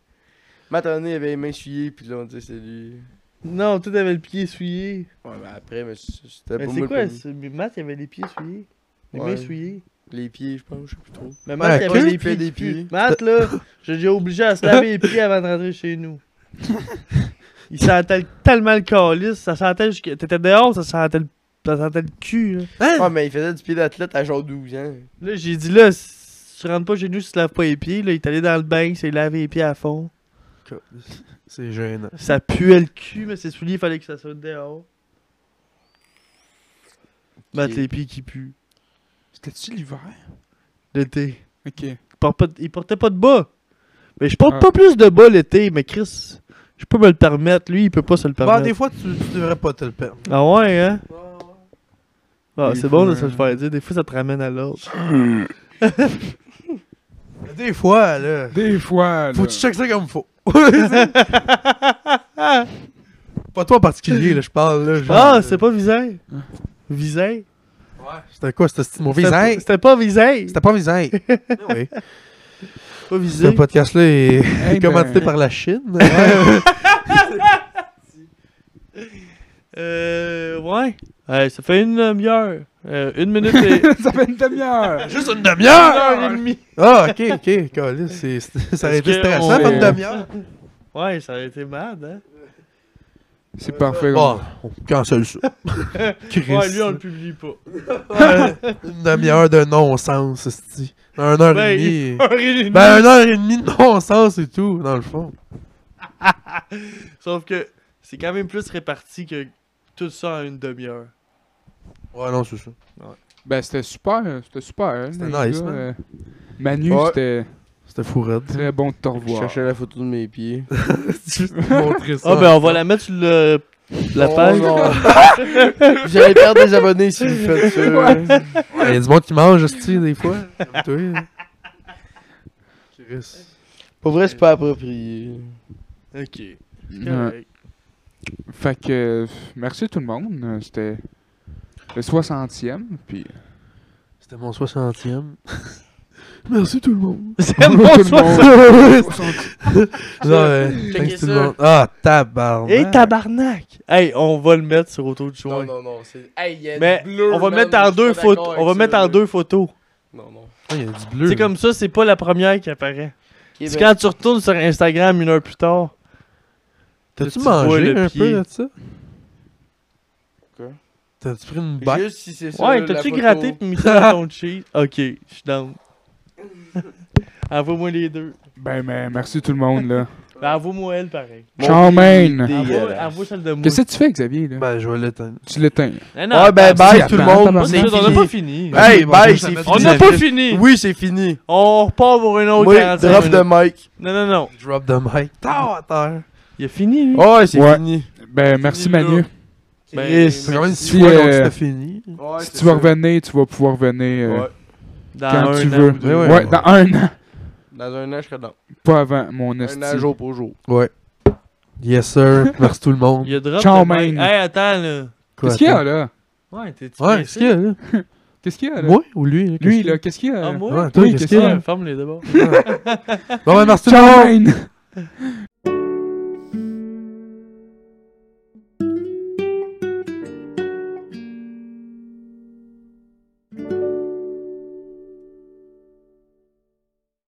[SPEAKER 4] Matt, un moment donné, il avait les mains souillées, puis là, on disait c'est lui.
[SPEAKER 5] Non, toi t'avais le pied souillé.
[SPEAKER 4] Ouais, mais après, mais c- c'était
[SPEAKER 5] Mais
[SPEAKER 4] pas
[SPEAKER 5] c'est
[SPEAKER 4] moi
[SPEAKER 5] quoi
[SPEAKER 4] le
[SPEAKER 5] ce- Mais Matt, il avait les pieds souillés. Les
[SPEAKER 4] Ouais.
[SPEAKER 5] mains souillées.
[SPEAKER 4] Les pieds, je pense, je sais plus trop.
[SPEAKER 5] Mais
[SPEAKER 1] Ouais,
[SPEAKER 5] Matt, il
[SPEAKER 1] que
[SPEAKER 5] avait les
[SPEAKER 4] tu fais
[SPEAKER 5] pieds.
[SPEAKER 4] des
[SPEAKER 5] Des
[SPEAKER 4] pieds?
[SPEAKER 5] Matt, là, j'ai déjà obligé à se laver les pieds avant de rentrer chez nous. Il sentait tellement le calice, ça sentait jusqu'à. T'étais dehors, ça sentait le, ça sentait le cul. Là,
[SPEAKER 4] Ah, mais il faisait du pied d'athlète à genre 12 ans.
[SPEAKER 5] Là, j'ai dit, là, si tu rentres pas chez nous, si tu te laves pas les pieds, là, il est allé dans le bain, il s'est lavé les pieds à fond.
[SPEAKER 1] C'est gênant.
[SPEAKER 5] Ça puait le cul, mais ses souliers, il fallait que ça saute dehors. Matt, les pieds qui puent.
[SPEAKER 3] C'était-tu l'hiver?
[SPEAKER 5] L'été.
[SPEAKER 3] Ok.
[SPEAKER 5] Il porte pas de- il portait pas de bas. Mais je porte
[SPEAKER 3] Ah.
[SPEAKER 5] pas plus de bas l'été, mais Chris, je peux me le permettre. Lui, il peut pas se le
[SPEAKER 1] Bah,
[SPEAKER 5] permettre.
[SPEAKER 1] des fois, tu, tu devrais pas te le perdre.
[SPEAKER 5] Ah ouais, hein? Ah,
[SPEAKER 3] Des
[SPEAKER 5] c'est bon de se
[SPEAKER 3] fois,
[SPEAKER 5] le faire dire. Des fois, ça te ramène à l'autre.
[SPEAKER 1] Des fois, là.
[SPEAKER 3] Des fois, là.
[SPEAKER 1] Faut que tu checkes ça comme faut. pas toi en particulier, là, je parle, là. genre,
[SPEAKER 5] Ah,
[SPEAKER 1] euh,
[SPEAKER 5] c'est pas Visay? Visay?
[SPEAKER 1] C'était euh, quoi, c'était c'était mon
[SPEAKER 5] C'était pas-
[SPEAKER 1] visage?
[SPEAKER 5] C'était pas Visay?
[SPEAKER 1] C'était pas visage. oui.
[SPEAKER 5] C'était pas
[SPEAKER 1] Ce
[SPEAKER 5] Visay.
[SPEAKER 1] podcast-là est,
[SPEAKER 3] Eh
[SPEAKER 1] est
[SPEAKER 3] ben.
[SPEAKER 1] commandité par la Chine.
[SPEAKER 5] Euh, ouais. Ouais, ça fait une demi-heure. Euh, une minute et...
[SPEAKER 3] ça fait une demi-heure.
[SPEAKER 1] Juste une
[SPEAKER 5] une
[SPEAKER 1] demi-heure!
[SPEAKER 5] heure et demie.
[SPEAKER 1] Ah, ok, ok, câlisse, c'est c'est- ça aurait été
[SPEAKER 5] Est-ce que
[SPEAKER 1] stressant,
[SPEAKER 5] on
[SPEAKER 1] pas
[SPEAKER 3] fait-
[SPEAKER 1] une demi-heure.
[SPEAKER 5] Ouais, ça a été mad, hein?
[SPEAKER 3] C'est parfait.
[SPEAKER 1] Bon, Ah, on cancelle ça. Chris.
[SPEAKER 5] Ouais, lui, on le publie pas. Euh,
[SPEAKER 1] Une demi-heure de non-sens, cest Un heure
[SPEAKER 5] Ben,
[SPEAKER 1] et demie.
[SPEAKER 5] Une heure et demie.
[SPEAKER 1] Ben, une heure et demie de non-sens et tout, dans le fond.
[SPEAKER 5] Sauf que c'est quand même plus réparti que tout ça en une demi-heure.
[SPEAKER 1] Ouais, non, c'est ça.
[SPEAKER 3] Ben, c'était super. euh, C'était super.
[SPEAKER 1] C'était
[SPEAKER 3] les
[SPEAKER 1] nice,
[SPEAKER 3] gars,
[SPEAKER 1] man.
[SPEAKER 3] euh, Manu,
[SPEAKER 4] Ouais.
[SPEAKER 3] c'était
[SPEAKER 1] C'était fou raide.
[SPEAKER 3] très bon de te
[SPEAKER 4] Je
[SPEAKER 3] revoir.
[SPEAKER 4] cherchais la photo de mes pieds.
[SPEAKER 1] Juste montrer ça.
[SPEAKER 2] Ah, ben, on va la mettre sur le- la
[SPEAKER 4] Oh,
[SPEAKER 2] page.
[SPEAKER 4] non. Vous allez perdre des abonnés si vous faites ça.
[SPEAKER 1] Il y a du monde qui mange, esti, des fois. Comme toi. hein. Chris.
[SPEAKER 4] Pour vrai, c'est pas approprié.
[SPEAKER 5] Ok.
[SPEAKER 3] Ouais. Fait que, euh, merci tout le monde. euh, C'était le 60e. Puis,
[SPEAKER 1] C'était mon 60e. Merci tout le monde.
[SPEAKER 2] C'est mon
[SPEAKER 3] Tout le
[SPEAKER 2] choix.
[SPEAKER 3] monde.
[SPEAKER 1] Non, ouais, thanks tout le monde. Ah, tabarnak.
[SPEAKER 2] Hey, tabarnak! Hey, on va le mettre sur Auto de
[SPEAKER 4] Non,
[SPEAKER 2] Joint.
[SPEAKER 4] non, non. C'est... Hey, y a du
[SPEAKER 2] Mais
[SPEAKER 4] bleu,
[SPEAKER 2] on va le
[SPEAKER 4] man,
[SPEAKER 2] mettre
[SPEAKER 4] je
[SPEAKER 2] en
[SPEAKER 4] suis
[SPEAKER 2] deux
[SPEAKER 4] pas
[SPEAKER 2] photos.
[SPEAKER 4] d'accord
[SPEAKER 2] On va
[SPEAKER 4] avec
[SPEAKER 2] mettre
[SPEAKER 4] ça,
[SPEAKER 2] en
[SPEAKER 4] là.
[SPEAKER 2] deux photos.
[SPEAKER 4] Non, non.
[SPEAKER 1] Ah, Il y a du bleu.
[SPEAKER 3] Hmm.
[SPEAKER 2] C'est comme ça, c'est pas la première qui apparaît.
[SPEAKER 4] Ok,
[SPEAKER 2] C'est
[SPEAKER 4] ben,
[SPEAKER 2] quand tu retournes sur Instagram une heure plus tard.
[SPEAKER 1] T'as-tu
[SPEAKER 2] tu vois
[SPEAKER 1] mangé
[SPEAKER 2] le
[SPEAKER 1] un
[SPEAKER 2] pied.
[SPEAKER 1] peu de ça?
[SPEAKER 4] Quoi?
[SPEAKER 1] T'as-tu pris une bite?
[SPEAKER 4] Juste si c'est ça.
[SPEAKER 2] Ouais,
[SPEAKER 4] là,
[SPEAKER 2] t'as-tu
[SPEAKER 4] la
[SPEAKER 2] gratté
[SPEAKER 4] photo.
[SPEAKER 2] pis mis ça dans ton cheese? Ok, je suis down. Envoie-moi les deux.
[SPEAKER 3] ben, ben, merci tout le monde, là.
[SPEAKER 2] Ben, envoie-moi elle pareil.
[SPEAKER 4] Mon
[SPEAKER 3] Ciao, man.
[SPEAKER 4] pied,
[SPEAKER 2] Envoie,
[SPEAKER 4] dégueulasse.
[SPEAKER 2] envoie celle de moi.
[SPEAKER 3] Qu'est-ce que tu fais, Xavier, là?
[SPEAKER 1] Ben, je vais l'éteindre.
[SPEAKER 3] Tu l'éteins.
[SPEAKER 2] Eh non,
[SPEAKER 4] Ouais, ben,
[SPEAKER 2] attends,
[SPEAKER 4] bye
[SPEAKER 3] attends,
[SPEAKER 4] tout le
[SPEAKER 3] attends,
[SPEAKER 4] monde.
[SPEAKER 3] attends,
[SPEAKER 4] C'est
[SPEAKER 2] c'est- on
[SPEAKER 4] fini.
[SPEAKER 2] n'a pas fini.
[SPEAKER 4] Hey,
[SPEAKER 1] bon,
[SPEAKER 4] bye,
[SPEAKER 1] je
[SPEAKER 4] c'est
[SPEAKER 1] vais
[SPEAKER 2] On
[SPEAKER 1] vous
[SPEAKER 2] n'a
[SPEAKER 1] mettre
[SPEAKER 2] pas
[SPEAKER 1] des
[SPEAKER 2] fini.
[SPEAKER 4] Oui, c'est fini.
[SPEAKER 2] On repart pour une autre
[SPEAKER 4] Oui,
[SPEAKER 2] 45
[SPEAKER 4] drop de
[SPEAKER 2] minutes.
[SPEAKER 4] mic.
[SPEAKER 2] Non, non, non.
[SPEAKER 1] Drop the mic. Tao à terre.
[SPEAKER 2] Il a fini, lui.
[SPEAKER 4] Ouais, c'est
[SPEAKER 3] Ouais.
[SPEAKER 4] fini.
[SPEAKER 3] Ben, merci,
[SPEAKER 4] là.
[SPEAKER 3] Manu.
[SPEAKER 2] Ben,
[SPEAKER 1] C'est quand même
[SPEAKER 3] Si,
[SPEAKER 1] six fois donc
[SPEAKER 3] euh,
[SPEAKER 1] c'était fini.
[SPEAKER 3] Si tu vas revenir, tu vas pouvoir venir euh,
[SPEAKER 4] Ouais.
[SPEAKER 2] dans
[SPEAKER 3] quand
[SPEAKER 2] un
[SPEAKER 3] tu
[SPEAKER 2] an
[SPEAKER 3] veux.
[SPEAKER 2] ou deux.
[SPEAKER 1] Ouais,
[SPEAKER 3] Ouais,
[SPEAKER 1] ouais.
[SPEAKER 3] dans un an.
[SPEAKER 4] Dans un an, je serai dedans.
[SPEAKER 3] Pas avant, mon
[SPEAKER 4] Un
[SPEAKER 3] esti.
[SPEAKER 4] an, jour pour jour.
[SPEAKER 1] Ouais. Yes, sir. Merci tout le monde.
[SPEAKER 2] Il a drop
[SPEAKER 3] Ciao,
[SPEAKER 2] de mic.
[SPEAKER 3] man.
[SPEAKER 2] Hey, attends, là.
[SPEAKER 1] Quoi,
[SPEAKER 3] Qu'est-ce qu'il y a,
[SPEAKER 1] attends?
[SPEAKER 3] là?
[SPEAKER 2] Ouais, t'es-tu
[SPEAKER 1] Ouais, qu'est-ce
[SPEAKER 2] pressé?
[SPEAKER 1] qu'il y a, là?
[SPEAKER 3] Qu'est-ce qu'il y a, là?
[SPEAKER 1] Moi ou lui? là? Qu'est-ce
[SPEAKER 3] Lui,
[SPEAKER 1] qu'il y a?
[SPEAKER 3] là, qu'est-ce qu'il y a?
[SPEAKER 2] Ah, moi?
[SPEAKER 1] Ouais, toi,
[SPEAKER 3] Oui,
[SPEAKER 1] qu'est-ce
[SPEAKER 3] qu'est-ce
[SPEAKER 1] qu'il y a?
[SPEAKER 2] Ferme-les d'abord.
[SPEAKER 1] Bon, ben, merci tout le monde.
[SPEAKER 3] Ciao, man!